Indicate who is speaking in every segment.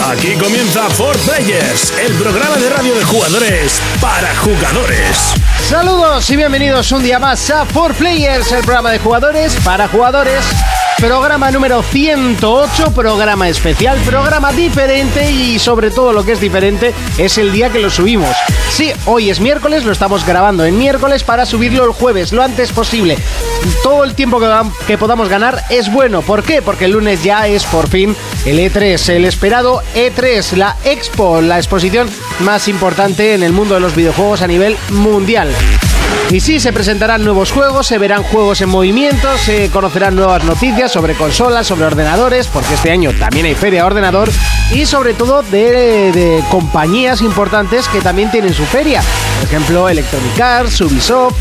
Speaker 1: Aquí comienza For Players, el programa de radio de jugadores para jugadores.
Speaker 2: Saludos y bienvenidos un día más a 4 Players, el programa de jugadores para jugadores. Programa número 108, programa especial, programa diferente y sobre todo lo que es diferente es el día que lo subimos. Sí, hoy es miércoles, lo estamos grabando en miércoles para subirlo el jueves lo antes posible. Todo el tiempo que, que podamos ganar es bueno. ¿Por qué? Porque el lunes ya es por fin el E3, el esperado E3, la Expo, la exposición más importante en el mundo de los videojuegos a nivel mundial. Y sí, se presentarán nuevos juegos, se verán juegos en movimiento, se conocerán nuevas noticias sobre consolas, sobre ordenadores, porque este año también hay feria de ordenador, y sobre todo de, de compañías importantes que también tienen su feria. Por ejemplo, Electronic Arts, Ubisoft,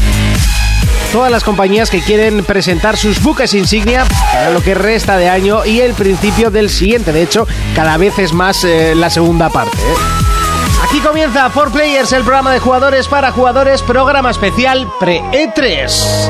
Speaker 2: todas las compañías que quieren presentar sus buques insignia para lo que resta de año y el principio del siguiente. De hecho, cada vez es más eh, la segunda parte. ¿eh? Aquí comienza 4 Players, el programa de jugadores para jugadores, programa especial E pre-E3.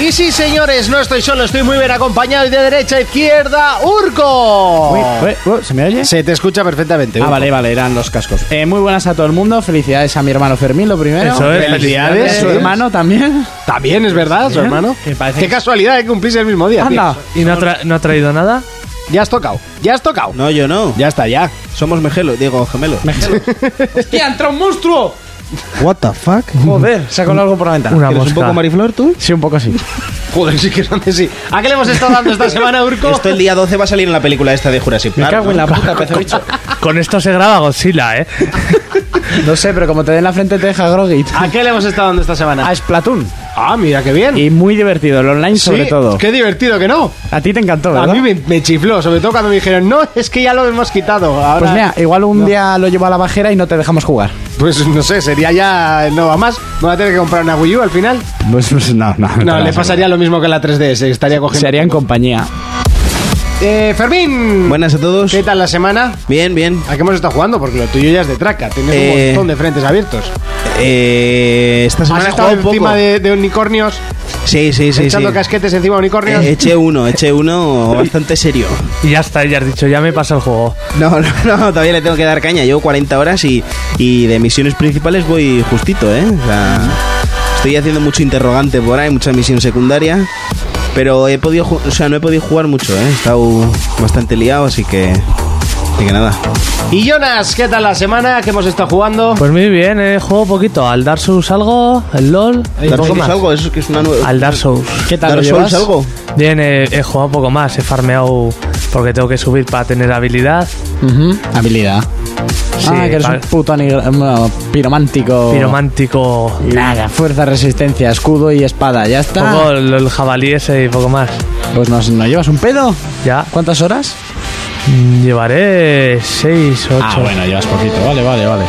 Speaker 2: Y sí, señores, no estoy solo, estoy muy bien acompañado y de derecha a izquierda, Urco.
Speaker 3: Uy, uy, uy, ¿Se me oye?
Speaker 2: Se te escucha perfectamente.
Speaker 3: Ah, vale, vale, eran los cascos. Eh, muy buenas a todo el mundo. Felicidades a mi hermano Fermín, lo primero.
Speaker 2: Eso es,
Speaker 3: Felicidades.
Speaker 2: felicidades.
Speaker 3: Su hermano también.
Speaker 2: También es verdad, su
Speaker 3: Bien.
Speaker 2: hermano.
Speaker 4: Que parece
Speaker 2: Qué
Speaker 4: que-
Speaker 2: casualidad, eh, que cumplís el mismo día. tío.
Speaker 3: Anda.
Speaker 4: ¿Y no ha, tra- no ha traído nada?
Speaker 2: Ya has tocado, ya has tocado.
Speaker 5: No, yo no.
Speaker 2: Ya está, ya.
Speaker 5: Somos megelos, digo, gemelos.
Speaker 3: ¡Hostia, entra un monstruo!
Speaker 5: What the fuck?
Speaker 3: Joder, sacó algo por la ventana.
Speaker 4: Una
Speaker 3: ¿Quieres
Speaker 4: mosca.
Speaker 3: un poco Marif-
Speaker 5: Mariflor, tú?
Speaker 3: Sí, un poco así.
Speaker 2: Joder, sí que son de sí. ¿A qué le hemos estado dando esta semana, Urco?
Speaker 5: Esto el día 12 va a salir en la película esta de Jurassic
Speaker 3: Me
Speaker 5: Park.
Speaker 3: cago en
Speaker 5: ¿no?
Speaker 3: la puta, pez bicho.
Speaker 4: Con esto se graba Godzilla, ¿eh?
Speaker 3: No sé, pero como te den la frente te deja Grogit.
Speaker 2: ¿A qué le hemos estado dando esta semana?
Speaker 3: A Splatoon.
Speaker 2: Ah, mira, qué bien.
Speaker 3: Y muy divertido, el online sobre
Speaker 2: Sí,
Speaker 3: todo.
Speaker 2: Qué divertido que no.
Speaker 3: A ti te encantó, ¿verdad?
Speaker 2: A mí me, me chifló, sobre todo cuando me dijeron, no, es que ya lo hemos quitado. Ahora,
Speaker 3: Pues mira, igual un día lo llevo a la bajera y no te dejamos jugar.
Speaker 2: Pues no sé, sería ya no va más. Voy a tener que comprar una Wii U al final.
Speaker 3: Pues, no, no.
Speaker 2: No, le pasaría lo mismo que la 3DS, estaría cogiendo.
Speaker 3: Se haría en compañía.
Speaker 2: Eh, Fermín.
Speaker 5: Buenas a todos.
Speaker 2: ¿Qué tal la semana?
Speaker 5: Bien, bien.
Speaker 2: ¿A qué hemos estado jugando? Porque lo tuyo ya es de traca, tienes un
Speaker 5: Eh,
Speaker 2: montón de frentes abiertos.
Speaker 5: Eh, esta
Speaker 2: Has
Speaker 5: semana he
Speaker 2: estado
Speaker 5: jugado un
Speaker 2: encima
Speaker 5: poco.
Speaker 2: de, de unicornios,
Speaker 5: Sí, sí, sí. sí.
Speaker 2: echando casquetes encima de unicornios.
Speaker 5: Eh, eché uno, eché uno bastante serio.
Speaker 4: Y ya está, ya has dicho, ya me pasa el juego.
Speaker 5: No, no, no, todavía le tengo que dar caña. Llevo 40 horas y, y de misiones principales voy justito, ¿eh? O sea, estoy haciendo mucho interrogante por ahí, mucha misión secundaria. Pero he podido, ju- o sea, no he podido jugar mucho, ¿eh? He estado bastante liado, así que. Así que nada.
Speaker 2: Y Jonas, ¿qué tal la semana? ¿Qué hemos estado jugando?
Speaker 4: Pues muy bien, eh, juego poquito. Al Dark Souls algo, el LOL.
Speaker 5: Dark
Speaker 4: poco
Speaker 5: Souls
Speaker 4: más.
Speaker 5: algo, eso es que es una nueva.
Speaker 4: Al Dark Souls.
Speaker 3: ¿Qué tal
Speaker 5: Dark
Speaker 3: lo
Speaker 5: Souls
Speaker 3: llevas?
Speaker 5: algo.
Speaker 4: Bien, eh, he jugado poco más, he farmeado porque tengo que subir para tener habilidad.
Speaker 3: Ujú, Habilidad.
Speaker 4: Sí,
Speaker 3: ah, que eres
Speaker 4: vale.
Speaker 3: un puto anigra- bueno,
Speaker 5: Oh.
Speaker 3: piromántico.
Speaker 4: Piromántico.
Speaker 3: Nada, fuerza, resistencia, escudo y espada. ¿Ya está?
Speaker 4: Poco el, el jabalí ese y poco más.
Speaker 3: Pues nos, ¿no llevas un pedo.
Speaker 4: Ya.
Speaker 3: ¿Cuántas horas?
Speaker 4: Mm, Llevaré 6,
Speaker 3: Ah,
Speaker 4: 8.
Speaker 3: llevas poquito. Vale, vale, vale.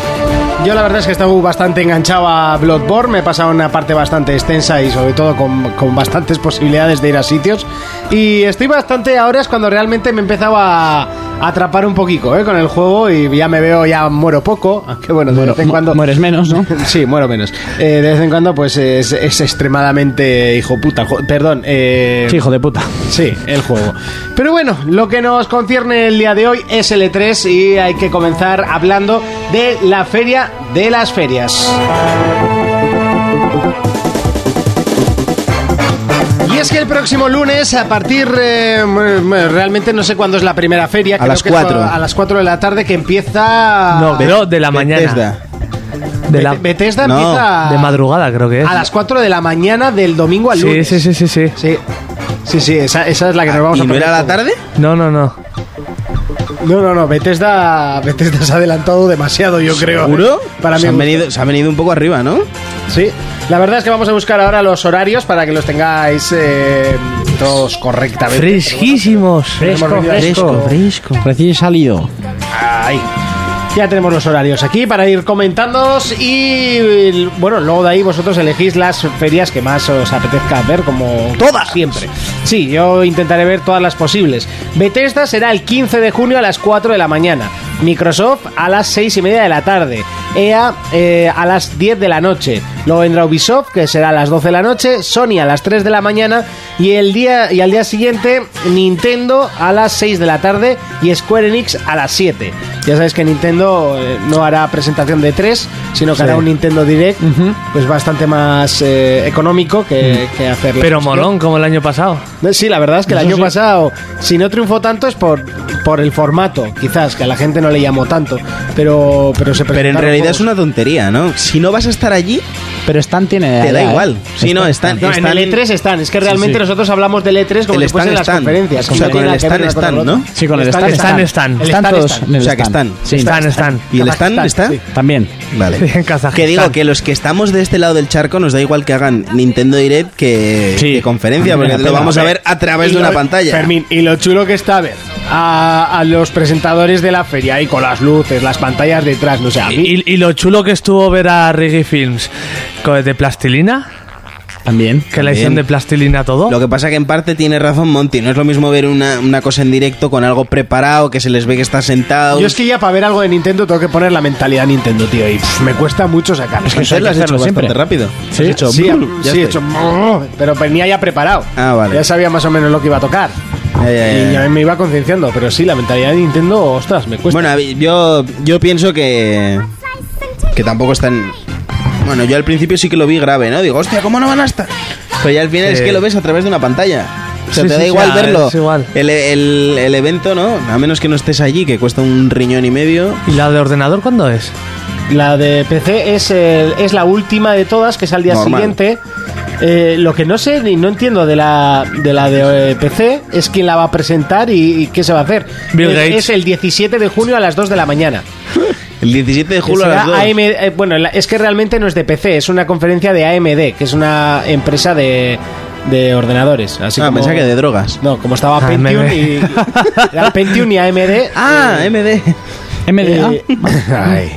Speaker 2: Yo la verdad es que estaba bastante enganchado a Bloodborne, me he pasado una parte bastante extensa y sobre todo con, con bastantes posibilidades de ir a sitios. Y estoy bastante ahora es cuando realmente me he empezado a, a atrapar un poquito ¿eh? con el juego y ya me veo, ya muero poco, aunque bueno, de vez en cuando...
Speaker 3: Mueres menos, ¿no?
Speaker 2: Sí, muero menos. Eh, de vez en cuando pues es, es extremadamente hijo puta, jo- perdón. Eh,
Speaker 3: Sí, hijo de puta.
Speaker 2: Sí, el juego. Pero bueno, lo que nos concierne el día de hoy es el E3 y hay que comenzar hablando de la feria de las ferias. Y es que el próximo lunes, a partir, eh, m- m- realmente no sé cuándo es la primera feria,
Speaker 5: A las
Speaker 2: que es
Speaker 5: cuatro.
Speaker 2: a las 4 de la tarde que empieza...
Speaker 3: Ah,
Speaker 4: No, pero de la mañana.
Speaker 5: Bethesda.
Speaker 4: De la,
Speaker 2: Beth- Bethesda
Speaker 5: No,
Speaker 3: ah.
Speaker 2: empieza
Speaker 4: de madrugada creo que es.
Speaker 2: a las 4 de la mañana del domingo al
Speaker 4: Sí,
Speaker 2: lunes.
Speaker 4: sí, sí, sí, sí.
Speaker 2: Sí, sí, sí, esa, esa es la que nos vamos a
Speaker 5: Ah, ¿Y no
Speaker 2: poner
Speaker 5: era la
Speaker 2: todos.
Speaker 5: tarde?
Speaker 4: No, no, no.
Speaker 2: No, no, no, Bethesda, Bethesda se ha adelantado demasiado, yo creo. eh.
Speaker 5: ¿Seguro?
Speaker 2: Para
Speaker 5: se,
Speaker 2: mí.
Speaker 5: han venido, se han venido un poco arriba, ¿no?
Speaker 3: Pues
Speaker 2: Sí. La verdad es que vamos a buscar ahora los horarios para que los tengáis eh, todos correctamente.
Speaker 4: Fresquísimos.
Speaker 2: Fresco, Hemos venido fresco, aquí.
Speaker 3: Recién salido.
Speaker 2: Ahí. Ya tenemos los horarios aquí para ir comentándoos y bueno, luego de ahí vosotros elegís las ferias que más os apetezca ver, como todas siempre. Sí, yo intentaré ver todas las posibles. Bethesda será el 15 de junio a las 4 de la mañana. Microsoft a las seis y media de la tarde. EA eh, a las 10 de la noche. Luego vendrá Ubisoft, que será a las 12 de la noche. Sony a las 3 de la mañana. Y, el día, y al día siguiente, Nintendo a las 6 de la tarde. Y Square Enix a las 7. Ya sabes que Nintendo eh, no hará presentación de 3, sino que hará un Nintendo Direct, pues bastante más eh, económico que, que hacer la
Speaker 4: Pero
Speaker 2: cuestión.
Speaker 4: molón, como el año pasado.
Speaker 2: Eh, Sí, la verdad es que el
Speaker 4: Eso
Speaker 2: año
Speaker 4: sí.
Speaker 2: pasado, si no triunfó tanto es por, por el formato, quizás, que a la gente no le llamó tanto, pero, pero se
Speaker 5: Pero en
Speaker 2: presentaron
Speaker 5: realidad es
Speaker 2: juegos.
Speaker 5: una tontería, ¿no? Si no vas a estar allí,
Speaker 3: Pero Stan tiene.
Speaker 5: te da
Speaker 3: idea, ¿eh?
Speaker 5: igual. Si no, están.
Speaker 2: No,
Speaker 5: están-
Speaker 2: en
Speaker 3: E
Speaker 2: el E3 están, es que realmente
Speaker 4: sí.
Speaker 2: nosotros hablamos del E3 como
Speaker 5: El
Speaker 2: si fuesen
Speaker 5: stand,
Speaker 2: las
Speaker 5: stand.
Speaker 2: conferencias.
Speaker 5: O sea, con el stand, stand, ¿no?
Speaker 3: Sí, con el
Speaker 2: están
Speaker 4: están,
Speaker 3: stand, están,
Speaker 4: están.
Speaker 2: El
Speaker 3: Están
Speaker 2: stand,
Speaker 3: todos
Speaker 2: están.
Speaker 3: en el
Speaker 5: O sea, que están.
Speaker 3: stand. Sí,
Speaker 4: están, están.
Speaker 5: ¿Y el stand está?
Speaker 2: sí.
Speaker 3: También.
Speaker 5: Vale.
Speaker 4: En Kazajistán.
Speaker 5: Que digo que los que estamos de este lado del charco nos da igual que hagan Nintendo Direct que,
Speaker 3: Sí.
Speaker 5: que conferencia, porque lo vamos a ver a través
Speaker 2: Y
Speaker 5: de una
Speaker 2: lo-
Speaker 5: pantalla.
Speaker 2: Fermín, y lo chulo que está a ver a, a los presentadores de la feria ahí con las luces, las pantallas detrás, no sé, a mí-
Speaker 4: Y, y- y lo chulo que estuvo ver a Reggae Films co- de plastilina,
Speaker 3: También.
Speaker 4: que la hicieron de plastilina todo.
Speaker 5: Lo que pasa que en parte tiene razón Monty, no es lo mismo ver una, una cosa en directo con algo preparado, que se les ve que está sentado.
Speaker 2: Yo es que ya para ver algo de Nintendo tengo que poner la mentalidad Nintendo, tío, y pff, me cuesta mucho sacarlo.
Speaker 5: Entonces lo has hecho
Speaker 3: hacerlo
Speaker 5: bastante
Speaker 3: siempre.
Speaker 5: rápido.
Speaker 3: Sí.
Speaker 5: Has hecho-
Speaker 2: Sí,
Speaker 5: ya
Speaker 2: sí, he
Speaker 5: estoy.
Speaker 2: hecho. Pero venía ya preparado.
Speaker 5: Ah, vale.
Speaker 2: Ya sabía más o menos lo que iba a tocar.
Speaker 5: Ya, ya, ya,
Speaker 2: Y
Speaker 5: ya.
Speaker 2: ya me iba concienciando. Pero sí, la mentalidad de Nintendo, ostras, me cuesta.
Speaker 5: Bueno, a ver, yo, yo pienso que. Que tampoco están. Bueno, yo al principio sí que lo vi grave, ¿no? Digo, hostia, ¿cómo no van a estar? Pero ya al final
Speaker 4: Sí.
Speaker 5: es que lo ves a través de una pantalla. O sea,
Speaker 4: Sí,
Speaker 5: te
Speaker 4: sí,
Speaker 5: da
Speaker 4: sí,
Speaker 5: igual
Speaker 4: ah,
Speaker 5: verlo.
Speaker 4: es igual.
Speaker 5: El, el- el evento, ¿no? A menos que no estés allí, que cuesta un riñón y medio.
Speaker 4: ¿Y la de ordenador cuándo es?
Speaker 2: La de PC es, el- es la última de todas, que es al día
Speaker 5: Normal.
Speaker 2: siguiente. Eh, lo que no sé ni no entiendo de la de, la de eh, PC es quién la va a presentar y, y qué se va a hacer.
Speaker 4: Bill
Speaker 2: es,
Speaker 4: Gates.
Speaker 2: es el 17 de junio a las 2 de la mañana.
Speaker 5: El 17 de julio a
Speaker 2: Será
Speaker 5: las 2.
Speaker 2: AM eh, bueno, la- es que realmente no es de PC, es una conferencia de AMD, que es una empresa de, de ordenadores. Así
Speaker 5: ah,
Speaker 2: como-
Speaker 5: pensaba que de drogas.
Speaker 2: No, como estaba
Speaker 4: Ah,
Speaker 2: Pentium
Speaker 4: MD.
Speaker 2: y, era Pentium y AMD.
Speaker 5: Ah,
Speaker 2: eh,
Speaker 5: MD.
Speaker 3: MDA.
Speaker 2: eh, ay.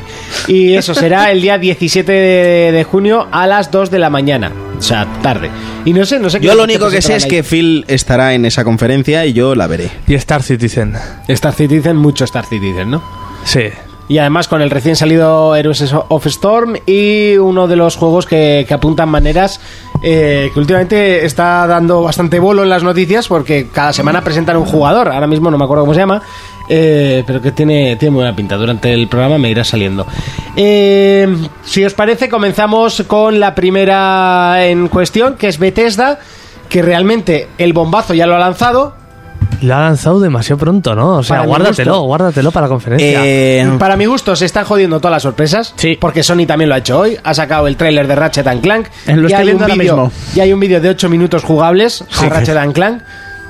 Speaker 2: Y eso será el día 17 de, de junio a las 2 de la mañana. O sea, tarde. Y no sé, no sé
Speaker 5: Yo lo
Speaker 2: qué
Speaker 5: único que sé es que
Speaker 2: presentarán
Speaker 5: Phil estará en esa conferencia y yo la veré.
Speaker 4: Y Star Citizen.
Speaker 2: ahí. Star Citizen, mucho Star Citizen, ¿no?
Speaker 4: Sí.
Speaker 2: Y además con el recién salido Heroes of Storm y uno de los juegos que, que apuntan maneras eh, que últimamente está dando bastante bolo en las noticias porque cada semana presentan un jugador, ahora mismo no me acuerdo cómo se llama, eh, pero que tiene, tiene muy buena pinta. Durante el programa me irá saliendo. Eh, si os parece, comenzamos con la primera en cuestión, que es Bethesda, que realmente el bombazo ya lo ha lanzado.
Speaker 4: La ha lanzado demasiado pronto, ¿no? O sea,
Speaker 2: Para mi
Speaker 4: guárdatelo,
Speaker 2: gusto.
Speaker 4: guárdatelo para la conferencia.
Speaker 5: Eh,
Speaker 2: Para mi gusto se están jodiendo todas las sorpresas.
Speaker 3: Sí.
Speaker 2: Porque Sony también lo ha hecho hoy. Ha sacado el tráiler de Ratchet and Clank.
Speaker 3: Eh, lo
Speaker 2: Y
Speaker 3: estoy
Speaker 2: hay un
Speaker 3: viendo ahora
Speaker 2: vídeo-
Speaker 3: mismo.
Speaker 2: Y hay un vídeo de 8 minutos jugables a Ratchet and Clank. Eh,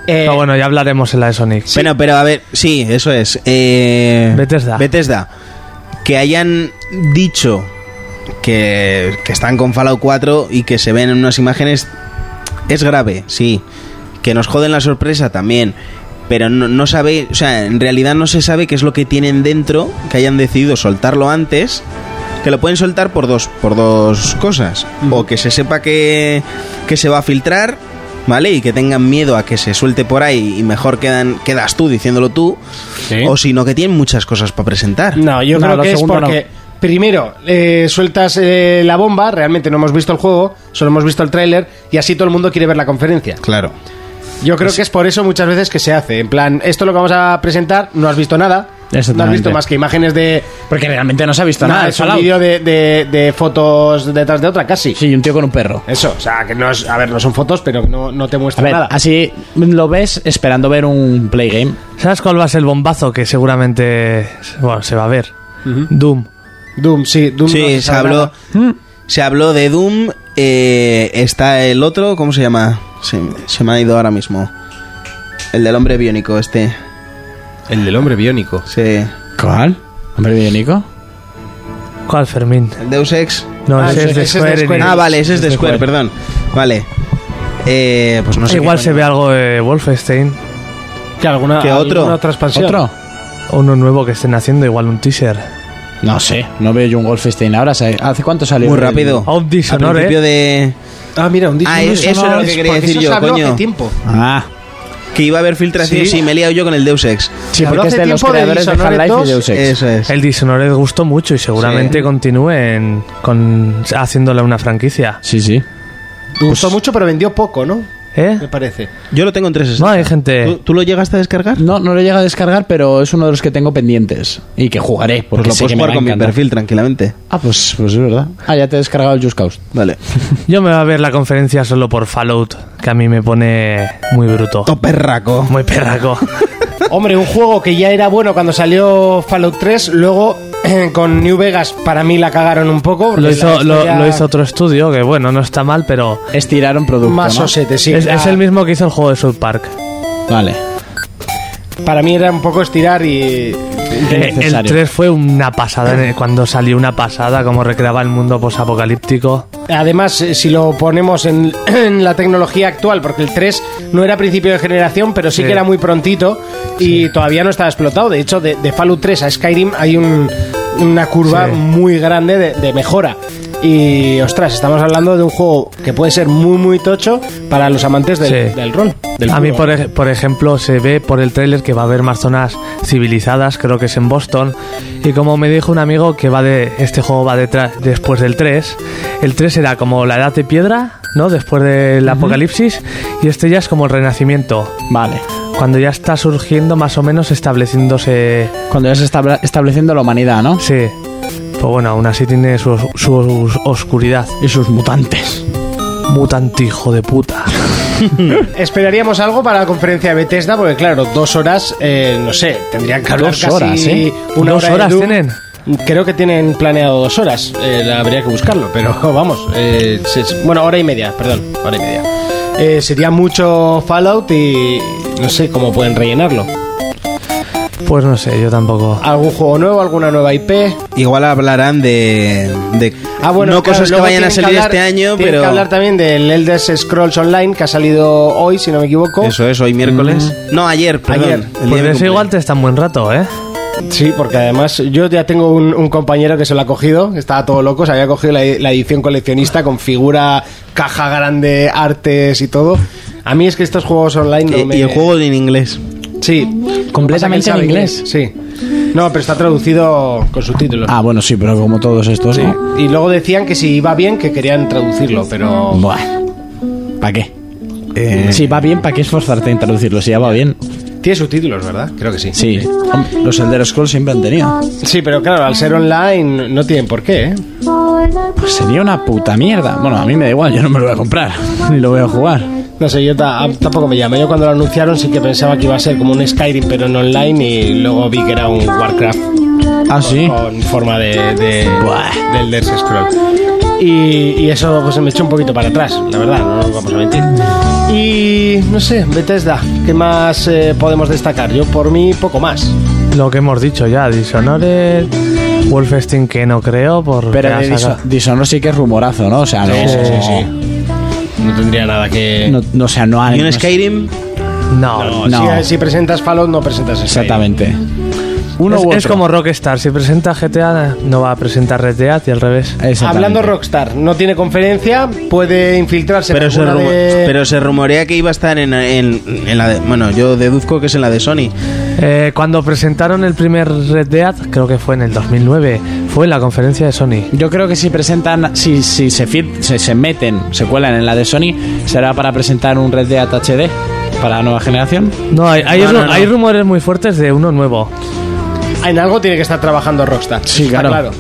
Speaker 4: Pero bueno, ya hablaremos en la de Sonic.
Speaker 5: Bueno, pero a ver, sí, eso es. Eh,
Speaker 4: Bethesda.
Speaker 5: Bethesda. Que hayan dicho que, que están con Fallout 4 y que se ven en unas imágenes es grave, sí. Que nos joden la sorpresa también. Pero no, no sabe, o sea, en realidad no se sabe qué es lo que tienen dentro, que hayan decidido soltarlo antes. Que lo pueden soltar por dos, por dos cosas. O que se sepa que, que se va a filtrar, ¿vale? Y que tengan miedo a que se suelte por ahí y mejor quedan, quedas tú diciéndolo tú. O sino que tienen muchas cosas para presentar.
Speaker 2: No, yo
Speaker 3: No,
Speaker 2: creo
Speaker 3: lo
Speaker 2: que es
Speaker 3: segundo
Speaker 2: porque. Primero, eh, sueltas eh, la bomba, realmente no hemos visto el juego, solo hemos visto el tráiler y así todo el mundo quiere ver la conferencia.
Speaker 5: Claro.
Speaker 2: Yo creo que es por eso muchas veces que se hace. En plan, esto es lo que vamos a presentar, no has visto nada, no has
Speaker 3: Exactamente.
Speaker 2: visto más que imágenes de...
Speaker 3: Porque realmente no se ha visto
Speaker 2: nada,
Speaker 3: nada.
Speaker 2: es un vídeo de, de- de fotos detrás de otra casi.
Speaker 3: Sí, y un tío con un perro.
Speaker 2: Eso, o sea, que no es. A ver, no son fotos, pero no, no te
Speaker 3: A
Speaker 2: muestra
Speaker 3: ver,
Speaker 2: nada.
Speaker 3: así lo ves esperando ver un play game.
Speaker 4: ¿Sabes cuál va a ser el bombazo que seguramente bueno, se va a ver? Doom.
Speaker 2: Doom, sí, Doom. no
Speaker 5: Sí, se
Speaker 2: sabe
Speaker 5: habló,
Speaker 2: nada.
Speaker 4: Mm.
Speaker 5: se habló de Doom. eh, está el otro, ¿cómo se llama? Se, se me ha ido ahora mismo. El del hombre biónico, este.
Speaker 2: El del hombre biónico.
Speaker 5: Sí.
Speaker 3: ¿Cuál? ¿Hombre biónico?
Speaker 4: ¿Cuál, Fermín?
Speaker 5: El Deus Ex.
Speaker 4: No,
Speaker 2: Ah,
Speaker 4: ese,
Speaker 2: ese-
Speaker 4: es de
Speaker 2: ese es de
Speaker 4: Square.
Speaker 2: Square
Speaker 4: Enix.
Speaker 5: Ah, vale, ese es de
Speaker 3: Ese
Speaker 5: Square,
Speaker 3: Square.
Speaker 5: perdón. Vale. Eh, pues no sé.
Speaker 4: Igual
Speaker 5: qué
Speaker 4: se
Speaker 5: coño.
Speaker 4: ve algo de Wolfenstein.
Speaker 2: Que alguna,
Speaker 5: ¿Qué otro?
Speaker 2: alguna otra expansión.
Speaker 3: ¿Otro?
Speaker 4: Uno nuevo que estén haciendo, igual un teaser.
Speaker 3: No sé, no veo yo un Wolfenstein ahora. ¿sabe? ¿Hace cuánto salió?
Speaker 5: Muy
Speaker 3: el-
Speaker 5: rápido.
Speaker 4: A un
Speaker 5: Al
Speaker 4: dishonor,
Speaker 5: principio de.
Speaker 2: Ah, mira, un disco.
Speaker 5: Ah, es- eso era lo que quería decir yo, coño.
Speaker 2: tiempo.
Speaker 3: Ah,
Speaker 5: que iba a haber filtración
Speaker 4: Sí.
Speaker 5: y me he liado yo con el Deus Ex.
Speaker 3: Sí,
Speaker 2: Habló
Speaker 3: porque es
Speaker 2: hace
Speaker 3: de los
Speaker 2: tiempo de
Speaker 3: creadores de
Speaker 2: Dishonored
Speaker 3: Half-Life
Speaker 2: 2.
Speaker 3: y Deus Ex.
Speaker 5: Eso es.
Speaker 4: El Dishonored gustó mucho y seguramente
Speaker 5: Sí.
Speaker 4: continúen con, haciéndole una franquicia.
Speaker 3: Sí, sí. Pues
Speaker 2: Gustó mucho, pero vendió poco, ¿no? Me
Speaker 4: ¿Eh?
Speaker 2: parece.
Speaker 5: Yo lo tengo en
Speaker 4: No este.
Speaker 5: 360.
Speaker 4: hay
Speaker 5: ¿Tú,
Speaker 4: gente.
Speaker 5: tú lo llegaste a descargar?
Speaker 3: No, no lo he llegado a descargar, pero es uno de los que tengo pendientes. Y que jugaré, porque
Speaker 5: Pues lo
Speaker 3: sé
Speaker 5: puedes
Speaker 3: que me va
Speaker 5: jugar
Speaker 3: a
Speaker 5: con mi
Speaker 3: encantar.
Speaker 5: perfil tranquilamente.
Speaker 3: Ah, pues, pues es verdad. Ah, ya te he descargado el Just Cause.
Speaker 5: Vale.
Speaker 4: Yo me voy a ver la conferencia solo por Fallout, que a mí me pone muy bruto.
Speaker 5: Toperraco.
Speaker 4: Muy perraco.
Speaker 2: Hombre, un juego que ya era bueno cuando salió Fallout 3, luego eh, con New Vegas para mí la cagaron un poco. porque
Speaker 4: Lo
Speaker 2: la
Speaker 4: hizo, lo,
Speaker 2: historia
Speaker 4: lo hizo otro estudio, que bueno, no está mal, pero
Speaker 3: Estiraron producto,
Speaker 2: más
Speaker 3: ¿no?
Speaker 2: osete, sí. Ah,
Speaker 4: es,
Speaker 2: Era-
Speaker 4: es el mismo que hizo el juego de South Park.
Speaker 3: Vale.
Speaker 2: Para mí era un poco estirar y...
Speaker 4: Eh, el
Speaker 3: Innecesario.
Speaker 4: 3 fue una pasada, en el- cuando salió una pasada, como recreaba el mundo posapocalíptico.
Speaker 2: Además, eh, si lo ponemos en, en la tecnología actual, porque el 3 no era principio de generación, pero sí,
Speaker 4: Sí.
Speaker 2: que era muy prontito y todavía no estaba explotado. De hecho, de, de Fallout 3 a Skyrim hay un- una curva
Speaker 4: Sí.
Speaker 2: muy grande de, de mejora. Y, ostras, estamos hablando de un juego que puede ser muy, muy tocho para los amantes del,
Speaker 4: Sí.
Speaker 2: del rol. del
Speaker 4: A mí,
Speaker 2: juego.
Speaker 4: por, ej- por ejemplo, se ve por el tráiler que va a haber más zonas civilizadas, creo que es en Boston. Y como me dijo un amigo que va de este juego va detrás después del 3, el 3 era como la edad de piedra, ¿no? Después del apocalipsis y este ya es como el renacimiento,
Speaker 3: Vale.
Speaker 4: cuando ya está surgiendo más o menos estableciéndose,
Speaker 3: Cuando ya se está estableciendo la humanidad, ¿no?
Speaker 4: sí. Pues bueno, aún así tiene su, su os- oscuridad.
Speaker 3: Y sus mutantes.
Speaker 4: Mutante hijo de puta.
Speaker 2: Esperaríamos algo para la conferencia de Bethesda, porque claro, dos horas, eh, no sé, tendrían que hablar
Speaker 3: Dos
Speaker 2: casi
Speaker 3: horas, ¿eh?
Speaker 2: una
Speaker 4: Dos
Speaker 2: hora de
Speaker 4: horas
Speaker 2: Doom.
Speaker 4: tienen.
Speaker 2: Creo que tienen planeado dos horas, eh, habría que buscarlo, pero vamos, eh, se- se- bueno, hora y media, perdón, hora y media. Eh, sería mucho Fallout y no sé cómo pueden rellenarlo.
Speaker 4: Pues no sé, yo tampoco.
Speaker 2: ¿Algún juego nuevo, alguna nueva IP?
Speaker 5: Igual hablarán de. de
Speaker 2: Ah, bueno,
Speaker 5: no
Speaker 2: claro,
Speaker 5: cosas que
Speaker 2: luego
Speaker 5: vayan a
Speaker 2: tienen
Speaker 5: salir
Speaker 2: hablar-
Speaker 5: este año,
Speaker 2: tienen
Speaker 5: pero.
Speaker 2: que hablar también del Elder Scrolls Online, que ha salido hoy, si no me equivoco.
Speaker 5: Eso es, hoy miércoles. No, ayer, perdón.
Speaker 2: Mm. Ayer.
Speaker 5: El día
Speaker 4: Pues
Speaker 5: de mi
Speaker 4: eso igual
Speaker 5: cumple.
Speaker 4: te está un buen rato, ¿eh?
Speaker 2: Sí, porque además yo ya tengo un, un compañero que se lo ha cogido, estaba todo loco, se había cogido la, la edición coleccionista con figura, caja grande, artes y todo. A mí es que estos juegos online no
Speaker 5: Y-
Speaker 2: me...
Speaker 5: Eh, Y el juego en inglés.
Speaker 2: Sí.
Speaker 3: Completamente
Speaker 2: Pasa que él sabe
Speaker 3: en inglés.
Speaker 2: Sí. No, pero está traducido con subtítulos.
Speaker 3: Ah, bueno, sí, pero como todos estos,
Speaker 2: Sí.
Speaker 3: ¿no?
Speaker 2: Y luego decían que si iba bien que querían traducirlo, pero...
Speaker 3: Buah. ¿Para qué? Si va bien, ¿para qué esforzarte en traducirlo? Si ya va bien.
Speaker 2: Tiene subtítulos, ¿verdad? Creo que sí.
Speaker 3: Sí. Hombre, Los Elder Scrolls siempre han tenido.
Speaker 2: Sí, pero claro, al ser online no tienen por qué, ¿eh?
Speaker 3: Pues sería una puta mierda. Bueno, a mí me da igual, yo no me lo voy a comprar. Ni lo voy a jugar.
Speaker 2: No sé, yo ta- tampoco me llamo. Yo cuando lo anunciaron sí que pensaba que iba a ser como un Skyrim, pero en online, y luego vi que era un Warcraft
Speaker 3: Ah, sí.
Speaker 2: con forma de, de,
Speaker 3: Buah.
Speaker 2: del Elder Scroll. Y, y eso pues, se me echó un poquito para atrás, la verdad, no nos vamos a mentir. Y no sé, Bethesda, ¿qué más eh, podemos destacar? Yo por mí poco más.
Speaker 4: Lo que hemos dicho ya, Dishonored, Wolfenstein que no creo, por
Speaker 3: Pero de Dishon- Dishonor sí que es rumorazo, ¿no? O sea, no.
Speaker 2: sí, sí,
Speaker 3: Oh.
Speaker 2: No tendría nada que...
Speaker 3: No, no, o sea, no hay.
Speaker 5: Y
Speaker 3: no
Speaker 5: un
Speaker 3: sé.
Speaker 5: Skyrim.
Speaker 4: No,
Speaker 2: Si-
Speaker 3: no.
Speaker 2: Si, presentas Fallout no presentas Skyrim.
Speaker 3: Exactamente. Uno
Speaker 4: es,
Speaker 3: u otro.
Speaker 4: es como Rockstar, si presenta GTA no va a presentar Red Dead y al revés.
Speaker 3: Exactamente.
Speaker 2: Hablando Rockstar, no tiene conferencia, puede infiltrarse
Speaker 5: Pero
Speaker 2: en
Speaker 5: se,
Speaker 2: alguna
Speaker 5: rumo-
Speaker 2: de-
Speaker 5: pero se rumorea que iba a estar en, en- en la de. Bueno, yo deduzco que es en la de Sony.
Speaker 4: Eh, cuando presentaron el primer Red Dead, creo que fue en el 2009, fue en la conferencia de Sony.
Speaker 3: Yo creo que si presentan, si, si se, fil- se, se meten, se cuelan en la de Sony, será para presentar un Red Dead HD para la nueva generación.
Speaker 4: No, hay, hay
Speaker 5: No,
Speaker 4: ru-
Speaker 5: no, no.
Speaker 4: hay rumores muy fuertes de uno nuevo.
Speaker 2: En algo tiene que estar trabajando Rockstar.
Speaker 3: Sí,
Speaker 2: Está
Speaker 3: claro.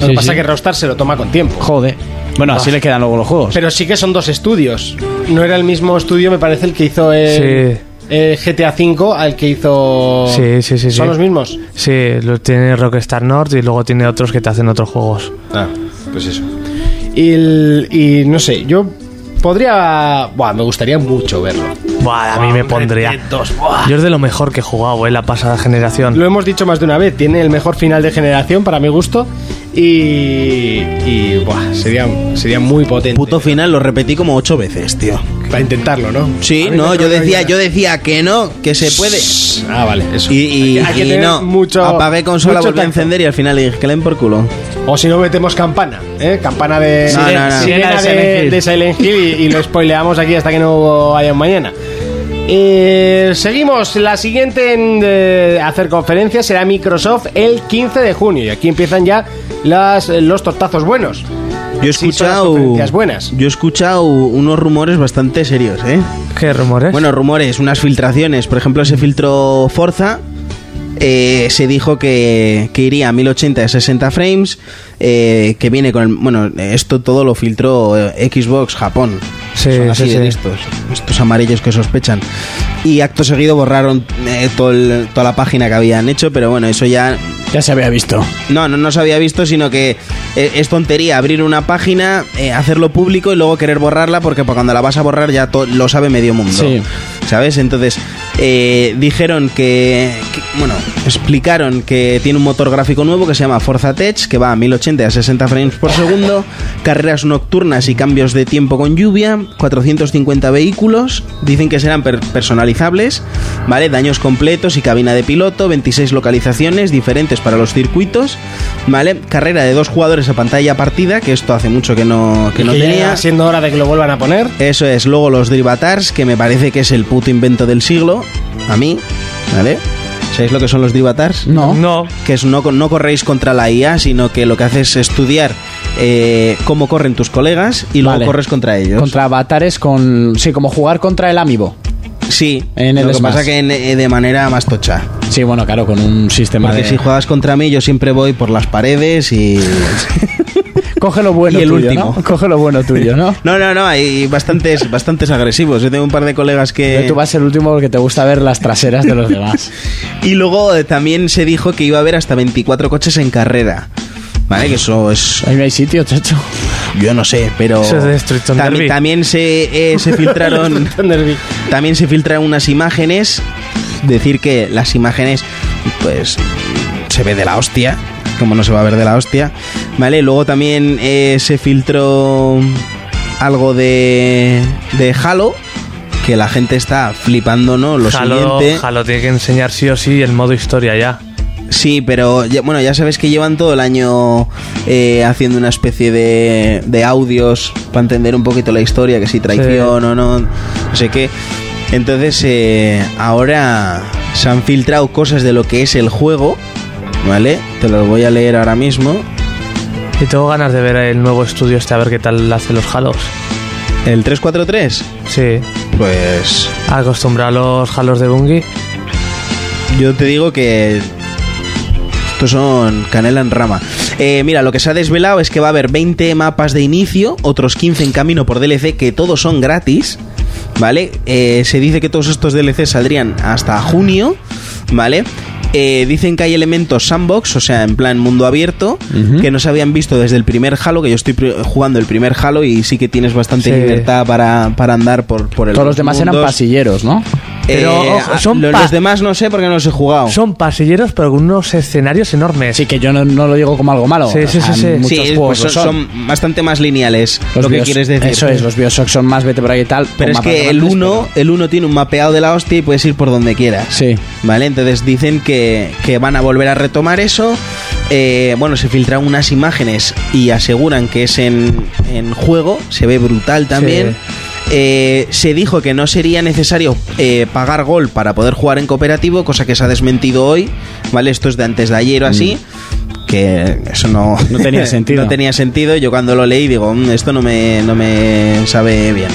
Speaker 2: Lo que
Speaker 3: Sí,
Speaker 2: pasa
Speaker 3: sí.
Speaker 2: es que Rockstar se lo toma con tiempo.
Speaker 3: Joder. Bueno, así le quedan luego los juegos.
Speaker 2: Pero sí que son dos estudios. No era el mismo estudio, me parece, el que hizo el,
Speaker 4: Sí.
Speaker 2: el GTA V al que hizo.
Speaker 4: Sí, sí, sí,
Speaker 2: Son
Speaker 4: sí.
Speaker 2: los mismos.
Speaker 4: Sí, lo tiene Rockstar North y luego tiene otros que te hacen otros juegos.
Speaker 2: Ah, pues eso. Y, el- y no sé, yo podría. Buah, me gustaría mucho verlo.
Speaker 4: Buah, a mí me pondría. Yo es de lo mejor que he jugado, eh, la pasada generación.
Speaker 2: Lo hemos dicho más de una vez, tiene el mejor final de generación para mi gusto. Y. Y. Buah, sería, sería muy potente.
Speaker 5: Puto final, lo repetí como ocho veces, tío.
Speaker 2: Para intentarlo, ¿no?
Speaker 5: Sí,
Speaker 2: A mí
Speaker 5: no, yo
Speaker 2: creo que
Speaker 5: decía,
Speaker 2: haya-
Speaker 5: yo decía que no, que se puede.
Speaker 2: Ah, vale, eso.
Speaker 5: Y, y-
Speaker 2: Hay que
Speaker 5: y
Speaker 2: tener
Speaker 5: no,
Speaker 2: mucho-
Speaker 5: apagué consola,
Speaker 2: mucho
Speaker 5: volví a
Speaker 2: tacto.
Speaker 5: encender y al final le dije que le den por culo.
Speaker 2: O si no, metemos campana, ¿eh? Campana de.
Speaker 5: No, no,
Speaker 2: sirena
Speaker 5: no.
Speaker 2: de,
Speaker 3: Sirena de Silent Hill.
Speaker 2: de Silent Hill y, y lo spoileamos aquí hasta que no haya un mañana. Eh, seguimos. La siguiente en eh, hacer conferencia será Microsoft el 15 de junio. Y aquí empiezan ya las, eh, los tortazos buenos.
Speaker 5: Yo he
Speaker 2: Sí, son las
Speaker 5: escuchado.
Speaker 2: conferencias buenas.
Speaker 5: Yo he escuchado unos rumores bastante serios, ¿eh?
Speaker 4: ¿Qué rumores?
Speaker 5: Bueno, rumores, unas filtraciones. Por ejemplo, ese filtro Forza. eh, se dijo que, que iría a 1080 a 60 frames. eh, que viene con el. Bueno, esto todo lo filtró eh, Xbox Japón.
Speaker 4: Sí,
Speaker 5: Son así
Speaker 4: sí,
Speaker 5: de
Speaker 4: sí.
Speaker 5: listos, Estos amarillos que sospechan. Y acto seguido borraron eh, todo el- toda la página que habían hecho. Pero bueno, eso ya
Speaker 3: Ya se había visto.
Speaker 5: no, no, no se había visto, sino que eh, es tontería abrir una página, eh, hacerlo público y luego querer borrarla, porque pa- cuando la vas a borrar ya to- lo sabe medio mundo.
Speaker 3: Sí.
Speaker 5: ¿Sabes? Entonces, eh, dijeron que, que- Bueno, explicaron que tiene un motor gráfico nuevo que se llama Forza Tech, que va a 1080 a 60 frames por segundo, carreras nocturnas y cambios de tiempo con lluvia, 450 vehículos, dicen que serán per- personalizables, ¿vale? Daños completos y cabina de piloto, 26 localizaciones diferentes para los circuitos, ¿vale? Carrera de dos jugadores a pantalla partida, que esto hace mucho que no, que no
Speaker 2: ya
Speaker 5: tenía.
Speaker 2: va siendo hora de que lo vuelvan a poner.
Speaker 5: Eso es, luego los Drivatars, que me parece que es el puto invento del siglo, a mí, ¿vale? ¿Sabéis lo que son los Drivatars?
Speaker 3: No.
Speaker 4: no.
Speaker 5: que es no, no corréis contra la IA, sino que lo que haces es estudiar eh, cómo corren tus colegas y luego
Speaker 3: Vale.
Speaker 5: corres contra ellos.
Speaker 3: Contra avatares con. Sí, como jugar contra el amiibo.
Speaker 5: Sí,
Speaker 3: En el
Speaker 5: lo que
Speaker 3: Smash.
Speaker 5: pasa que en- eh, de manera más tocha.
Speaker 3: Sí, bueno, claro, con un sistema
Speaker 5: Porque
Speaker 3: de.
Speaker 5: si juegas contra mí yo siempre voy por las paredes y...
Speaker 3: Coge lo bueno
Speaker 5: Y el
Speaker 3: tuyo,
Speaker 5: último.
Speaker 3: ¿no? Coge lo bueno tuyo, ¿no?
Speaker 5: No, no, no, hay bastantes, bastantes agresivos. Yo tengo un par de colegas que...
Speaker 3: Tú vas el último porque te gusta ver las traseras de los demás.
Speaker 5: Y luego eh, también se dijo que iba a haber hasta 24 coches en carrera. Vale, que eso es...
Speaker 3: Ahí no hay sitio, chacho.
Speaker 5: Yo no sé, pero...
Speaker 4: Eso es de Destruction
Speaker 5: Tambi-
Speaker 4: Derby.
Speaker 5: También se, eh, se filtraron... También se filtran unas imágenes. Decir que las imágenes, pues, se ve de la hostia. Como no se va a ver de la hostia. Vale, luego también eh, se filtró algo de, de Halo. Que la gente está flipando, ¿no? Lo
Speaker 4: Halo,
Speaker 5: siguiente.
Speaker 4: Halo tiene que enseñar sí o sí el modo historia ya.
Speaker 5: Sí, pero ya- bueno, ya sabes que llevan todo el año eh, haciendo una especie de, de audios para entender un poquito la historia, que si traición o no, no sé qué. Entonces, eh, ahora se han filtrado cosas de lo que es el juego, ¿vale? Te los voy a leer ahora mismo.
Speaker 4: Y tengo ganas de ver el nuevo estudio este a ver qué tal hace los Halos.
Speaker 5: El 343,
Speaker 4: Sí.
Speaker 5: pues
Speaker 4: Acostumbra a los Halos de Bungie.
Speaker 5: Yo te digo que estos son canela en rama. Eh, mira, lo que se ha desvelado es que va a haber 20 mapas de inicio, otros 15 en camino por DLC, que todos son gratis. ¿Vale? Eh, se dice que todos estos DLC saldrían hasta junio. ¿Vale? Eh, dicen que hay elementos sandbox, o sea, en plan mundo abierto, que no se habían visto desde el primer Halo, que yo estoy pri- jugando el primer Halo y sí que tienes bastante
Speaker 4: Sí.
Speaker 5: libertad para, para andar por, por el
Speaker 3: Todos los demás eran
Speaker 5: mundos.
Speaker 3: pasilleros, ¿no?
Speaker 4: Pero,
Speaker 5: Eh,
Speaker 4: ojo, son
Speaker 5: lo-
Speaker 4: pa-
Speaker 5: los demás no sé porque no los he jugado.
Speaker 4: Son pasilleros pero con unos escenarios enormes.
Speaker 3: Sí, que yo no, no lo digo como algo malo.
Speaker 4: Sí, sí, sí, sí.
Speaker 3: Muchos
Speaker 5: Sí,
Speaker 3: juegos
Speaker 5: pues
Speaker 3: lo
Speaker 5: son, son bastante más lineales
Speaker 3: Los
Speaker 5: lo que
Speaker 3: Bios-
Speaker 5: quieres decir.
Speaker 3: Eso es, los Bioshock son más vete por ahí y tal.
Speaker 5: pero
Speaker 3: con
Speaker 5: es
Speaker 3: mapas
Speaker 5: que el
Speaker 3: grandes,
Speaker 5: 1 el uno tiene un mapeado de la hostia y puedes ir por donde quieras.
Speaker 3: pero- Sí.
Speaker 5: ¿Vale? Entonces dicen que, que van a volver a retomar eso. Eh, bueno, se filtran unas imágenes y aseguran que es en, en juego. Se ve brutal también. Eh, se dijo que no sería necesario eh, pagar gol para poder jugar en cooperativo, cosa que se ha desmentido hoy. ¿Vale? Esto es de antes de ayer o así. Que eso no,
Speaker 3: Mm. No tenía sentido.
Speaker 5: no tenía sentido. Yo cuando lo leí digo, "Mm, esto no me, no me sabe bien.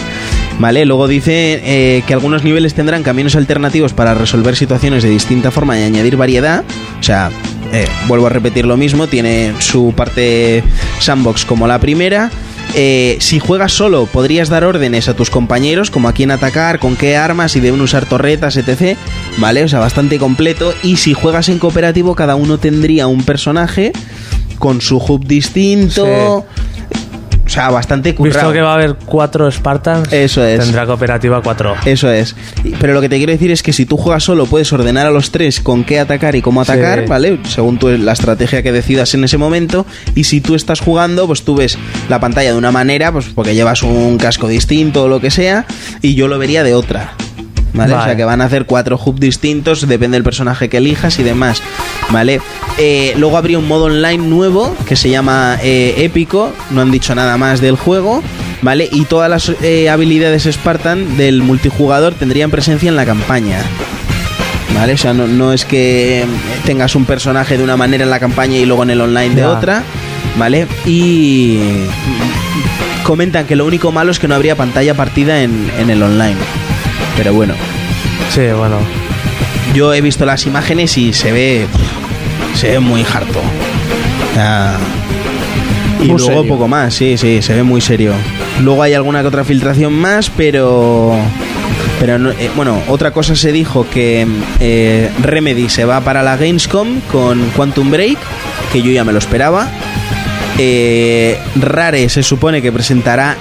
Speaker 5: Vale, luego dice eh, que algunos niveles tendrán caminos alternativos para resolver situaciones de distinta forma y añadir variedad. O sea, eh, vuelvo a repetir lo mismo, tiene su parte sandbox como la primera. Eh, si juegas solo, podrías dar órdenes a tus compañeros, como a quién atacar, con qué armas, si deben usar torretas, etc. ¿Vale? O sea, bastante completo. Y si juegas en cooperativo, cada uno tendría un personaje con su hub distinto. O sea, bastante currado.
Speaker 4: Visto que va a haber cuatro Spartans,
Speaker 5: Eso es. Eh.
Speaker 4: tendrá cooperativa cuatro.
Speaker 5: Eso es. Y- Pero lo que te quiero decir es que si tú juegas solo, puedes ordenar a los tres con qué atacar y cómo atacar,
Speaker 4: Sí.
Speaker 5: ¿vale? Según tú, la estrategia que decidas en ese momento. Y si tú estás jugando, pues tú ves la pantalla de una manera, pues porque llevas un casco distinto o lo que sea, y yo lo vería de otra. ¿Vale? O sea
Speaker 4: Vale.
Speaker 5: que van a hacer cuatro hubs distintos, depende del personaje que elijas y demás. ¿Vale? Eh, luego habría un modo online nuevo que se llama eh, Épico, no han dicho nada más del juego. ¿vale? Y todas las eh, habilidades Spartan del multijugador tendrían presencia en la campaña. ¿Vale? O sea, no, no es que tengas un personaje de una manera en la campaña y luego en el online de
Speaker 4: Ya.
Speaker 5: otra, ¿vale? Y comentan que lo único malo es que no habría pantalla partida en, en el online. Pero bueno,
Speaker 4: Sí, bueno.
Speaker 5: yo he visto las imágenes y se ve. pff, Se ve muy harto. O sea, y
Speaker 3: Muy
Speaker 5: luego
Speaker 3: serio.
Speaker 5: poco más, sí, sí, se ve muy serio. Luego hay alguna que otra filtración más, pero. Pero no- eh, bueno, otra cosa se dijo que eh, Remedy se va para la Gamescom con Quantum Break, que yo ya me lo esperaba. Eh, Rare se supone que presentará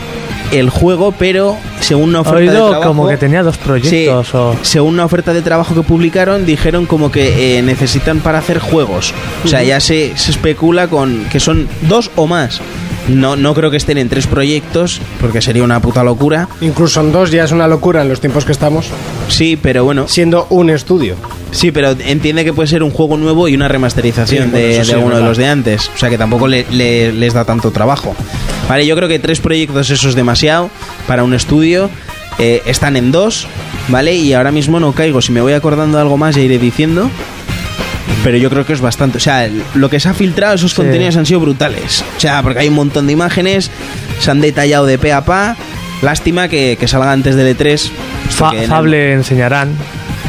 Speaker 5: el juego, pero según una oferta de
Speaker 4: Oído
Speaker 5: trabajo-
Speaker 4: como que tenía dos proyectos
Speaker 5: Sí.
Speaker 4: o...
Speaker 5: Según una oferta de trabajo que publicaron, dijeron como que eh, necesitan para hacer juegos. O sea, ya se, se especula con que son dos o más. No, no creo que estén en tres proyectos, porque sería una puta locura.
Speaker 2: Incluso en dos ya es una locura en los tiempos que estamos,
Speaker 5: Sí, pero bueno.
Speaker 2: siendo un estudio.
Speaker 5: Sí, pero entiende que puede ser un juego nuevo y una remasterización
Speaker 2: Sí, bueno,
Speaker 5: de,
Speaker 2: eso sí,
Speaker 5: de
Speaker 2: es
Speaker 5: uno de
Speaker 2: verdad.
Speaker 5: los de antes. O sea que tampoco le- le- les da tanto trabajo. Vale, yo creo que tres proyectos eso es demasiado para un estudio. Eh, están en dos, ¿vale? Y ahora mismo no caigo. Si me voy acordando de algo más ya iré diciendo. Pero yo creo que es bastante. O sea, el- lo que se ha filtrado, esos contenidos han sido brutales. O sea, porque hay un montón de imágenes, se han detallado de pe a pa. Lástima que, que salga antes del E3.
Speaker 4: Fa-
Speaker 5: porque en el-
Speaker 4: Fable enseñarán.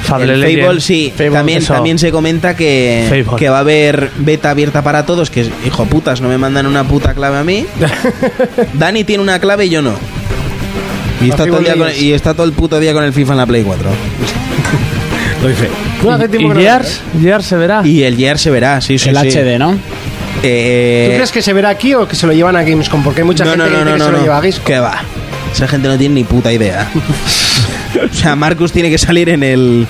Speaker 4: Fable
Speaker 5: el
Speaker 4: Legend.
Speaker 5: Fable, sí.
Speaker 4: Fable,
Speaker 5: también,
Speaker 4: eso.
Speaker 5: también se comenta que,
Speaker 4: Fable.
Speaker 5: que va a haber beta abierta para todos. Que, hijo putas, no me mandan una puta clave a mí. Dani tiene una clave y yo no. Y está, todo el día con- y está todo el puto día con el FIFA en la Play 4.
Speaker 2: No, hace
Speaker 4: ¿Y
Speaker 2: tiempo que no lo
Speaker 4: Gears? ¿Gears se verá?
Speaker 5: Y el Gear se verá, sí, sí.
Speaker 3: el
Speaker 5: sí.
Speaker 3: HD, ¿no?
Speaker 5: Eh,
Speaker 2: ¿Tú crees que se verá aquí o que se lo llevan a Gamescom? Porque hay mucha gente que dice que se lo lleva a Gamescom.
Speaker 5: ¿Qué va? Esa gente no tiene ni puta idea. o sea, Marcus tiene que salir en el,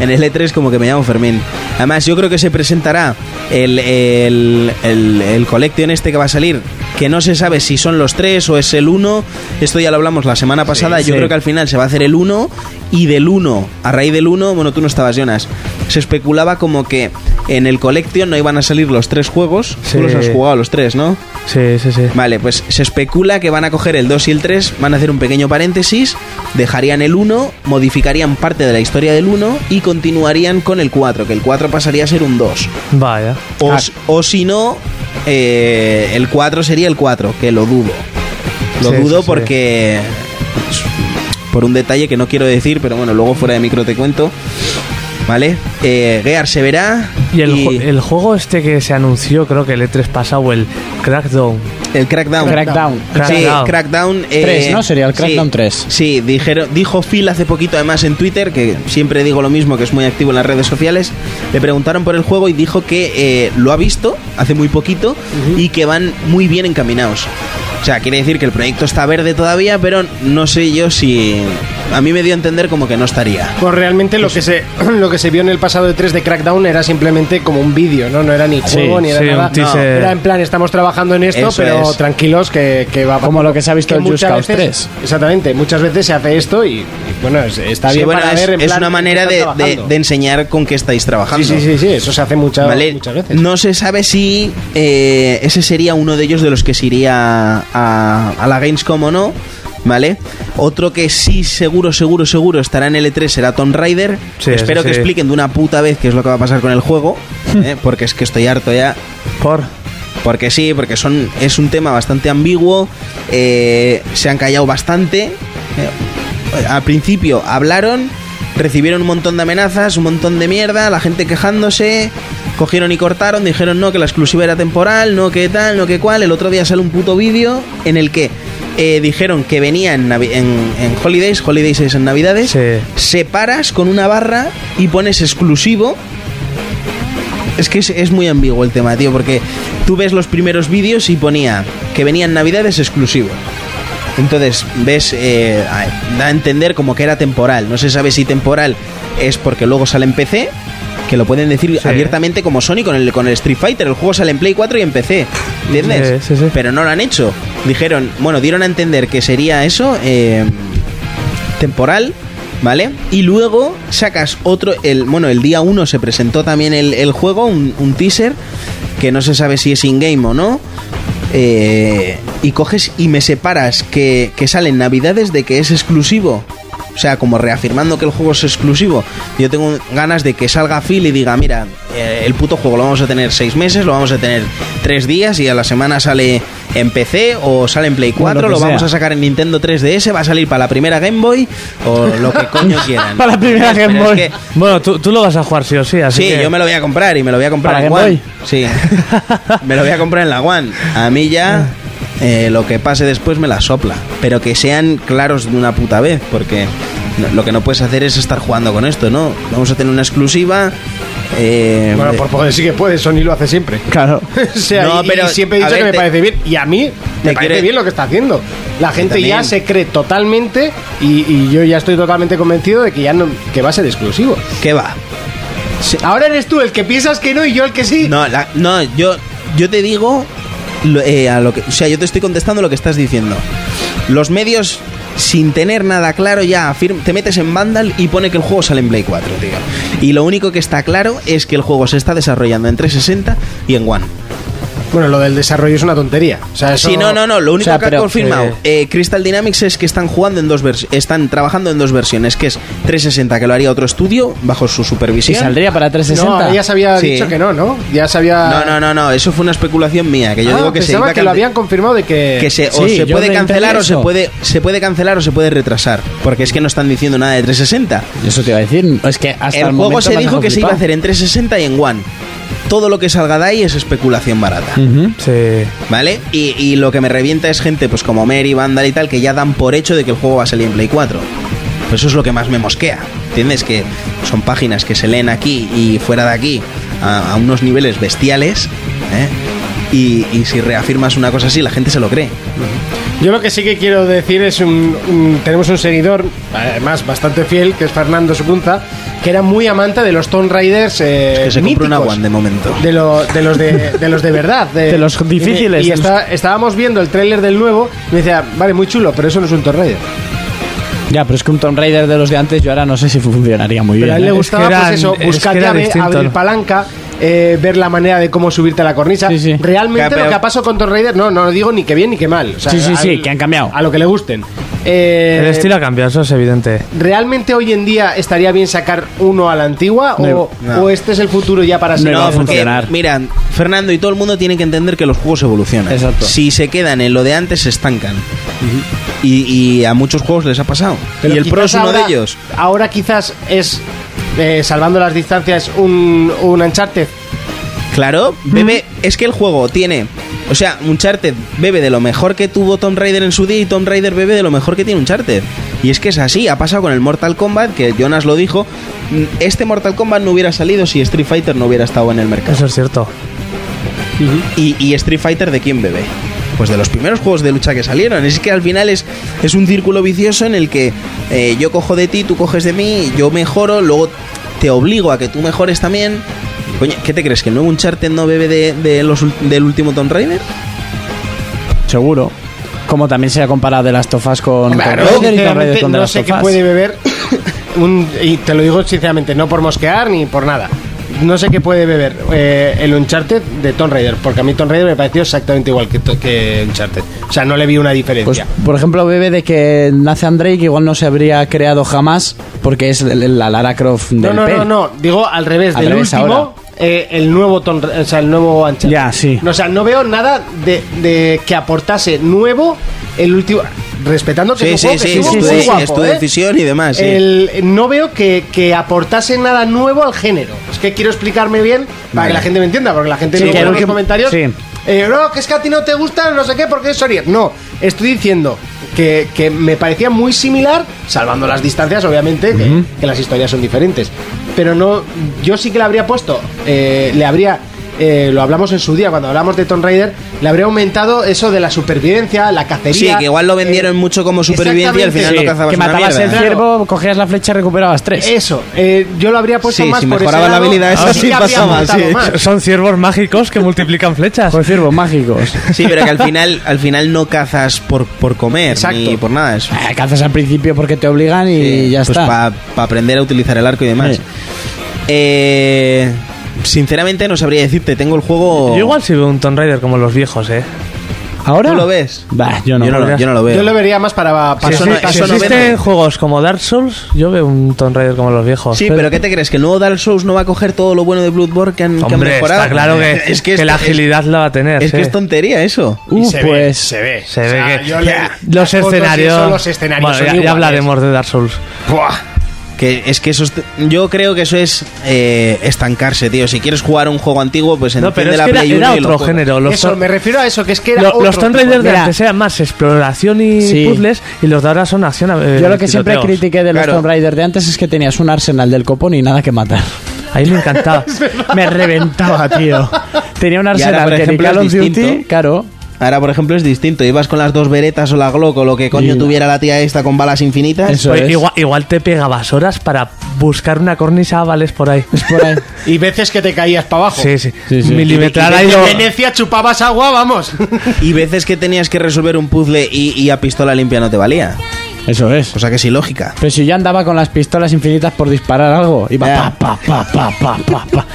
Speaker 5: en el E3 como que me llamo Fermín. Además, yo creo que se presentará el, el, el, el Collection este que va a salir, que no se sabe si son los tres o es el uno. Esto ya lo hablamos la semana pasada. yo
Speaker 4: sí.
Speaker 5: creo que al final se va a hacer el uno y del uno, a raíz del uno, bueno, tú no estabas, Jonas. Se especulaba como que en el Collection no iban a salir los tres juegos.
Speaker 4: Sí.
Speaker 5: Tú los has jugado los tres, ¿no?
Speaker 4: Sí, sí, sí.
Speaker 5: Vale, pues se especula que van a coger el 2 y el 3, van a hacer un pequeño paréntesis, dejarían el 1, modificarían parte de la historia del 1 y continuarían con el 4, que el 4 pasaría a ser un 2.
Speaker 4: Vaya.
Speaker 5: O,
Speaker 4: Ah,
Speaker 5: s- o si no, eh, el 4 sería el 4, que lo dudo. Lo
Speaker 4: Sí,
Speaker 5: dudo
Speaker 4: sí, sí.
Speaker 5: porque... pues, Por un detalle que no quiero decir, pero bueno, luego fuera de micro te cuento. ¿Vale? Eh, Gear se verá.
Speaker 4: y el, ju- el juego este que se anunció, creo que el E3 pasado, el Crackdown.
Speaker 5: el Crackdown.
Speaker 3: Crackdown.
Speaker 5: Sí,
Speaker 4: Crackdown.
Speaker 5: Crackdown eh,
Speaker 3: Tres, ¿no? Sería el
Speaker 5: sí,
Speaker 3: Crackdown tres.
Speaker 5: Sí, dijeron, dijo Phil hace poquito además en Twitter, que siempre digo lo mismo, que es muy activo en las redes sociales, le preguntaron por el juego y dijo que eh, lo ha visto hace muy poquito y que van muy bien encaminados. O sea, quiere decir que el proyecto está verde todavía, pero no sé yo si... A mí me dio a entender como que no estaría.
Speaker 2: Pues realmente lo que se lo que se vio en el pasado de 3 de Crackdown era simplemente como un vídeo, ¿no? No era ni juego ni era
Speaker 4: sí, un
Speaker 2: nada.
Speaker 4: teaser.
Speaker 2: Era en plan, estamos trabajando en esto,
Speaker 5: Eso
Speaker 2: pero
Speaker 5: es.
Speaker 2: tranquilos que, que va
Speaker 3: Como lo que se ha visto
Speaker 2: que
Speaker 3: en Just
Speaker 2: muchas
Speaker 3: Cause
Speaker 2: veces-
Speaker 3: 3.
Speaker 2: Exactamente, muchas veces se hace esto y, y bueno, es- está
Speaker 5: Sí,
Speaker 2: bien
Speaker 5: bueno,
Speaker 2: para
Speaker 5: es,
Speaker 2: ver en
Speaker 5: es
Speaker 2: plan
Speaker 5: una
Speaker 2: que
Speaker 5: manera
Speaker 2: están
Speaker 5: de, de-
Speaker 2: trabajando.
Speaker 5: de enseñar con qué estáis
Speaker 2: Sí,
Speaker 5: trabajando.
Speaker 2: sí, sí, sí, eso se hace mucha-
Speaker 5: ¿Vale?
Speaker 2: muchas veces.
Speaker 5: No se sabe si eh, ese sería uno de ellos de los que se iría a, a la Gamescom o no. ¿Vale? Otro que sí, seguro, seguro, seguro estará en L3 será Tomb Raider.
Speaker 4: Sí,
Speaker 5: Espero
Speaker 4: ese
Speaker 5: que
Speaker 4: sí.
Speaker 5: expliquen de una puta vez qué es lo que va a pasar con el juego. ¿eh? Porque es que estoy harto ya.
Speaker 4: Por.
Speaker 5: Porque sí, porque son, es un tema bastante ambiguo. eh, se han callado bastante. eh, al principio hablaron, recibieron un montón de amenazas, un montón de mierda, la gente quejándose. Cogieron y cortaron, dijeron no, que la exclusiva era temporal, no, que tal, no, que cual. El otro día sale un puto vídeo en el que eh, dijeron que venía en, Navi- en, en Holidays, Holidays es en Navidades.
Speaker 4: Sí.
Speaker 5: Separas con una barra y pones exclusivo. Es que es, es muy ambiguo el tema, tío, porque tú ves los primeros vídeos y ponía que venían navidades exclusivo. Entonces, ves, eh, a- da a entender como que era temporal. No se sabe si temporal es porque luego sale en PC, que lo pueden decir
Speaker 4: Sí.
Speaker 5: abiertamente como Sony con el, con el Street Fighter. El juego sale en Play 4 y en PC, ¿entiendes?
Speaker 4: Sí, sí, sí.
Speaker 5: Pero no lo han hecho. Dijeron, bueno, dieron a entender que sería eso. eh, temporal, ¿vale? Y luego sacas otro, el, bueno, el día 1 se presentó también el, el juego, un, un teaser, que no se sabe si es in-game o no. eh, y coges y me separas que, que salen navidades de que es exclusivo. O sea, como reafirmando que el juego es exclusivo. Yo tengo ganas de que salga Phil y diga, mira, eh, el puto juego lo vamos a tener seis meses, lo vamos a tener tres días y a la semana sale en PC o sale en Play 4,
Speaker 3: lo
Speaker 5: lo,
Speaker 3: que
Speaker 5: vamos
Speaker 3: sea.
Speaker 5: a sacar en Nintendo 3DS, va a salir para la primera Game Boy o lo que coño quieran.
Speaker 3: Para la primera
Speaker 5: Pero
Speaker 3: Game
Speaker 5: es
Speaker 3: Boy.
Speaker 5: que-
Speaker 4: Bueno, tú, tú lo vas a jugar sí o sí, así
Speaker 5: Sí,
Speaker 4: que-
Speaker 5: yo me lo voy a comprar y me lo voy a comprar
Speaker 3: ¿Para
Speaker 5: en
Speaker 3: Game
Speaker 5: One.
Speaker 3: Boy?
Speaker 5: Sí. me lo voy a comprar en la One. A mí ya
Speaker 3: Ah.
Speaker 5: eh, lo que pase después me la sopla. Pero que sean claros de una puta vez, porque no- lo que no puedes hacer es estar jugando con esto, ¿no? Vamos a tener una exclusiva. eh,
Speaker 2: Bueno, por poder sí que puede, Sony lo hace siempre.
Speaker 3: Claro.
Speaker 2: O sea,
Speaker 5: No,
Speaker 2: y- y
Speaker 5: pero,
Speaker 2: siempre he
Speaker 5: a
Speaker 2: dicho
Speaker 5: ver,
Speaker 2: que
Speaker 5: te-
Speaker 2: me parece bien. Y a mí me
Speaker 5: te
Speaker 2: parece
Speaker 5: quiere-
Speaker 2: bien lo que está haciendo. La gente ya
Speaker 5: también.
Speaker 2: se cree totalmente y, y yo ya estoy totalmente convencido de que ya no, que va a ser exclusivo.
Speaker 5: ¿Qué va?
Speaker 2: Ahora eres tú el que piensas que no y yo el que sí.
Speaker 5: No, la- no yo, yo te digo. lo- eh, a lo que, o sea, yo te estoy contestando lo que estás diciendo. Los medios, sin tener nada claro, ya afirm- te metes en Vandal y pone que el juego sale en Play 4, tío. Y lo único que está claro es que el juego se está desarrollando en 360 y en One.
Speaker 2: Bueno, lo del desarrollo es una tontería. O sea, eso-
Speaker 5: Sí, no, no, no. Lo único
Speaker 3: o sea,
Speaker 5: que ha
Speaker 3: pero-
Speaker 5: confirmado
Speaker 4: eh,
Speaker 5: eh, Crystal Dynamics es que están jugando en dos vers- están trabajando en dos versiones, que es 360 que lo haría otro estudio bajo su
Speaker 3: Y
Speaker 5: supervisión.
Speaker 3: saldría para
Speaker 2: No,
Speaker 3: 360.
Speaker 2: ahora ya se había
Speaker 5: Sí.
Speaker 2: dicho que no, ¿no? Ya se había.
Speaker 5: No, no, no, no. Eso fue una especulación mía que yo
Speaker 2: Ah,
Speaker 5: digo que se
Speaker 2: pensaba
Speaker 5: iba a
Speaker 2: que lo
Speaker 5: cante-
Speaker 2: habían confirmado de que.
Speaker 5: que se, o
Speaker 3: Eh, Sí,
Speaker 5: se
Speaker 3: yo
Speaker 5: puede
Speaker 3: me enteré
Speaker 5: cancelar o
Speaker 3: de
Speaker 5: se
Speaker 3: eso.
Speaker 5: puede se puede cancelar o se puede retrasar porque es que no están diciendo nada de 360
Speaker 3: Eso te iba a decir. Es que hasta el,
Speaker 5: el juego
Speaker 3: momento me
Speaker 5: se
Speaker 3: has
Speaker 5: dijo
Speaker 3: dejado
Speaker 5: que se iba a
Speaker 3: flipado.
Speaker 5: hacer en 360 y en One todo lo que salga de ahí es especulación barata
Speaker 3: Ujú.
Speaker 4: Sí.
Speaker 5: ¿Vale? Y, y lo que me revienta es gente pues como Mary, Vandal y tal, que ya dan por hecho de que el juego va a salir en Play 4. Pues eso es lo que más me mosquea. ¿Entiendes? Que son páginas que se leen aquí y fuera de aquí a, a unos niveles bestiales. ¿eh? Y, y si reafirmas una cosa así, la gente se lo cree.
Speaker 2: Yo lo que sí que quiero decir es un, un- tenemos un seguidor, además bastante fiel, que es Fernando Sucunza, que era muy amante de los Tomb Raiders eh,
Speaker 5: que se compra una
Speaker 2: míticos.
Speaker 5: One de momento.
Speaker 2: De, lo- de los de, de los de verdad. De,
Speaker 3: De los
Speaker 2: y me-
Speaker 3: difíciles,
Speaker 2: Y,
Speaker 3: de los-
Speaker 2: está- estábamos viendo el tráiler del nuevo y me decía, vale, muy chulo, pero eso no es un Tomb Raider.
Speaker 3: Ya, pero es que un Tomb Raider de los de antes yo ahora no sé si funcionaría muy
Speaker 2: Pero a
Speaker 3: bien.
Speaker 2: él le
Speaker 3: ¿eh?
Speaker 2: gustaba
Speaker 4: eran-
Speaker 2: pues eso,
Speaker 4: es que
Speaker 2: buscar
Speaker 4: era
Speaker 2: llave,
Speaker 4: distinto,
Speaker 2: abrir
Speaker 4: ¿no?
Speaker 2: palanca, eh, ver la manera de cómo subirte a la cornisa.
Speaker 3: Sí, sí.
Speaker 2: Realmente
Speaker 5: Ya, pero-
Speaker 2: lo que ha pasado con Tomb Raider, no, no lo digo ni que bien ni que mal. O sea,
Speaker 3: Sí, sí, sí, que han cambiado. este
Speaker 2: A lo que le gusten.
Speaker 4: El
Speaker 2: Eh,
Speaker 4: estilo ha cambiado, eso es evidente.
Speaker 2: ¿Realmente hoy en día estaría bien sacar uno a la antigua? o,
Speaker 5: no.
Speaker 2: o este es el futuro ya para ser
Speaker 3: No, va a
Speaker 5: porque,
Speaker 3: funcionar.
Speaker 5: Mira, Fernando y todo el mundo tienen que entender que los juegos evolucionan.
Speaker 3: Exacto.
Speaker 5: Si se quedan en lo de antes, se estancan. y, y a muchos juegos les ha pasado.
Speaker 2: Pero
Speaker 5: y el
Speaker 2: quizás
Speaker 5: Pro es uno
Speaker 2: ahora-
Speaker 5: de ellos.
Speaker 2: Ahora quizás es, eh, salvando las distancias, un, un Uncharted.
Speaker 5: Claro, bebe. Es que el juego tiene. O sea, Uncharted bebe de lo mejor que tuvo Tomb Raider en su día y Tomb Raider bebe de lo mejor que tiene Uncharted. Y es que es así, ha pasado con el Mortal Kombat, que Jonas lo dijo. mm, Este Mortal Kombat no hubiera salido si Street Fighter no hubiera estado en el mercado.
Speaker 4: Eso es cierto.
Speaker 5: Y, y Street Fighter de quién bebe? Pues de los primeros juegos de lucha que salieron. Es que al final es, es un círculo vicioso en el que eh, yo cojo de ti, tú coges de mí, yo mejoro, luego te obligo a que tú mejores también. Coño, ¿qué te crees? ¿Que el nuevo Uncharted no bebe de, de los, ul- del último Tomb Raider?
Speaker 3: Seguro. Como también se ha comparado de las tofas con
Speaker 2: Claro,
Speaker 3: Tomb Raider y Tomb Raider
Speaker 2: sinceramente,
Speaker 3: con The
Speaker 2: no
Speaker 3: Last
Speaker 2: sé
Speaker 3: of
Speaker 2: qué
Speaker 3: Us.
Speaker 2: puede beber. un- y te lo digo sinceramente, no por mosquear ni por nada. No sé qué puede beber eh, el Uncharted de Tomb Raider, porque a mí Tomb Raider me pareció exactamente igual que, to- que Uncharted. O sea, no le vi una
Speaker 3: Pues,
Speaker 2: diferencia.
Speaker 3: por ejemplo, bebe de que nace Andrei, que igual no se habría creado jamás, porque es el- el- la Lara Croft del
Speaker 2: no, no,
Speaker 3: P. E
Speaker 2: no, no, digo al revés,
Speaker 3: Al
Speaker 2: del
Speaker 3: revés ahora.
Speaker 2: último, eh, el nuevo Tomb Ra- o sea, el nuevo Uncharted.
Speaker 3: Ya, sí.
Speaker 2: No, o sea, no veo nada de, de que aportase nuevo el último. Respetando que es un juego que
Speaker 5: es
Speaker 2: estuvo
Speaker 5: tu,
Speaker 2: muy
Speaker 5: de-
Speaker 2: guapo,
Speaker 5: es tu
Speaker 2: ¿eh?
Speaker 5: decisión y demás. Ah, sí.
Speaker 2: El- no veo que, que aportase nada nuevo al género. Es que quiero explicarme bien para
Speaker 5: Vale.
Speaker 2: que la gente me entienda, porque la gente
Speaker 3: Sí,
Speaker 2: luego
Speaker 3: que
Speaker 2: en
Speaker 3: el
Speaker 2: los
Speaker 3: último-
Speaker 2: comentarios.
Speaker 3: sí.
Speaker 2: eh, no, que es que a ti no te gusta, no sé qué, porque es Sonic. No, estoy diciendo que, que me parecía muy similar, salvando las distancias, obviamente, que- que, las historias son diferentes. Pero no, yo sí que le habría puesto, eh, le habría. eh, lo hablamos en su día cuando hablamos de Tomb Raider, le habría aumentado eso de la supervivencia, la
Speaker 5: sí,
Speaker 2: cacería.
Speaker 5: que igual lo vendieron
Speaker 2: eh,
Speaker 5: mucho como supervivencia y al final
Speaker 2: exactamente.
Speaker 5: no
Speaker 3: Sí,
Speaker 5: cazabas
Speaker 3: que
Speaker 5: una
Speaker 3: matabas el
Speaker 5: mierda.
Speaker 3: ciervo, cogías la flecha y recuperabas tres.
Speaker 2: Eso, eh, yo lo habría puesto
Speaker 5: Sí,
Speaker 2: más
Speaker 5: si
Speaker 2: por ese
Speaker 5: mejoraba la
Speaker 2: lado,
Speaker 5: habilidad, eso sí
Speaker 2: que habría
Speaker 5: pasaba,
Speaker 2: apuntado
Speaker 5: sí.
Speaker 2: más.
Speaker 4: Son ciervos mágicos que multiplican flechas.
Speaker 5: Pues
Speaker 3: Con ciervos mágicos.
Speaker 5: Sí, pero que al final, al final no cazas por, por comer
Speaker 2: Exacto.
Speaker 5: ni por nada. Es-
Speaker 3: Ah, Alcanzas al principio porque te obligan y
Speaker 5: Eh,
Speaker 3: ya está.
Speaker 5: Para pues aprender a utilizar el arco y demás.
Speaker 3: Sí.
Speaker 5: Eh, sinceramente no sabría decirte, tengo el juego...
Speaker 4: Yo igual si veo un Tomb Raider como los viejos, ¿eh?
Speaker 3: ¿Ahora?
Speaker 5: ¿Tú lo ves?
Speaker 3: Bah, yo no.
Speaker 5: Yo no, lo, yo no lo veo.
Speaker 2: Yo lo vería más para... para
Speaker 4: Si
Speaker 5: Sí, Eso no-
Speaker 4: exi- si
Speaker 5: eso no
Speaker 4: existen
Speaker 5: vende.
Speaker 4: juegos como Dark Souls, yo veo un Tomb Raider como los viejos.
Speaker 5: Sí, pero ¿qué te crees? ¿Que el nuevo Dark Souls no va a coger todo lo bueno de Bloodborne que han, que han
Speaker 4: Hombre,
Speaker 5: mejorado?
Speaker 4: está claro que,
Speaker 5: es
Speaker 4: que
Speaker 5: esto-
Speaker 4: la
Speaker 5: es-
Speaker 4: agilidad eh. la va a tener.
Speaker 5: Es, que
Speaker 4: sí.
Speaker 5: es tontería eso.
Speaker 3: Uh,
Speaker 2: se ve,
Speaker 3: pues.
Speaker 2: se ve.
Speaker 4: Se
Speaker 2: O
Speaker 4: ve
Speaker 2: sea,
Speaker 4: que
Speaker 2: yo le- las
Speaker 4: los
Speaker 2: fotos y
Speaker 4: escenarios.
Speaker 2: eso, los escenarios
Speaker 4: Bueno,
Speaker 2: son
Speaker 4: ya- ya,
Speaker 2: iguales.
Speaker 4: hablaremos de Dark Souls.
Speaker 2: Buah.
Speaker 5: Que es que eso es- yo creo que eso es eh, estancarse, tío. Si quieres jugar un juego antiguo, pues
Speaker 4: No,
Speaker 5: enciende
Speaker 4: pero es
Speaker 5: la
Speaker 4: que era,
Speaker 5: Play
Speaker 4: era
Speaker 5: 1 y lo
Speaker 4: otro
Speaker 5: juegas.
Speaker 4: género. Los,
Speaker 2: eso,
Speaker 4: Tom-
Speaker 2: me refiero a eso, que es que era
Speaker 4: lo-
Speaker 2: otro
Speaker 4: los Tomb
Speaker 2: tipo.
Speaker 4: Raiders de
Speaker 6: Mira.
Speaker 4: antes eran más exploración y
Speaker 3: Sí.
Speaker 4: puzzles, y los de ahora son acción. eh,
Speaker 3: Yo lo que siempre
Speaker 4: tiroteos.
Speaker 3: critiqué de los
Speaker 5: Claro.
Speaker 3: Tomb Raider de antes es que tenías un arsenal del copón y nada que matar.
Speaker 4: A mí me encantaba.
Speaker 3: Me reventaba, tío. Tenía un
Speaker 5: ahora,
Speaker 3: arsenal
Speaker 5: por
Speaker 3: que ni
Speaker 5: ejemplo, es
Speaker 3: Call of Duty,
Speaker 5: distinto.
Speaker 3: claro.
Speaker 5: Ahora, por ejemplo, es distinto. Ibas con las dos beretas o la Glock o lo que coño
Speaker 3: Sí.
Speaker 5: tuviera la tía esta con balas infinitas.
Speaker 3: Eso
Speaker 4: Oye,
Speaker 3: es.
Speaker 4: Pues igual, igual te pegabas horas para buscar una cornisa a Vales por ahí.
Speaker 3: Es por ahí.
Speaker 2: Y veces que te caías para abajo.
Speaker 4: Sí, sí.
Speaker 3: Sí, sí.
Speaker 4: Milimetral
Speaker 2: Y
Speaker 4: ahí
Speaker 2: en
Speaker 4: lo-
Speaker 2: Venecia chupabas agua, vamos.
Speaker 5: Y veces que tenías que resolver un puzzle y, y a pistola limpia no te valía.
Speaker 3: Eso es.
Speaker 5: Cosa que es ilógica.
Speaker 3: Pero si yo andaba con las pistolas infinitas por disparar algo, iba
Speaker 5: Ya.
Speaker 3: pa, pa, pa, pa, pa, pa, pa.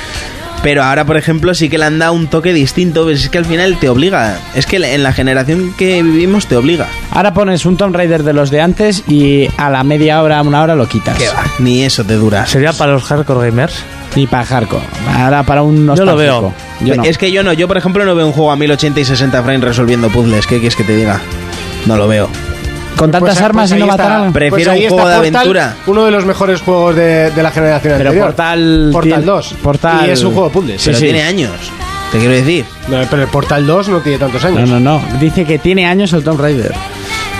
Speaker 5: Pero ahora, por ejemplo, sí que le han dado un toque distinto. Pues es que al final te obliga. Es que en la generación que vivimos te obliga.
Speaker 3: Ahora pones un Tomb Raider de los de antes y a la media hora, una hora lo quitas.
Speaker 5: Que va, Ni eso te dura.
Speaker 4: Sería para los hardcore gamers.
Speaker 3: Y para hardcore. Ahora para un
Speaker 4: Yo lo veo.
Speaker 3: nostálgico. Yo no.
Speaker 5: Es que yo no. Yo, por ejemplo, no veo un juego a 1080 y 60 frames resolviendo puzzles. ¿Qué quieres que te diga? No lo veo.
Speaker 3: Con tantas
Speaker 2: Pues-
Speaker 3: armas
Speaker 2: pues
Speaker 3: y no
Speaker 2: ahí está-
Speaker 3: matar a-
Speaker 5: Pre- Prefiero
Speaker 2: ahí
Speaker 5: un
Speaker 2: está
Speaker 5: juego de
Speaker 2: Portal,
Speaker 5: aventura.
Speaker 2: Uno de los mejores juegos de, de la generación
Speaker 3: Pero
Speaker 2: anterior.
Speaker 3: Portal
Speaker 2: Portal
Speaker 3: tiene-
Speaker 2: 2.
Speaker 3: Portal-
Speaker 2: Y es un juego de puzzles.
Speaker 5: Pero tiene años. Te quiero decir.
Speaker 2: No, pero el Portal 2 no tiene tantos años.
Speaker 3: No, no, no. Dice que tiene años el Tomb Raider.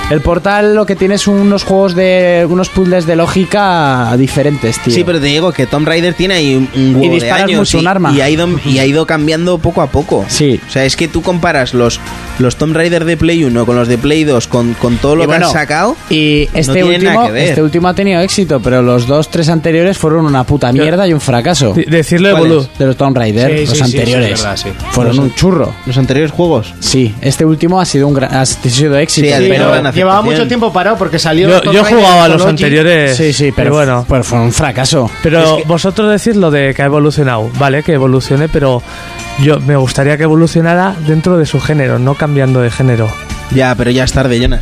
Speaker 3: El portal lo que tiene es unos juegos de. unos puzzles de lógica diferentes, tío.
Speaker 5: Sí, pero te digo que Tomb Raider tiene ahí un- un huevo de
Speaker 3: disparas
Speaker 5: años
Speaker 3: mucho
Speaker 5: y,
Speaker 3: un arma.
Speaker 5: y ha ido y ha ido cambiando poco a poco.
Speaker 3: Sí.
Speaker 5: O sea, es que tú comparas los los Tomb Raider de Play 1 con los de Play 2 con, con todo lo
Speaker 3: Y
Speaker 5: que
Speaker 3: bueno,
Speaker 5: han sacado.
Speaker 3: Y este,
Speaker 5: tiene nada
Speaker 3: último,
Speaker 5: que ver.
Speaker 3: este último ha tenido éxito, pero los dos, tres anteriores fueron una puta mierda y un fracaso.
Speaker 4: De- Decirlo de
Speaker 5: ¿Cuál
Speaker 4: boludo.
Speaker 5: es?
Speaker 3: De los Tomb Raider,
Speaker 2: Sí,
Speaker 3: los
Speaker 2: sí, sí,
Speaker 3: anteriores.
Speaker 2: sí, es verdad, sí.
Speaker 3: Fueron un churro.
Speaker 5: Los anteriores juegos.
Speaker 3: Sí, este último ha sido un gran, ha sido éxito.
Speaker 5: Sí, ha tenido
Speaker 3: pero,
Speaker 5: gran
Speaker 2: Pero llevaba
Speaker 5: aceptación.
Speaker 2: mucho tiempo parado porque salió.
Speaker 4: Yo,
Speaker 2: Tomb
Speaker 4: yo
Speaker 2: Raider
Speaker 4: jugaba a
Speaker 2: con
Speaker 4: los
Speaker 2: Oji.
Speaker 4: anteriores.
Speaker 3: sí, sí, pero,
Speaker 4: y bueno.
Speaker 3: pero fue un fracaso.
Speaker 4: Pero vosotros decís lo de que ha evolucionado, ¿vale? Que evolucione, pero yo me gustaría que evolucionara dentro de su género, no cambiando de género.
Speaker 5: Ya, pero ya es tarde, Jonas.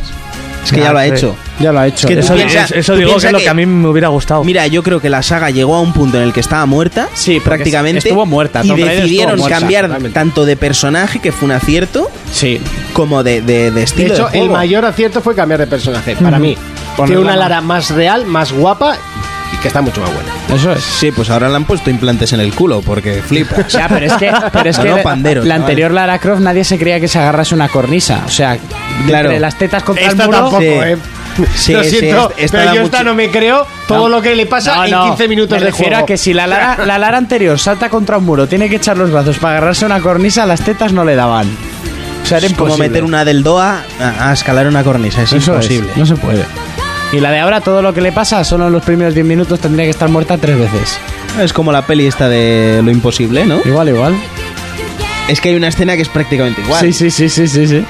Speaker 5: Es que ya,
Speaker 4: Ya,
Speaker 5: lo ha
Speaker 4: sí.
Speaker 5: hecho.
Speaker 3: Ya lo ha
Speaker 5: Es
Speaker 3: hecho.
Speaker 5: que tú
Speaker 4: Eso,
Speaker 5: piensa-
Speaker 4: es- eso
Speaker 5: tú
Speaker 4: digo que
Speaker 5: piensa
Speaker 4: es lo
Speaker 5: que-
Speaker 4: que a mí me hubiera gustado.
Speaker 5: Mira, yo creo que la saga llegó a un punto en el que estaba muerta.
Speaker 3: Sí, porque
Speaker 5: prácticamente.
Speaker 3: estuvo muerta.
Speaker 5: Y
Speaker 3: Tomb Raider estuvo
Speaker 5: decidieron
Speaker 3: muerta,
Speaker 5: cambiar
Speaker 3: totalmente.
Speaker 5: tanto de personaje, que fue un acierto,
Speaker 3: sí.
Speaker 5: como de, de, de
Speaker 2: De
Speaker 5: estilo.
Speaker 2: hecho,
Speaker 5: de juego.
Speaker 2: el mayor acierto fue cambiar de personaje, para mí. Tiene
Speaker 3: Ponerla
Speaker 2: una
Speaker 3: más-
Speaker 2: Lara más real, más guapa y que está mucho más buena.
Speaker 3: Eso es.
Speaker 5: Sí, pues ahora le han puesto implantes en el culo, porque flipa.
Speaker 3: Ya, pero es que, pero es
Speaker 5: No,
Speaker 3: que
Speaker 5: no,
Speaker 3: la-
Speaker 5: panderos,
Speaker 3: la
Speaker 5: chaval.
Speaker 3: anterior Lara Croft nadie se creía que se agarrase una cornisa. O sea,
Speaker 5: Claro.
Speaker 3: entre las tetas contra
Speaker 2: Esta
Speaker 3: el muro.
Speaker 2: tampoco,
Speaker 5: Sí.
Speaker 2: ¿eh?
Speaker 5: Sí,
Speaker 2: lo
Speaker 5: sí,
Speaker 2: siento,
Speaker 5: esta- esta
Speaker 2: pero
Speaker 5: da
Speaker 2: yo esta
Speaker 5: mucho-
Speaker 2: no me creo todo lo que le pasa
Speaker 3: No,
Speaker 2: en
Speaker 3: no,
Speaker 2: 15 minutos
Speaker 3: me
Speaker 2: de
Speaker 3: refiero
Speaker 2: juego.
Speaker 3: a que si la Lara, la Lara anterior salta contra un muro, tiene que echar los brazos para agarrarse una cornisa, las tetas no le daban. O sea, era
Speaker 5: Es como
Speaker 3: imposible.
Speaker 5: meter una del DOA a, a escalar una cornisa, es
Speaker 3: Eso es,
Speaker 5: imposible.
Speaker 3: no se puede. Y la de ahora, todo lo que le pasa, solo en los primeros 10 minutos tendría que estar muerta tres veces.
Speaker 5: Es como la peli esta de lo imposible, ¿no?
Speaker 3: Igual, igual.
Speaker 5: Es que hay una escena que es prácticamente igual.
Speaker 3: Sí, sí, sí, sí, sí, sí.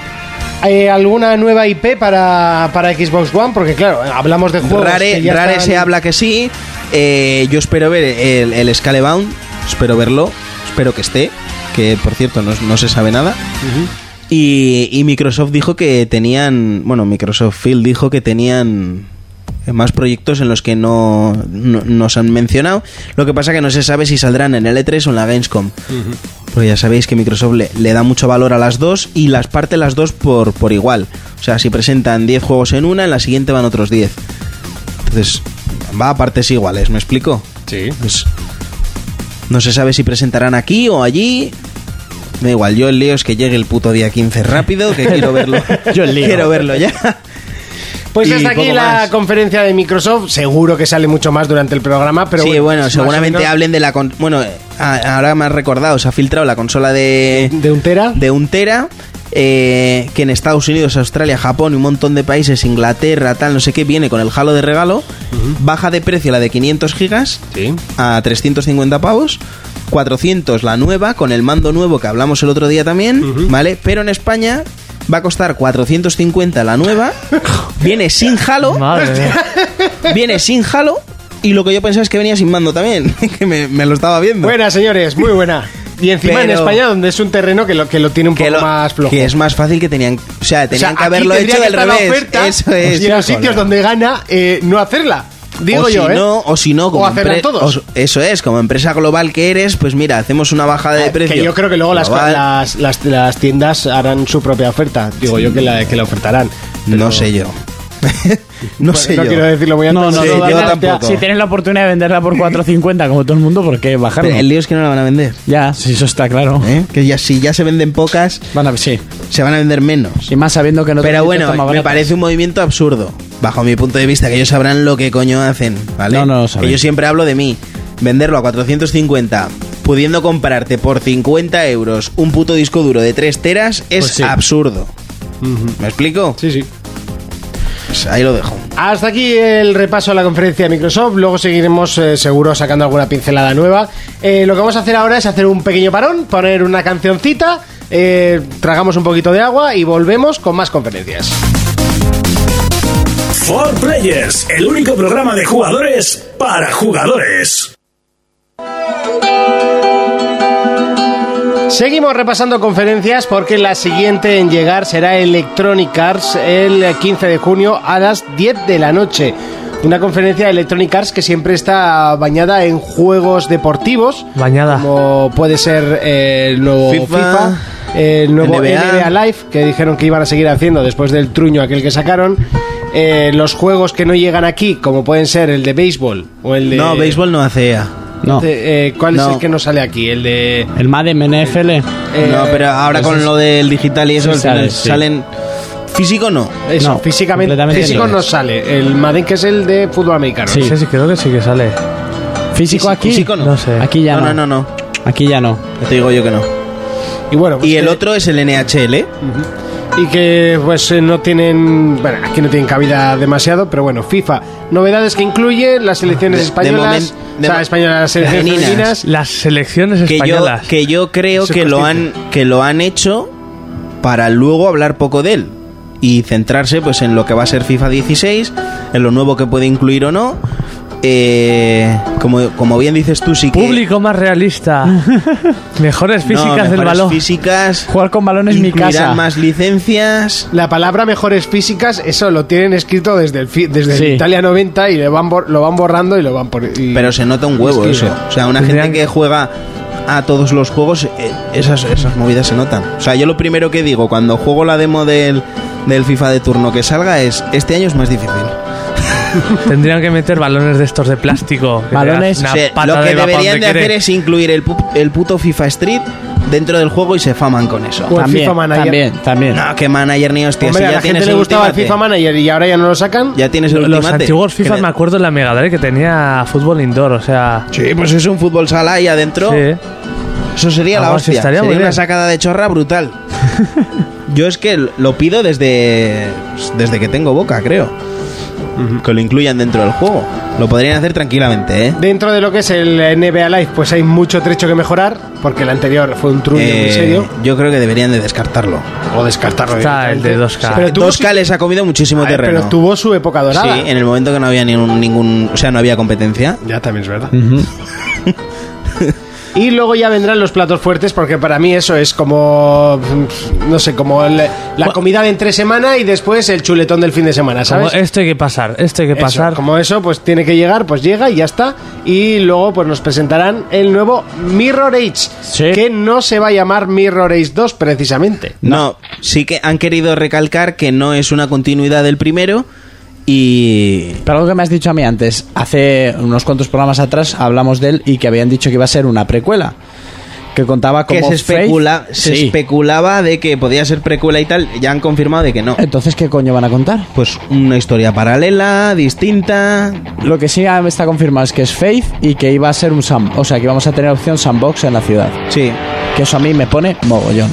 Speaker 2: ¿Hay Eh, alguna nueva IP para, para Xbox One? Porque claro, hablamos de juegos
Speaker 5: Rare,
Speaker 2: que ya
Speaker 5: Rare
Speaker 2: están-
Speaker 5: se habla que sí. eh, yo espero ver el, el Scalebound, espero verlo, espero que esté, que por cierto no, no se sabe nada. y, y Microsoft dijo que tenían, bueno, Microsoft Field dijo que tenían más proyectos en los que no, no- nos han mencionado. Lo que pasa que no se sabe si saldrán en L3 o en la Gamescom. Porque ya sabéis que Microsoft le, le da mucho valor a las dos y las parte las dos por, por igual. O sea, si presentan 10 juegos en una, en la siguiente van otros 10. Entonces, va a partes iguales, ¿me explico? Sí. no se sabe si presentarán aquí o allí. Da igual, yo el lío es que llegue el puto día 15 rápido, que quiero verlo.
Speaker 3: Yo el lío.
Speaker 5: Quiero verlo ya.
Speaker 2: Pues
Speaker 5: Y
Speaker 2: hasta aquí
Speaker 5: poco
Speaker 2: la
Speaker 5: más.
Speaker 2: conferencia de Microsoft. Seguro que sale mucho más durante el programa, pero
Speaker 5: sí, bueno,
Speaker 2: más o
Speaker 5: seguramente
Speaker 2: menos
Speaker 5: hablen de la... con- bueno, eh, a- ahora me has recordado, se ha filtrado la consola de...
Speaker 2: de un tera.
Speaker 5: de un tera eh, que en Estados Unidos, Australia, Japón y un montón de países, Inglaterra, tal, no sé qué, viene con el halo de regalo, baja de precio la de 500 gigas
Speaker 2: Sí.
Speaker 5: a 350 pavos, 400 la nueva con el mando nuevo que hablamos el otro día también, ¿vale? Pero en España va a costar 450 la nueva, viene sin halo,
Speaker 4: Madre mía.
Speaker 5: viene sin halo y lo que yo pensaba es que venía sin mando también, que me, me lo estaba viendo.
Speaker 2: Buena, señores, muy buena. Y encima en
Speaker 5: Pero-
Speaker 2: España, donde es un terreno que lo, que lo tiene un
Speaker 5: que,
Speaker 2: poco
Speaker 5: lo-
Speaker 2: más flojo.
Speaker 5: que es más fácil que tenían. O sea,
Speaker 2: O
Speaker 5: tenían
Speaker 2: sea,
Speaker 5: que
Speaker 2: aquí
Speaker 5: haberlo
Speaker 2: tendría que
Speaker 5: hecho del
Speaker 2: estar la
Speaker 5: revés.
Speaker 2: oferta
Speaker 5: Eso es.
Speaker 2: Y en los
Speaker 5: Colega.
Speaker 2: sitios donde gana, eh, no hacerla. Digo
Speaker 5: o
Speaker 2: yo,
Speaker 5: si
Speaker 2: ¿eh?
Speaker 5: no, o si no, como
Speaker 2: O hacerla
Speaker 5: empre-
Speaker 2: todos.
Speaker 5: o- eso es, como empresa global que eres, pues mira, hacemos una bajada de precio. eh.
Speaker 2: Que yo creo que luego las,
Speaker 5: Global.
Speaker 2: las, las- las tiendas harán su propia oferta. Digo yo que la, que la ofertarán.
Speaker 5: No sé yo. no sé
Speaker 2: no
Speaker 5: yo.
Speaker 2: quiero decirlo muy alto.
Speaker 3: No, no,
Speaker 5: Sí,
Speaker 3: no,
Speaker 5: yo
Speaker 3: tienes-
Speaker 5: tampoco.
Speaker 3: Si tienes la oportunidad de venderla por 4.50 como todo el mundo, ¿por qué bajarlo?
Speaker 5: Pero el lío es que no la van a vender.
Speaker 3: Ya, si eso está claro.
Speaker 5: ¿eh? Que ya si ya se venden pocas,
Speaker 3: Van a sí.
Speaker 5: se van a vender menos.
Speaker 3: Y más sabiendo que no
Speaker 5: Pero bueno, me parece un movimiento absurdo. Bajo mi punto de vista, que ellos sabrán lo que coño hacen, ¿vale?
Speaker 3: No, no lo saben.
Speaker 5: que yo siempre hablo de mí. Venderlo a 450, pudiendo comprarte por 50 euros un puto disco duro de 3 teras, es
Speaker 3: Pues sí.
Speaker 5: absurdo. ¿Me explico?
Speaker 2: Sí, sí.
Speaker 5: Pues ahí lo dejo.
Speaker 2: Hasta aquí el repaso a la conferencia de Microsoft. Luego seguiremos eh, seguro sacando alguna pincelada nueva. Eh, lo que vamos a hacer ahora es hacer un pequeño parón, poner una cancioncita, eh, tragamos un poquito de agua y volvemos con más conferencias.
Speaker 1: For Players, el único programa de jugadores para jugadores.
Speaker 2: Seguimos repasando conferencias porque la siguiente en llegar será Electronic Arts el 15 de junio a las 10 de la noche. Una conferencia de Electronic Arts que siempre está bañada en juegos deportivos.
Speaker 4: Bañada.
Speaker 2: Como puede ser eh, el nuevo FIFA,
Speaker 5: Ah. FIFA,
Speaker 2: el nuevo NBA.
Speaker 5: NBA.
Speaker 2: Live, que dijeron que iban a seguir haciendo después del truño aquel que sacaron. Eh, los juegos que no llegan aquí, como pueden ser el de béisbol o el de...
Speaker 5: No, béisbol no hace E EA.
Speaker 3: No.
Speaker 2: Eh, ¿Cuál es
Speaker 5: No.
Speaker 2: el que no sale aquí? El de...
Speaker 3: El Madden NFL.
Speaker 2: Eh,
Speaker 5: no, pero ahora con lo del digital y eso,
Speaker 3: Sí,
Speaker 5: al final
Speaker 3: sale, sí.
Speaker 5: salen. Físico no.
Speaker 2: Eso,
Speaker 3: No,
Speaker 2: físicamente,
Speaker 3: completamente
Speaker 2: físico
Speaker 3: no
Speaker 2: no
Speaker 3: es.
Speaker 2: sale. El Madden, que es el de fútbol americano.
Speaker 3: Sí.
Speaker 4: No sé si creo que sí que sale.
Speaker 3: Físico
Speaker 5: Físi-
Speaker 3: aquí.
Speaker 5: Físico no.
Speaker 4: No sé.
Speaker 3: Aquí ya
Speaker 5: no,
Speaker 3: no.
Speaker 5: no, no, no.
Speaker 3: Aquí ya no.
Speaker 5: Ya Te digo yo que no.
Speaker 2: Y bueno, pues
Speaker 5: Y el
Speaker 2: que-
Speaker 5: otro es el NHL.
Speaker 2: Y que pues eh, no tienen. Bueno, aquí no tienen cabida demasiado, pero bueno, FIFA. Novedades que incluye las selecciones
Speaker 5: De- de
Speaker 2: españolas.
Speaker 5: momen- de
Speaker 2: o sea,
Speaker 5: mo-
Speaker 2: españolas, las selecciones
Speaker 5: femeninas.
Speaker 2: femeninas.
Speaker 4: Las selecciones
Speaker 5: Que yo,
Speaker 4: españolas.
Speaker 5: que yo creo
Speaker 2: Eso
Speaker 5: que lo, han,
Speaker 2: consciente.
Speaker 5: que lo han hecho para luego hablar poco de él. Y centrarse pues en lo que va a ser FIFA 16, en lo nuevo que puede incluir o no. Eh, como, como bien dices tú, sí que.
Speaker 4: Público más realista. Mejores
Speaker 5: No,
Speaker 4: físicas del
Speaker 5: mejores
Speaker 4: balón.
Speaker 5: físicas.
Speaker 3: Jugar con balones mi
Speaker 5: incluirán
Speaker 3: casa.
Speaker 5: más licencias.
Speaker 2: La palabra mejores físicas, eso lo tienen escrito desde el fi- desde el
Speaker 3: Sí.
Speaker 2: Italia 90 y le van bor- lo van borrando y lo van por. y-
Speaker 5: Pero se nota un huevo
Speaker 2: escribe.
Speaker 5: eso. O sea, una gente
Speaker 4: Tendrían-
Speaker 5: que juega a todos los juegos, eh, esas, esas movidas se notan. O sea, yo lo primero que digo cuando juego la demo del, del FIFA de turno que salga es, este año es más difícil.
Speaker 4: Tendrían que meter balones de estos de plástico. que te das
Speaker 3: Balones-
Speaker 5: O
Speaker 4: una
Speaker 5: sea,
Speaker 4: pata
Speaker 5: lo que
Speaker 4: de va pa'
Speaker 5: deberían
Speaker 4: donde
Speaker 5: de hacer
Speaker 4: quiere.
Speaker 5: es incluir el, pu- el puto FIFA Street dentro del juego y se faman con eso.
Speaker 2: O el
Speaker 3: también,
Speaker 2: FIFA Manager.
Speaker 3: también, también.
Speaker 5: No, que manager ni hostia,
Speaker 2: Hombre,
Speaker 5: si
Speaker 2: a
Speaker 5: ya
Speaker 2: la gente
Speaker 5: tienes
Speaker 2: le
Speaker 5: el
Speaker 2: gustaba el
Speaker 5: ultimate.
Speaker 2: FIFA Manager y ahora ya no lo sacan.
Speaker 5: Ya tienes el
Speaker 4: Los
Speaker 5: ultimate.
Speaker 4: antiguos FIFA
Speaker 5: Que-
Speaker 4: me acuerdo en la Mega Drive que tenía fútbol indoor, o sea.
Speaker 5: Sí, pues es un fútbol sala ahí adentro.
Speaker 4: Sí.
Speaker 5: Eso sería la
Speaker 4: Algo así
Speaker 5: hostia.
Speaker 4: estaría
Speaker 5: Sería
Speaker 4: muy
Speaker 5: una
Speaker 4: bien.
Speaker 5: sacada de chorra brutal. Yo es que lo pido desde desde que tengo boca, creo. Que lo incluyan dentro del juego. Lo podrían hacer tranquilamente, ¿eh?
Speaker 2: Dentro de lo que es el NBA Live, pues hay mucho trecho que mejorar, porque el anterior fue un truño
Speaker 5: Eh,
Speaker 2: muy serio.
Speaker 5: yo creo que deberían de descartarlo.
Speaker 2: O descartarlo.
Speaker 4: Está el de
Speaker 2: directamente.
Speaker 4: 2K.
Speaker 2: Pero tuvo,
Speaker 5: Dos
Speaker 2: su,
Speaker 5: les ha comido muchísimo
Speaker 2: a ver,
Speaker 5: terreno.
Speaker 2: pero tuvo su época
Speaker 5: sí,
Speaker 2: dorada.
Speaker 5: en el momento que no había ningún, ningún o sea, no había competencia.
Speaker 2: Ya también es verdad. y luego ya vendrán los platos fuertes, porque para mí eso es como. No sé, como el- la comida de entre semana y después el chuletón del fin de semana,
Speaker 4: Como
Speaker 2: ¿sabes?
Speaker 4: esto hay que pasar, esto hay que
Speaker 2: Eso,
Speaker 4: pasar.
Speaker 2: como eso, pues tiene que llegar, pues llega y ya está. Y luego, pues nos presentarán el nuevo Mirror Age,
Speaker 3: Sí.
Speaker 2: que no se va a llamar Mirror Age 2 precisamente.
Speaker 5: No, sí que han querido recalcar que no es una continuidad del primero y
Speaker 3: Pero algo que me has dicho a mí antes, hace unos cuantos programas atrás hablamos de él y que habían dicho que iba a ser una precuela. Que contaba como
Speaker 5: que se, especula,
Speaker 3: Faith-
Speaker 5: se
Speaker 3: Sí.
Speaker 5: especulaba de que podía ser precuela y tal, ya han confirmado de que no.
Speaker 3: Entonces, ¿qué coño van a contar?
Speaker 5: Pues una historia paralela, distinta.
Speaker 3: Lo que sí ah, está confirmado es que es Faith y que iba a ser un Sam. O sea, que vamos a tener opción sandbox en la ciudad.
Speaker 5: Sí.
Speaker 3: Que eso a mí me pone mogollón.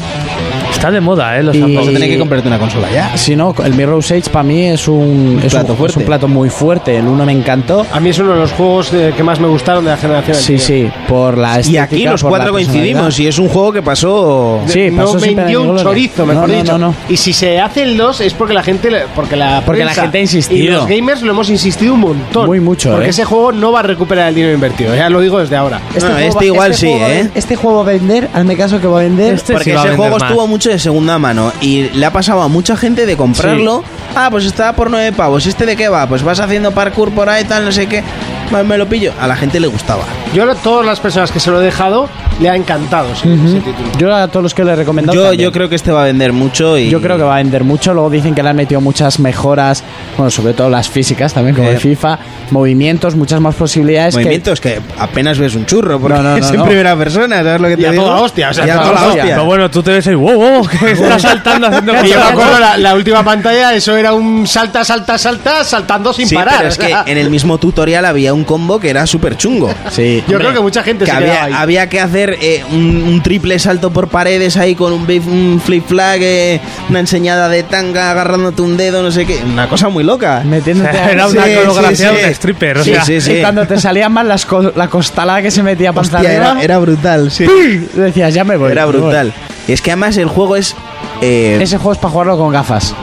Speaker 4: Está de moda, ¿eh? Los
Speaker 3: Y-
Speaker 5: Vas a
Speaker 4: Apple.
Speaker 5: tener que comprarte una consola ya.
Speaker 3: Si no, el Mirror's Edge para mí es un, es,
Speaker 5: plato
Speaker 3: un, es
Speaker 5: fuerte.
Speaker 3: un plato muy fuerte. El uno me encantó.
Speaker 2: A mí es uno de los juegos eh, que más me gustaron de la generación.
Speaker 3: Sí,
Speaker 2: anterior.
Speaker 3: sí, por la
Speaker 5: Y
Speaker 3: estética,
Speaker 5: aquí los
Speaker 3: por la
Speaker 5: cuatro coincidimos
Speaker 3: personalidad.
Speaker 5: y es un juego que pasó...
Speaker 3: Sí,
Speaker 2: no
Speaker 3: pasó sin pena ni
Speaker 2: vendió un
Speaker 3: gloria.
Speaker 2: chorizo, mejor
Speaker 3: No, no,
Speaker 2: dicho.
Speaker 3: no, no.
Speaker 2: Y si se hace el 2 es porque la gente le- porque la
Speaker 3: Porque la
Speaker 2: prensa
Speaker 3: gente ha insistido.
Speaker 2: Y los gamers lo hemos insistido un montón.
Speaker 3: Muy mucho,
Speaker 2: Porque
Speaker 3: ¿eh?
Speaker 2: ese juego no va a recuperar el dinero invertido, ya lo digo desde ahora.
Speaker 5: No,
Speaker 3: juego
Speaker 5: este
Speaker 3: va-
Speaker 5: igual sí,
Speaker 3: juego va a
Speaker 5: ¿eh?
Speaker 3: ven- Este juego va a vender, hazme caso que va a vender.
Speaker 4: Este sí
Speaker 5: Porque
Speaker 4: va a
Speaker 5: ese
Speaker 4: vender
Speaker 5: juego
Speaker 4: más.
Speaker 5: estuvo mucho de segunda mano y le ha pasado a mucha gente de comprarlo. Ah, pues está por nueve pavos. ¿Este de qué va? Pues vas haciendo parkour por ahí, tal, no sé qué. Más me lo pillo. A la gente le gustaba.
Speaker 2: Yo a todas las personas que se lo he dejado le ha encantado ese, ese título.
Speaker 3: Yo a todos los que le he recomendado.
Speaker 5: Yo,
Speaker 3: también.
Speaker 5: yo creo que este va a vender mucho y...
Speaker 3: Yo creo que va a vender mucho. Luego dicen que le han metido muchas mejoras, bueno, sobre todo las físicas también, como
Speaker 5: Eh.
Speaker 3: el FIFA, movimientos, muchas más posibilidades. que-
Speaker 5: Movimientos que... apenas ves un churro porque
Speaker 3: No, no, no,
Speaker 5: es en
Speaker 3: no.
Speaker 5: primera persona, ¿sabes lo que te
Speaker 2: Y a
Speaker 5: digo?
Speaker 2: toda hostia, o sea,
Speaker 5: Y a
Speaker 2: a
Speaker 5: toda
Speaker 2: toda
Speaker 5: hostia.
Speaker 4: Pero bueno, tú te ves ahí, wow, wow, que está saltando haciendo
Speaker 2: Y yo me
Speaker 4: cosas.
Speaker 2: acuerdo la, la última pantalla, eso era un salta, salta, salta, saltando sin
Speaker 5: Sí,
Speaker 2: parar.
Speaker 5: pero es
Speaker 2: o sea,
Speaker 5: que en el mismo tutorial había un combo que era súper chungo.
Speaker 3: Sí.
Speaker 2: Yo creo que mucha gente
Speaker 5: que
Speaker 2: se
Speaker 5: había,
Speaker 2: quedaba ahí.
Speaker 5: había que hacer eh, un, un triple salto por paredes ahí con un, bif- un flip flag, eh, una enseñada de tanga agarrándote un dedo, no sé qué. Una cosa muy loca.
Speaker 3: Metiéndote
Speaker 4: Era
Speaker 3: ahí.
Speaker 4: una
Speaker 5: Sí, sí,
Speaker 4: coreografía
Speaker 5: sí.
Speaker 4: de un stripper, o
Speaker 5: Sí,
Speaker 4: sea.
Speaker 5: sí, sí.
Speaker 3: Y cuando te salían mal las co- la costalada que se metía para
Speaker 5: Hostia, era, era brutal, sí.
Speaker 3: Decías, ya me voy.
Speaker 5: Era
Speaker 3: me voy.
Speaker 5: brutal. Y es que además el juego es. eh,
Speaker 3: Ese juego es para jugarlo con gafas.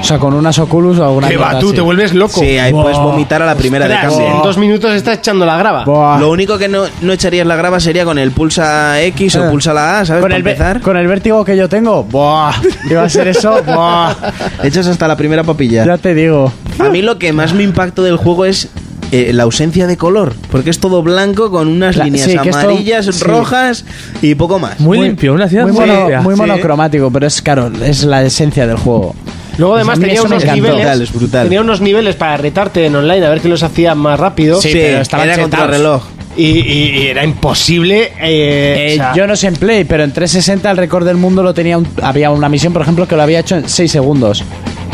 Speaker 3: O sea, con unas Oculus o alguna
Speaker 2: Que va,
Speaker 3: mierda
Speaker 2: tú
Speaker 3: así.
Speaker 2: te vuelves loco.
Speaker 5: sí, ahí
Speaker 3: Buah.
Speaker 5: puedes vomitar a la primera de
Speaker 2: Ostras,
Speaker 5: cambio.
Speaker 2: en dos minutos estás echando la grava.
Speaker 3: Buah.
Speaker 5: Lo único que no, no echarías la grava sería con el pulsa X o
Speaker 3: Ah.
Speaker 5: pulsa la A, ¿sabes?
Speaker 3: con,
Speaker 5: Para
Speaker 3: el ve-
Speaker 5: empezar.
Speaker 3: con el vértigo que yo tengo, buah, iba a ser eso, buah.
Speaker 5: Echas hasta la primera papilla.
Speaker 3: Ya te digo.
Speaker 5: A mí lo que más me impactó del juego es eh, la ausencia de color, porque es todo blanco con unas
Speaker 3: La-
Speaker 5: líneas
Speaker 3: sí, que es todo-
Speaker 5: amarillas,
Speaker 3: sí.
Speaker 5: rojas y poco más.
Speaker 4: Muy limpio, una ciudad
Speaker 3: muy,
Speaker 4: muy
Speaker 3: mono-
Speaker 4: limpia.
Speaker 3: muy
Speaker 5: sí.
Speaker 3: monocromático, pero es claro, es la esencia del juego.
Speaker 2: Luego
Speaker 3: Pues
Speaker 2: además
Speaker 3: a mí
Speaker 2: tenía
Speaker 3: eso me
Speaker 2: unos
Speaker 3: encantó.
Speaker 2: niveles,
Speaker 5: Brutal, es brutal.
Speaker 2: tenía unos niveles para retarte en online a ver que los hacía más rápido
Speaker 3: Sí, pero estaban
Speaker 5: era contra
Speaker 3: chetaos.
Speaker 5: reloj.
Speaker 2: y, y- y era imposible. eh,
Speaker 3: Eh,
Speaker 2: o sea,
Speaker 3: yo no sé en Play, pero en 360 el récord del mundo lo tenía un- había una misión, por ejemplo, que lo había hecho en 6 segundos.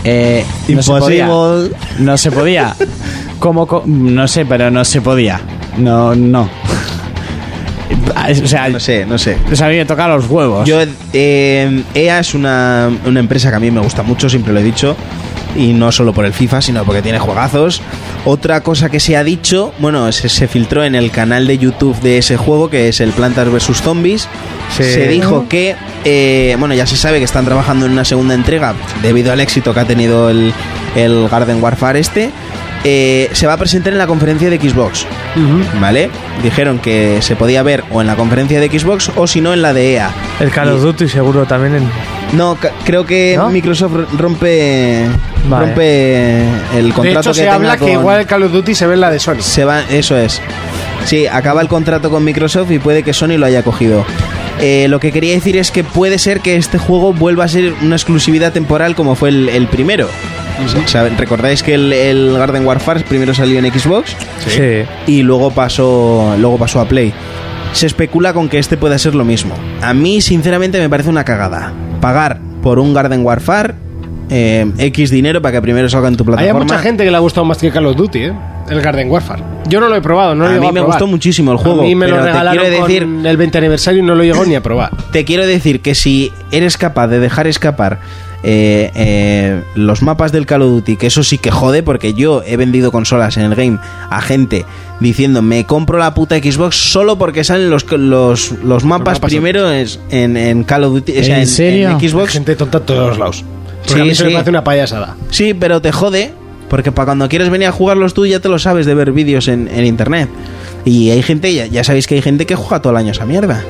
Speaker 3: Eh, no se podía.
Speaker 5: Impossible.
Speaker 3: No se podía. Como co- no sé, pero no se podía. No, no. O sea,
Speaker 5: No sé, no sé.
Speaker 3: o sea, a mí me toca los huevos.
Speaker 5: Yo, eh, EA es una, una empresa que a mí me gusta mucho, siempre lo he dicho. Y no solo por el FIFA, sino porque tiene juegazos. Otra cosa que se ha dicho, bueno, se, se filtró en el canal de YouTube de ese juego, que es el Plantas vs. Zombies.
Speaker 4: Sí.
Speaker 5: Se dijo que, eh, bueno, ya se sabe que están trabajando en una segunda entrega debido al éxito que ha tenido el, el Garden Warfare este. eh, se va a presentar en la conferencia de Xbox. ¿Vale? Dijeron que se podía ver o en la conferencia de Xbox o si no en la de E EA.
Speaker 4: El Call of Duty seguro también en...
Speaker 5: No, ca- creo que
Speaker 4: ¿No?
Speaker 5: Microsoft rompe
Speaker 4: Vale.
Speaker 5: rompe el
Speaker 2: de
Speaker 5: contrato
Speaker 2: hecho,
Speaker 5: que
Speaker 2: se
Speaker 5: tenga
Speaker 2: habla que
Speaker 5: con-
Speaker 2: igual el Call of Duty se ve en la de Sony.
Speaker 5: se va, eso es. Sí, acaba el contrato con Microsoft y puede que Sony lo haya cogido. Eh, lo que quería decir es que puede ser que este juego vuelva a ser una exclusividad temporal como fue el, el primero. O sea, ¿Recordáis que el, el Garden Warfare primero salió en Xbox?
Speaker 4: Sí.
Speaker 5: y luego pasó, luego pasó a Play. Se especula con que este pueda ser lo mismo. A mí, sinceramente, me parece una cagada. Pagar por un Garden Warfare eh, X dinero para que primero salga en tu
Speaker 2: Hay a
Speaker 5: plataforma.
Speaker 2: mucha gente que le ha gustado más que Call of Duty, ¿eh? el Garden Warfare. Yo no lo he probado, no lo
Speaker 5: A
Speaker 2: he llegado
Speaker 5: mí me
Speaker 2: probar.
Speaker 5: gustó muchísimo el juego,
Speaker 2: A mí me lo
Speaker 5: pero te
Speaker 2: regalaron
Speaker 5: quiero decir-
Speaker 2: con el 20 aniversario y no lo llegó ni a probar.
Speaker 5: Te quiero decir que si eres capaz de dejar escapar eh, eh, los mapas del Call of Duty, que eso sí que jode, porque yo he vendido consolas en el game a gente diciendo me compro la puta Xbox solo porque salen los, los, los mapas
Speaker 2: mapas.
Speaker 5: primero es- en, en Call of Duty, o sea,
Speaker 3: ¿En
Speaker 5: en-
Speaker 3: serio?
Speaker 5: en
Speaker 2: Hay
Speaker 5: Xbox.
Speaker 2: gente tonta en todos lados. Porque
Speaker 5: Sí,
Speaker 2: a mí se me
Speaker 5: sí.
Speaker 2: parece una payasada.
Speaker 5: Sí, pero te jode. Porque para cuando quieres venir a jugarlos tú ya te lo sabes de ver vídeos en, en internet. Y hay gente, ya, ya sabéis que hay gente que juega todo el año esa mierda.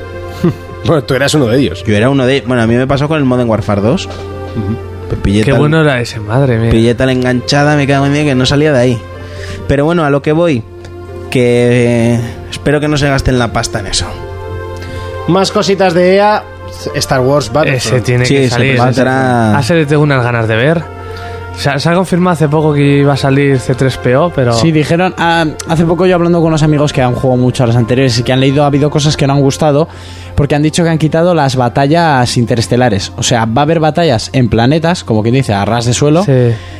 Speaker 2: Bueno, tú eras uno de ellos.
Speaker 5: Yo era uno de... Bueno, a mí me pasó con el Modern Warfare 2. Pues pillé
Speaker 4: Qué
Speaker 5: tal-
Speaker 4: bueno era ese, madre mía.
Speaker 5: Pillé tal enganchada, me cago en día que no salía de ahí. Pero bueno, a lo que voy. Que eh, espero que no se gasten la pasta en eso.
Speaker 2: Más cositas de EA, Star Wars
Speaker 4: Ese
Speaker 2: Battlefront.
Speaker 4: tiene
Speaker 5: Sí,
Speaker 4: que
Speaker 5: se
Speaker 4: salir.
Speaker 5: presentará-
Speaker 4: A ser tengo unas ganas de ver. Se ha, se ha confirmado hace poco que iba a salir C3PO, pero...
Speaker 3: Sí, dijeron, ah, hace poco yo hablando con unos amigos que han jugado mucho a las anteriores y que han leído, ha habido cosas que no han gustado, porque han dicho que han quitado las batallas interestelares. O sea, va a haber batallas en planetas, como quien dice, a ras de suelo,
Speaker 4: Sí.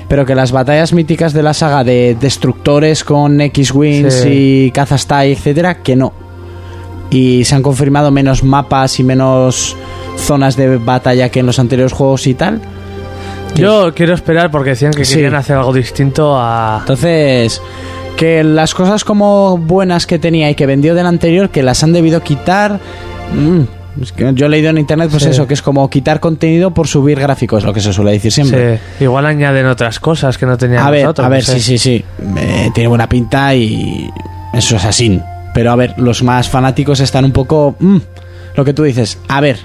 Speaker 3: pero que las batallas míticas de la saga de destructores con X-Wings
Speaker 4: Sí.
Speaker 3: y cazas TIE, etcétera, que no. Y se han confirmado menos mapas y menos zonas de batalla que en los anteriores juegos y tal.
Speaker 4: Yo quiero esperar porque decían que
Speaker 3: Sí.
Speaker 4: querían hacer algo distinto a.
Speaker 3: Entonces, que las cosas como buenas que tenía y que vendió del anterior, que las han debido quitar. mm, es que yo he leído en internet, pues
Speaker 4: Sí.
Speaker 3: eso, que es como quitar contenido por subir gráficos, lo que se suele decir siempre.
Speaker 4: Sí, igual añaden otras cosas que no tenían
Speaker 3: A ver,
Speaker 4: nosotros,
Speaker 3: a
Speaker 4: no
Speaker 3: ver,
Speaker 4: sé.
Speaker 3: sí, sí, sí. Eh, tiene buena pinta y eso es así. Pero a ver, los más fanáticos están un poco... mm, lo que tú dices, a ver.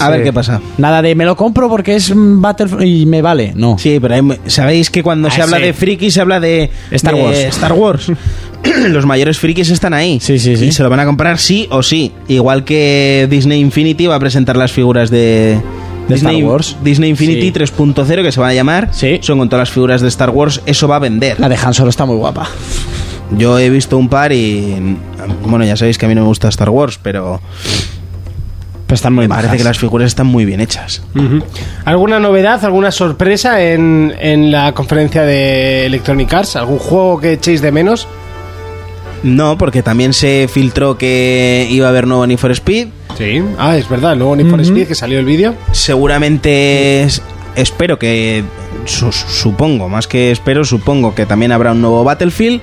Speaker 5: A
Speaker 4: Sí.
Speaker 5: ver qué pasa.
Speaker 3: Nada de me lo compro porque es mm, Battlefield y me vale. No.
Speaker 5: Sí, pero hay- sabéis que cuando se
Speaker 3: Ah,
Speaker 5: habla
Speaker 3: sí.
Speaker 5: de friki se habla de
Speaker 3: Star
Speaker 5: de
Speaker 3: Wars.
Speaker 5: Star Wars. Los mayores frikis están ahí.
Speaker 3: Sí, sí, sí.
Speaker 5: Y se lo van a comprar sí o sí. Igual que Disney Infinity va a presentar las figuras de.
Speaker 3: De
Speaker 5: Disney,
Speaker 3: Star Wars.
Speaker 5: Disney Infinity
Speaker 3: Sí.
Speaker 5: 3.0 que se van a llamar.
Speaker 3: Sí.
Speaker 5: Son con todas las figuras de Star Wars. Eso va a vender.
Speaker 3: La de Han Solo está muy guapa.
Speaker 5: Yo he visto un par y. Bueno, ya sabéis que a mí no me gusta Star Wars, pero
Speaker 3: Pero están muy
Speaker 5: me parece
Speaker 3: majas.
Speaker 5: que las figuras están muy bien hechas.
Speaker 2: Ujú. ¿Alguna novedad, alguna sorpresa en, en la conferencia de Electronic Arts? ¿Algún juego que echéis de menos?
Speaker 5: No, porque también se filtró que iba a haber nuevo Need for Speed.
Speaker 2: Sí. Ah, es verdad, luego Need for Speed, que salió el vídeo.
Speaker 5: Seguramente es- espero que su- supongo, más que espero, supongo que también habrá un nuevo Battlefield.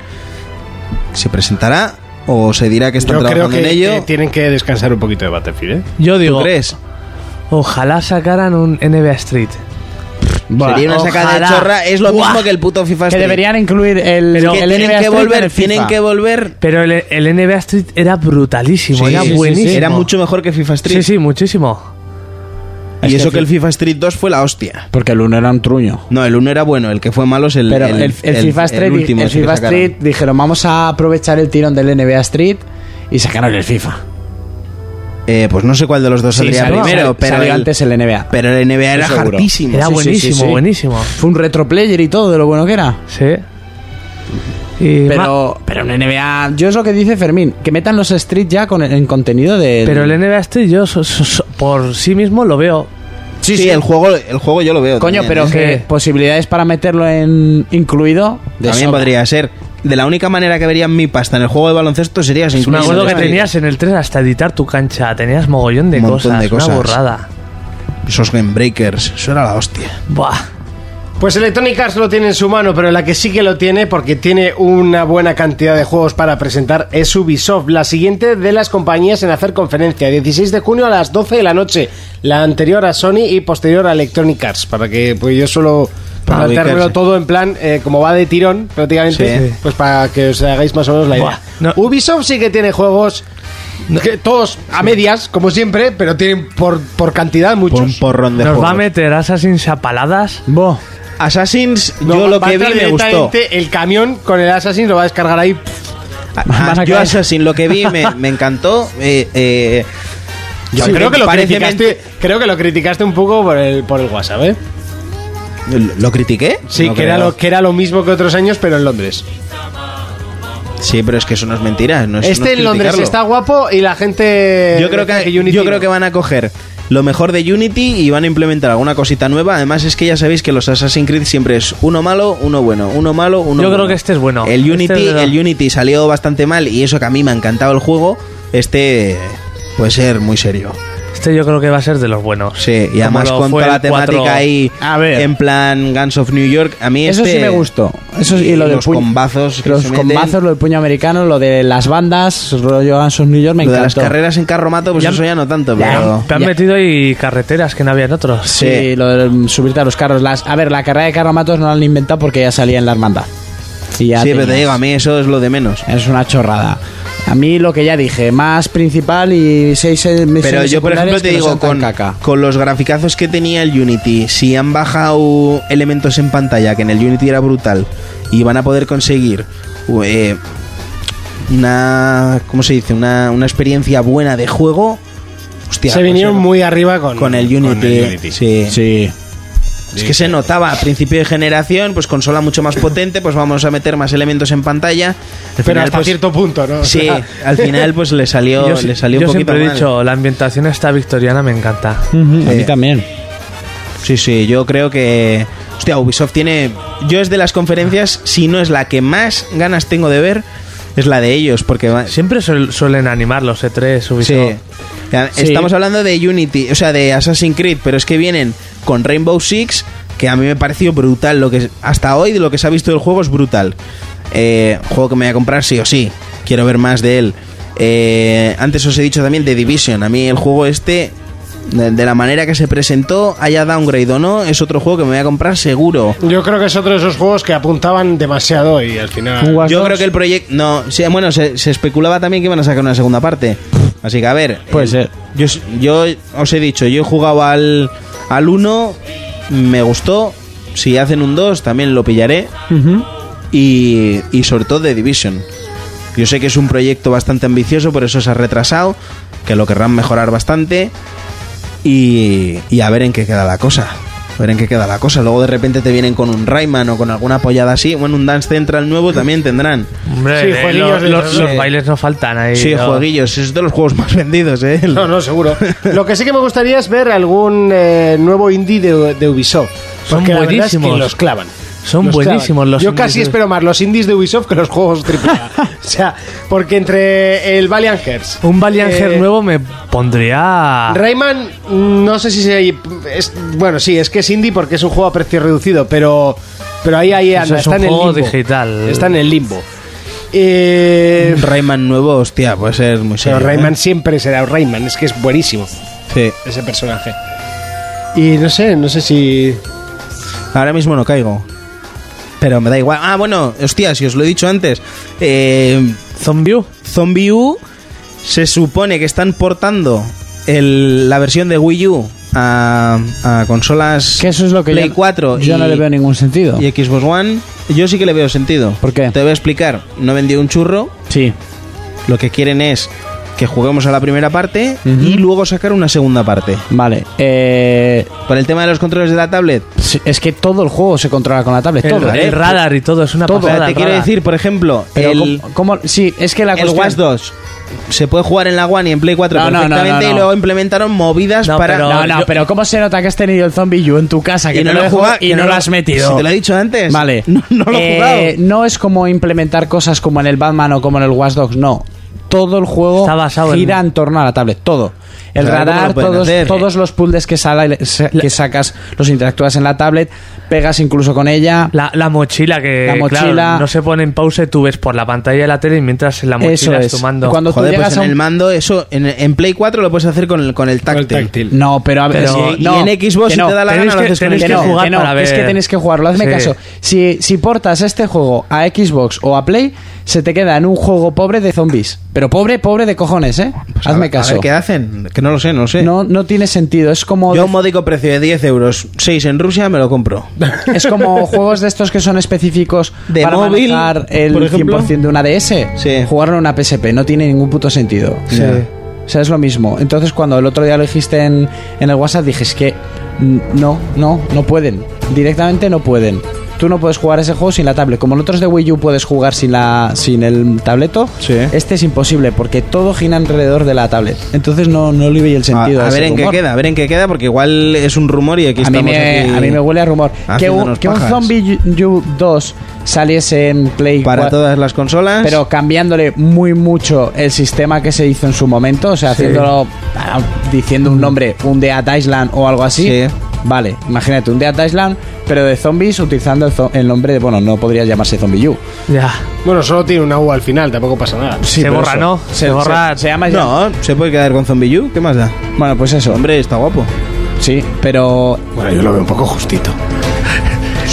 Speaker 5: Se presentará o se dirá que están
Speaker 2: Yo creo
Speaker 5: trabajando
Speaker 2: que,
Speaker 5: en ello.
Speaker 2: que tienen que descansar un poquito de Battlefield, ¿eh?
Speaker 4: Yo digo,
Speaker 5: ¿Tú crees?
Speaker 4: ojalá sacaran un NBA Street.
Speaker 3: Buah.
Speaker 5: Sería una sacada de
Speaker 4: ojalá.
Speaker 5: chorra, es lo
Speaker 4: Buah.
Speaker 5: mismo que el puto FIFA
Speaker 3: Que
Speaker 5: Street.
Speaker 3: deberían incluir el,
Speaker 5: Es que
Speaker 3: el
Speaker 5: tienen
Speaker 3: NBA
Speaker 5: que
Speaker 3: Street en
Speaker 5: volver,
Speaker 3: el
Speaker 5: tienen
Speaker 3: FIFA.
Speaker 5: que volver.
Speaker 4: Pero el, el NBA Street era brutalísimo,
Speaker 5: Sí,
Speaker 4: era
Speaker 5: sí, sí, sí.
Speaker 4: buenísimo.
Speaker 5: Era mucho mejor que FIFA Street.
Speaker 4: Sí, sí, muchísimo.
Speaker 5: Y
Speaker 3: Es que
Speaker 5: eso que
Speaker 3: fi-
Speaker 5: el FIFA Street 2 fue la hostia.
Speaker 3: Porque el uno era un truño.
Speaker 5: No, el 1 era bueno, el que fue malo es el
Speaker 3: Pero el,
Speaker 5: el-
Speaker 3: el
Speaker 5: el-
Speaker 3: FIFA
Speaker 5: el
Speaker 3: Street,
Speaker 5: último
Speaker 3: el
Speaker 5: ese que
Speaker 3: FIFA
Speaker 5: sacaron.
Speaker 3: Street dijeron, vamos a aprovechar el tirón del NBA Street y sacaron el FIFA.
Speaker 5: Eh, pues no sé cuál de los dos saldría
Speaker 3: salió-
Speaker 5: primero,
Speaker 3: sal-
Speaker 5: pero,
Speaker 3: salió
Speaker 5: el,
Speaker 3: antes el NBA.
Speaker 5: pero el NBA era
Speaker 3: Seguro.
Speaker 5: hartísimo.
Speaker 4: Era
Speaker 3: Sí, sí,
Speaker 4: buenísimo,
Speaker 3: sí, sí.
Speaker 4: buenísimo.
Speaker 3: Fue un retroplayer y todo de lo bueno que era.
Speaker 4: Sí. Y ma-
Speaker 3: Pero, pero en NBA, yo es lo que dice Fermín, que metan los Street ya con en contenido de.
Speaker 4: pero el NBA Street yo so- so- so- por sí mismo lo veo.
Speaker 5: Sí, sí, el juego, el juego yo lo veo.
Speaker 3: Coño,
Speaker 5: también,
Speaker 3: pero
Speaker 5: ¿eh?
Speaker 3: que
Speaker 4: Sí.
Speaker 3: posibilidades para meterlo en incluido. De
Speaker 5: También
Speaker 3: sobra.
Speaker 5: podría ser. De la única manera que verían mi pasta en el juego de baloncesto sería sin
Speaker 4: Me acuerdo que
Speaker 5: Street.
Speaker 4: tenías en el 3 hasta editar tu cancha, tenías mogollón de,
Speaker 5: Un montón
Speaker 4: cosas,
Speaker 5: de cosas.
Speaker 4: una borrada.
Speaker 5: Esos Game Breakers, eso era la hostia.
Speaker 4: Buah.
Speaker 2: Pues Electronic Arts lo tiene en su mano, pero la que sí que lo tiene, porque tiene una buena cantidad de juegos para presentar, es Ubisoft, la siguiente de las compañías en hacer conferencia, 16 de junio a las 12 de la noche, la anterior a Sony y posterior a Electronic Arts, para que pues yo suelo
Speaker 5: Para
Speaker 2: planteármelo
Speaker 5: ubicarse.
Speaker 2: todo en plan, eh, como va de tirón prácticamente,
Speaker 5: Sí.
Speaker 2: pues para que os hagáis más o menos la idea.
Speaker 4: Buah, no.
Speaker 2: Ubisoft sí que tiene juegos... Que todos a medias, como siempre, pero tienen por, por cantidad muchos.
Speaker 5: Un porrón de
Speaker 4: Nos va a
Speaker 5: juegos.
Speaker 4: meter Assassin's a paladas.
Speaker 3: Buah.
Speaker 5: Assassins,
Speaker 2: No,
Speaker 5: yo lo
Speaker 2: va a
Speaker 5: que vi
Speaker 2: entrar
Speaker 5: me gustó.
Speaker 2: directamente El camión con el Assassin lo va a descargar ahí.
Speaker 5: Ah,
Speaker 3: Van a
Speaker 5: yo
Speaker 3: caer.
Speaker 5: Assassin lo que vi me, me encantó. Eh, eh,
Speaker 2: Yo
Speaker 5: sí,
Speaker 2: creo, que lo
Speaker 5: parece
Speaker 2: criticaste, creo que lo criticaste un poco por el, por el WhatsApp, ¿eh?
Speaker 5: men- ¿Lo critiqué?
Speaker 2: Sí,
Speaker 5: No
Speaker 2: que, era
Speaker 5: creo.
Speaker 2: lo, que era lo mismo que otros años, pero en Londres.
Speaker 5: Sí, pero es que eso no es mentira. no es- no
Speaker 2: este
Speaker 5: es
Speaker 2: en Londres
Speaker 5: criticarlo.
Speaker 2: está guapo y la gente.
Speaker 5: yo creo
Speaker 2: dice
Speaker 5: que,
Speaker 2: Eh, Unity
Speaker 5: yo
Speaker 2: no.
Speaker 5: creo que van a coger lo mejor de Unity y van a implementar alguna cosita nueva. Además es que ya sabéis que los Assassin's Creed siempre es uno malo, uno bueno, uno malo, uno
Speaker 4: Yo
Speaker 5: bueno.
Speaker 4: creo que este es bueno.
Speaker 5: El
Speaker 4: Este
Speaker 5: Unity,
Speaker 4: es verdad.
Speaker 5: el Unity salió bastante mal y eso que a mí me ha encantado el juego, este puede ser muy serio.
Speaker 4: Este yo creo que va a ser de los buenos.
Speaker 5: Sí, y
Speaker 4: Como
Speaker 5: además
Speaker 4: lo
Speaker 5: con
Speaker 4: fue
Speaker 5: toda la
Speaker 4: el cuatro- Eh,
Speaker 5: temática ahí
Speaker 3: A ver.
Speaker 5: en plan Guns of New York, a mí
Speaker 3: Eso
Speaker 5: este-
Speaker 3: sí me gustó. Eso sí, y lo del
Speaker 5: los
Speaker 3: puño-
Speaker 5: combazos que
Speaker 3: Los
Speaker 5: se meten,
Speaker 3: combazos, lo del puño americano, lo de las bandas, rollo Guns of New York, me
Speaker 5: lo de las
Speaker 3: encantó.
Speaker 5: carreras en carromato, pues
Speaker 3: Ya-
Speaker 5: eso ya no tanto,
Speaker 3: Ya.
Speaker 5: pero
Speaker 4: Te han
Speaker 3: Ya.
Speaker 4: metido ahí carreteras que no había en otros.
Speaker 3: Sí,
Speaker 5: Sí.
Speaker 3: lo de mm, subirte a los carros. Las, a ver, la carrera de carromatos no la han inventado porque ya salía en la hermandad. Y ya
Speaker 5: sí, pero te
Speaker 3: tenías.
Speaker 5: digo, a mí eso es lo de menos.
Speaker 3: Es una chorrada. A mí lo que ya dije, más principal y seis eh, misiones
Speaker 5: Pero yo, por ejemplo,
Speaker 3: secundarias
Speaker 5: te
Speaker 3: que no
Speaker 5: digo,
Speaker 3: sean tan
Speaker 5: con,
Speaker 3: caca.
Speaker 5: con los graficazos que tenía el Unity, si han bajado elementos en pantalla, que en el Unity era brutal, y van a poder conseguir eh, una. ¿Cómo se dice? Una, una experiencia buena de juego. Hostia,
Speaker 2: Se
Speaker 5: pues,
Speaker 2: vinieron
Speaker 5: eh,
Speaker 2: muy arriba con,
Speaker 5: Con el Unity. Sí.
Speaker 3: Sí.
Speaker 5: Es que se notaba a principio de generación, pues consola mucho más potente, pues vamos a meter más elementos en pantalla. Al
Speaker 2: Pero
Speaker 5: final,
Speaker 2: hasta
Speaker 5: pues,
Speaker 2: cierto punto, ¿no? O
Speaker 5: Sí,
Speaker 2: sea,
Speaker 5: al final pues le salió,
Speaker 4: Yo, si-
Speaker 5: le salió
Speaker 4: yo
Speaker 5: un poquito
Speaker 4: siempre he
Speaker 5: mal.
Speaker 4: dicho, la ambientación esta victoriana me encanta.
Speaker 3: A mí
Speaker 5: Eh,
Speaker 3: también.
Speaker 5: Sí, sí, yo creo que. Hostia, Ubisoft tiene. Yo es de las conferencias, si no es la que más ganas tengo de ver, es la de ellos, porque va-
Speaker 4: Siempre suel- suelen animar los E3,
Speaker 5: Sí.
Speaker 4: Ubisoft.
Speaker 5: Ya,
Speaker 3: Sí.
Speaker 5: Estamos hablando de Unity, o sea, de Assassin's Creed, pero es que vienen con Rainbow Six, que a mí me pareció brutal. Lo que hasta hoy de lo que se ha visto del juego es brutal. Eh, juego que me voy a comprar sí o sí. Quiero ver más de él. Eh, antes os he dicho también de Division. A mí el juego este, de, de la manera que se presentó, haya downgrade o no, es otro juego que me voy a comprar seguro.
Speaker 2: Yo creo que es otro de esos juegos que apuntaban demasiado y al
Speaker 3: Un
Speaker 2: final.
Speaker 3: Watch
Speaker 5: Yo
Speaker 3: Dogs,
Speaker 5: creo que el proyecto. No, sí, bueno, se, se especulaba también que iban a sacar una segunda parte. Así que a ver.
Speaker 3: Puede
Speaker 5: eh,
Speaker 3: ser.
Speaker 5: Yo, s- yo os he dicho, yo he jugado al, al 1, me gustó. Si hacen un 2, también lo pillaré.
Speaker 3: Ujú.
Speaker 5: Y, y sobre todo de Division. Yo sé que es un proyecto bastante ambicioso, por eso se ha retrasado. Que lo querrán mejorar bastante. Y, y a ver en qué queda la cosa. A ver en qué queda la cosa. Luego de repente te vienen con un Rayman o con alguna apoyada así. Bueno, un Dance Central nuevo también tendrán.
Speaker 4: Hombre,
Speaker 2: Sí,
Speaker 4: eh,
Speaker 2: jueguillos
Speaker 4: los,
Speaker 2: de
Speaker 4: los-
Speaker 2: esos,
Speaker 4: los
Speaker 5: eh.
Speaker 4: bailes no faltan ahí.
Speaker 5: Sí,
Speaker 4: ¿no?
Speaker 5: jueguillos. Es de los juegos más vendidos, ¿eh?
Speaker 2: No, no, seguro. Lo que sí que me gustaría es ver algún eh, nuevo indie de, de Ubisoft.
Speaker 4: Son
Speaker 2: Porque la verdad es que
Speaker 4: buenísimos.
Speaker 2: los clavan.
Speaker 4: Son
Speaker 2: Los clavan.
Speaker 4: buenísimos los
Speaker 2: Yo
Speaker 4: indies
Speaker 2: casi
Speaker 4: de-
Speaker 2: espero más los indies de Ubisoft que los juegos AAA. o sea, porque entre el Valiant Hearts.
Speaker 4: Un Valiant
Speaker 2: eh,
Speaker 4: Heart nuevo me pondría.
Speaker 2: Rayman, no sé si se. Es, bueno, sí, es que es indie porque es un juego a precio reducido, pero. Pero ahí, ahí anda,
Speaker 4: Eso es
Speaker 2: está
Speaker 4: un
Speaker 2: en el
Speaker 4: juego
Speaker 2: limbo.
Speaker 4: digital.
Speaker 2: Está en el limbo. Eh,
Speaker 5: Rayman nuevo, hostia, puede ser muy
Speaker 2: pero
Speaker 5: serio.
Speaker 2: Rayman
Speaker 5: ¿eh?
Speaker 2: siempre será Rayman, es que es buenísimo
Speaker 5: Sí.
Speaker 2: ese personaje. Y no sé, no sé si.
Speaker 5: Ahora mismo no caigo. Pero me da igual. Ah, bueno, hostia, si os lo he dicho antes. Eh,
Speaker 4: Zombie. U.
Speaker 5: Zombie U se supone que están portando el- la versión de Wii U a, a consolas
Speaker 3: Que eso es lo que
Speaker 5: Play
Speaker 3: yo,
Speaker 5: 4
Speaker 3: yo
Speaker 5: y,
Speaker 3: no le veo ningún sentido.
Speaker 5: y Xbox One. Yo sí que le veo sentido.
Speaker 3: ¿Por qué?
Speaker 5: Te voy a explicar. No vendió un churro.
Speaker 3: Sí.
Speaker 5: Lo que quieren es que juguemos a la primera parte y luego sacar una segunda parte.
Speaker 3: Vale. Eh,
Speaker 5: Para el tema de los controles de la tablet,
Speaker 3: sí, es que todo el juego se controla con la tablet.
Speaker 4: El,
Speaker 3: todo.
Speaker 5: ¿eh?
Speaker 4: el radar y todo, es una
Speaker 3: Todo.
Speaker 5: o sea,
Speaker 4: pasada.
Speaker 5: te
Speaker 4: el
Speaker 5: quiero
Speaker 4: radar.
Speaker 5: decir, por ejemplo,
Speaker 3: Pero
Speaker 5: el,
Speaker 3: ¿cómo, cómo- Sí, es que la
Speaker 5: el
Speaker 3: cuestión...
Speaker 5: Watch 2 se puede jugar en la One y en Play 4
Speaker 3: No, no, no,
Speaker 5: perfectamente
Speaker 3: no, no.
Speaker 5: y luego implementaron movidas
Speaker 4: No,
Speaker 5: para...
Speaker 4: pero-
Speaker 3: No, no,
Speaker 4: yo-
Speaker 3: pero ¿cómo se nota que has tenido el Zombie You en tu casa? Que
Speaker 5: y no
Speaker 3: te
Speaker 5: lo he
Speaker 3: dejo
Speaker 5: jugado,
Speaker 3: y
Speaker 5: que
Speaker 3: no lo has metido.
Speaker 5: Si te lo he dicho antes.
Speaker 3: Vale.
Speaker 5: No, no lo he
Speaker 3: Eh,
Speaker 5: jugado.
Speaker 3: No es como implementar cosas como en el Batman o como en el Watch Dogs, no. Todo el juego
Speaker 4: Está basado en-
Speaker 3: gira en... torno a la tablet, todo. El
Speaker 5: Claro, ¿cómo
Speaker 3: radar,
Speaker 5: lo pueden
Speaker 3: todos,
Speaker 5: hacer?
Speaker 3: todos los puzzles que, sale- que sacas, los interactúas en la tablet, pegas incluso con ella.
Speaker 4: La, la mochila que
Speaker 3: La mochila-
Speaker 4: claro, no se pone en pausa y tú ves por la pantalla de la tele y mientras en la
Speaker 3: Eso
Speaker 4: mochila
Speaker 3: es.
Speaker 4: es. tomando.
Speaker 3: Cuando tú
Speaker 5: Joder,
Speaker 3: llegas
Speaker 5: pues
Speaker 3: a
Speaker 5: en el
Speaker 3: un...
Speaker 5: mando, eso, en, en Play 4 lo puedes hacer con el, con el táctil.
Speaker 3: No, pero a ver,
Speaker 4: Pero-
Speaker 5: Y- y
Speaker 3: no,
Speaker 5: en Xbox
Speaker 3: que
Speaker 5: si
Speaker 3: no,
Speaker 5: te da la
Speaker 4: tenéis
Speaker 5: gana lo
Speaker 4: que-
Speaker 5: haces con el
Speaker 4: tenéis
Speaker 3: que
Speaker 5: táctil.
Speaker 3: no,
Speaker 4: jugar
Speaker 3: que no,
Speaker 4: para
Speaker 3: que es
Speaker 4: ver.
Speaker 3: que tenéis que jugarlo, hazme
Speaker 4: Sí.
Speaker 3: caso. Si, si portas este juego a Xbox o a Play, se te queda en un juego pobre de zombies. Pero pobre, pobre de cojones, ¿eh?
Speaker 5: Pues a
Speaker 3: hazme
Speaker 5: ver- a
Speaker 3: caso.
Speaker 5: ver, ¿Qué hacen? Que no lo sé, no lo sé.
Speaker 3: No, no tiene sentido. Es como,
Speaker 5: Yo a un módico precio de 10 euros, 6 en Rusia, me lo compro.
Speaker 3: es como juegos de estos que son específicos
Speaker 5: De
Speaker 3: para
Speaker 5: móvil,
Speaker 3: manejar el
Speaker 5: por ejemplo.
Speaker 3: 100% de una DS.
Speaker 5: Sí.
Speaker 3: Jugarlo en una PSP no tiene ningún puto sentido.
Speaker 5: Ya.
Speaker 3: O sea, es lo mismo. Entonces, cuando el otro día lo dijiste en, en el WhatsApp, dije, es que mm, no, no, no pueden. Directamente no pueden. Tú no puedes jugar ese juego sin la tablet. Como en otros de Wii U puedes jugar sin, la, sin el tableto,
Speaker 5: Sí.
Speaker 3: este es imposible porque todo gira alrededor de la tablet. Entonces no, no le veía el
Speaker 5: A,
Speaker 3: sentido.
Speaker 5: a
Speaker 3: ese
Speaker 5: ver en qué
Speaker 3: rumor.
Speaker 5: queda, a ver en qué queda, porque igual es un rumor y aquí
Speaker 3: A mí,
Speaker 5: estamos.
Speaker 3: me,
Speaker 5: aquí
Speaker 3: a mí me huele a rumor. Que un,
Speaker 5: haciéndonos
Speaker 3: que un
Speaker 5: pajas.
Speaker 3: Zombie U 2 saliese en Play
Speaker 5: para
Speaker 3: 4,
Speaker 5: todas las consolas.
Speaker 3: pero cambiándole muy mucho el sistema que se hizo en su momento, o sea, haciéndolo ah, diciendo un nombre, un Dead Island o algo así.
Speaker 5: Sí.
Speaker 3: Vale, imagínate un Dead Island, pero de zombies utilizando el, zo- el nombre de, bueno, no podría llamarse Zombie U.
Speaker 4: Ya.
Speaker 2: Bueno, solo tiene una U al final, tampoco pasa nada.
Speaker 4: se
Speaker 3: pero
Speaker 4: borra,
Speaker 3: eso,
Speaker 4: ¿no? Se, borra.
Speaker 3: se llama
Speaker 5: No, se puede quedar con Zombie U, ¿qué más da?
Speaker 3: Bueno, pues eso,
Speaker 5: Hombre, está guapo.
Speaker 3: sí, pero
Speaker 2: Bueno, yo lo veo un poco justito.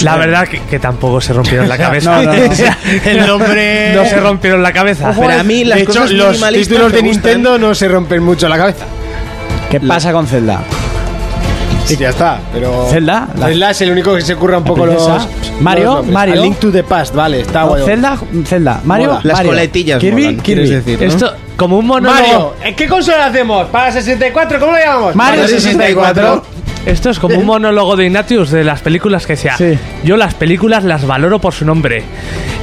Speaker 4: la verdad que, que tampoco se rompieron la cabeza.
Speaker 3: No, no, no.
Speaker 4: O sea,
Speaker 2: El nombre.
Speaker 4: no se rompieron la cabeza.
Speaker 5: Pero a mí las
Speaker 2: de hecho,
Speaker 5: cosas
Speaker 2: los
Speaker 5: minimalistas
Speaker 2: títulos
Speaker 5: me
Speaker 2: de
Speaker 5: gustan.
Speaker 2: Nintendo no se rompen mucho la cabeza.
Speaker 3: ¿qué pasa con Zelda?
Speaker 2: Y ya está, pero.
Speaker 3: Zelda, la-
Speaker 2: Zelda es el único que se curra un poco los. los
Speaker 3: princesa. Mario,
Speaker 2: nombres.
Speaker 3: Mario.
Speaker 2: A Link to the Past, vale, está
Speaker 3: No,
Speaker 2: guay.
Speaker 3: Zelda, Zelda, Mario,
Speaker 2: Mola.
Speaker 5: Las
Speaker 3: Mario.
Speaker 5: coletillas
Speaker 3: Kirby,
Speaker 5: molan,
Speaker 3: Kirby.
Speaker 5: quieres decir, ¿no?
Speaker 4: Esto, como un monólogo.
Speaker 2: Mario, ¿en qué consola hacemos? ¿Para 64? ¿Cómo lo llamamos?
Speaker 3: Mario
Speaker 2: Para
Speaker 3: 64.
Speaker 4: Esto es como un monólogo de Ignatius de las películas que sea.
Speaker 3: Sí.
Speaker 4: Yo las películas las valoro por su nombre.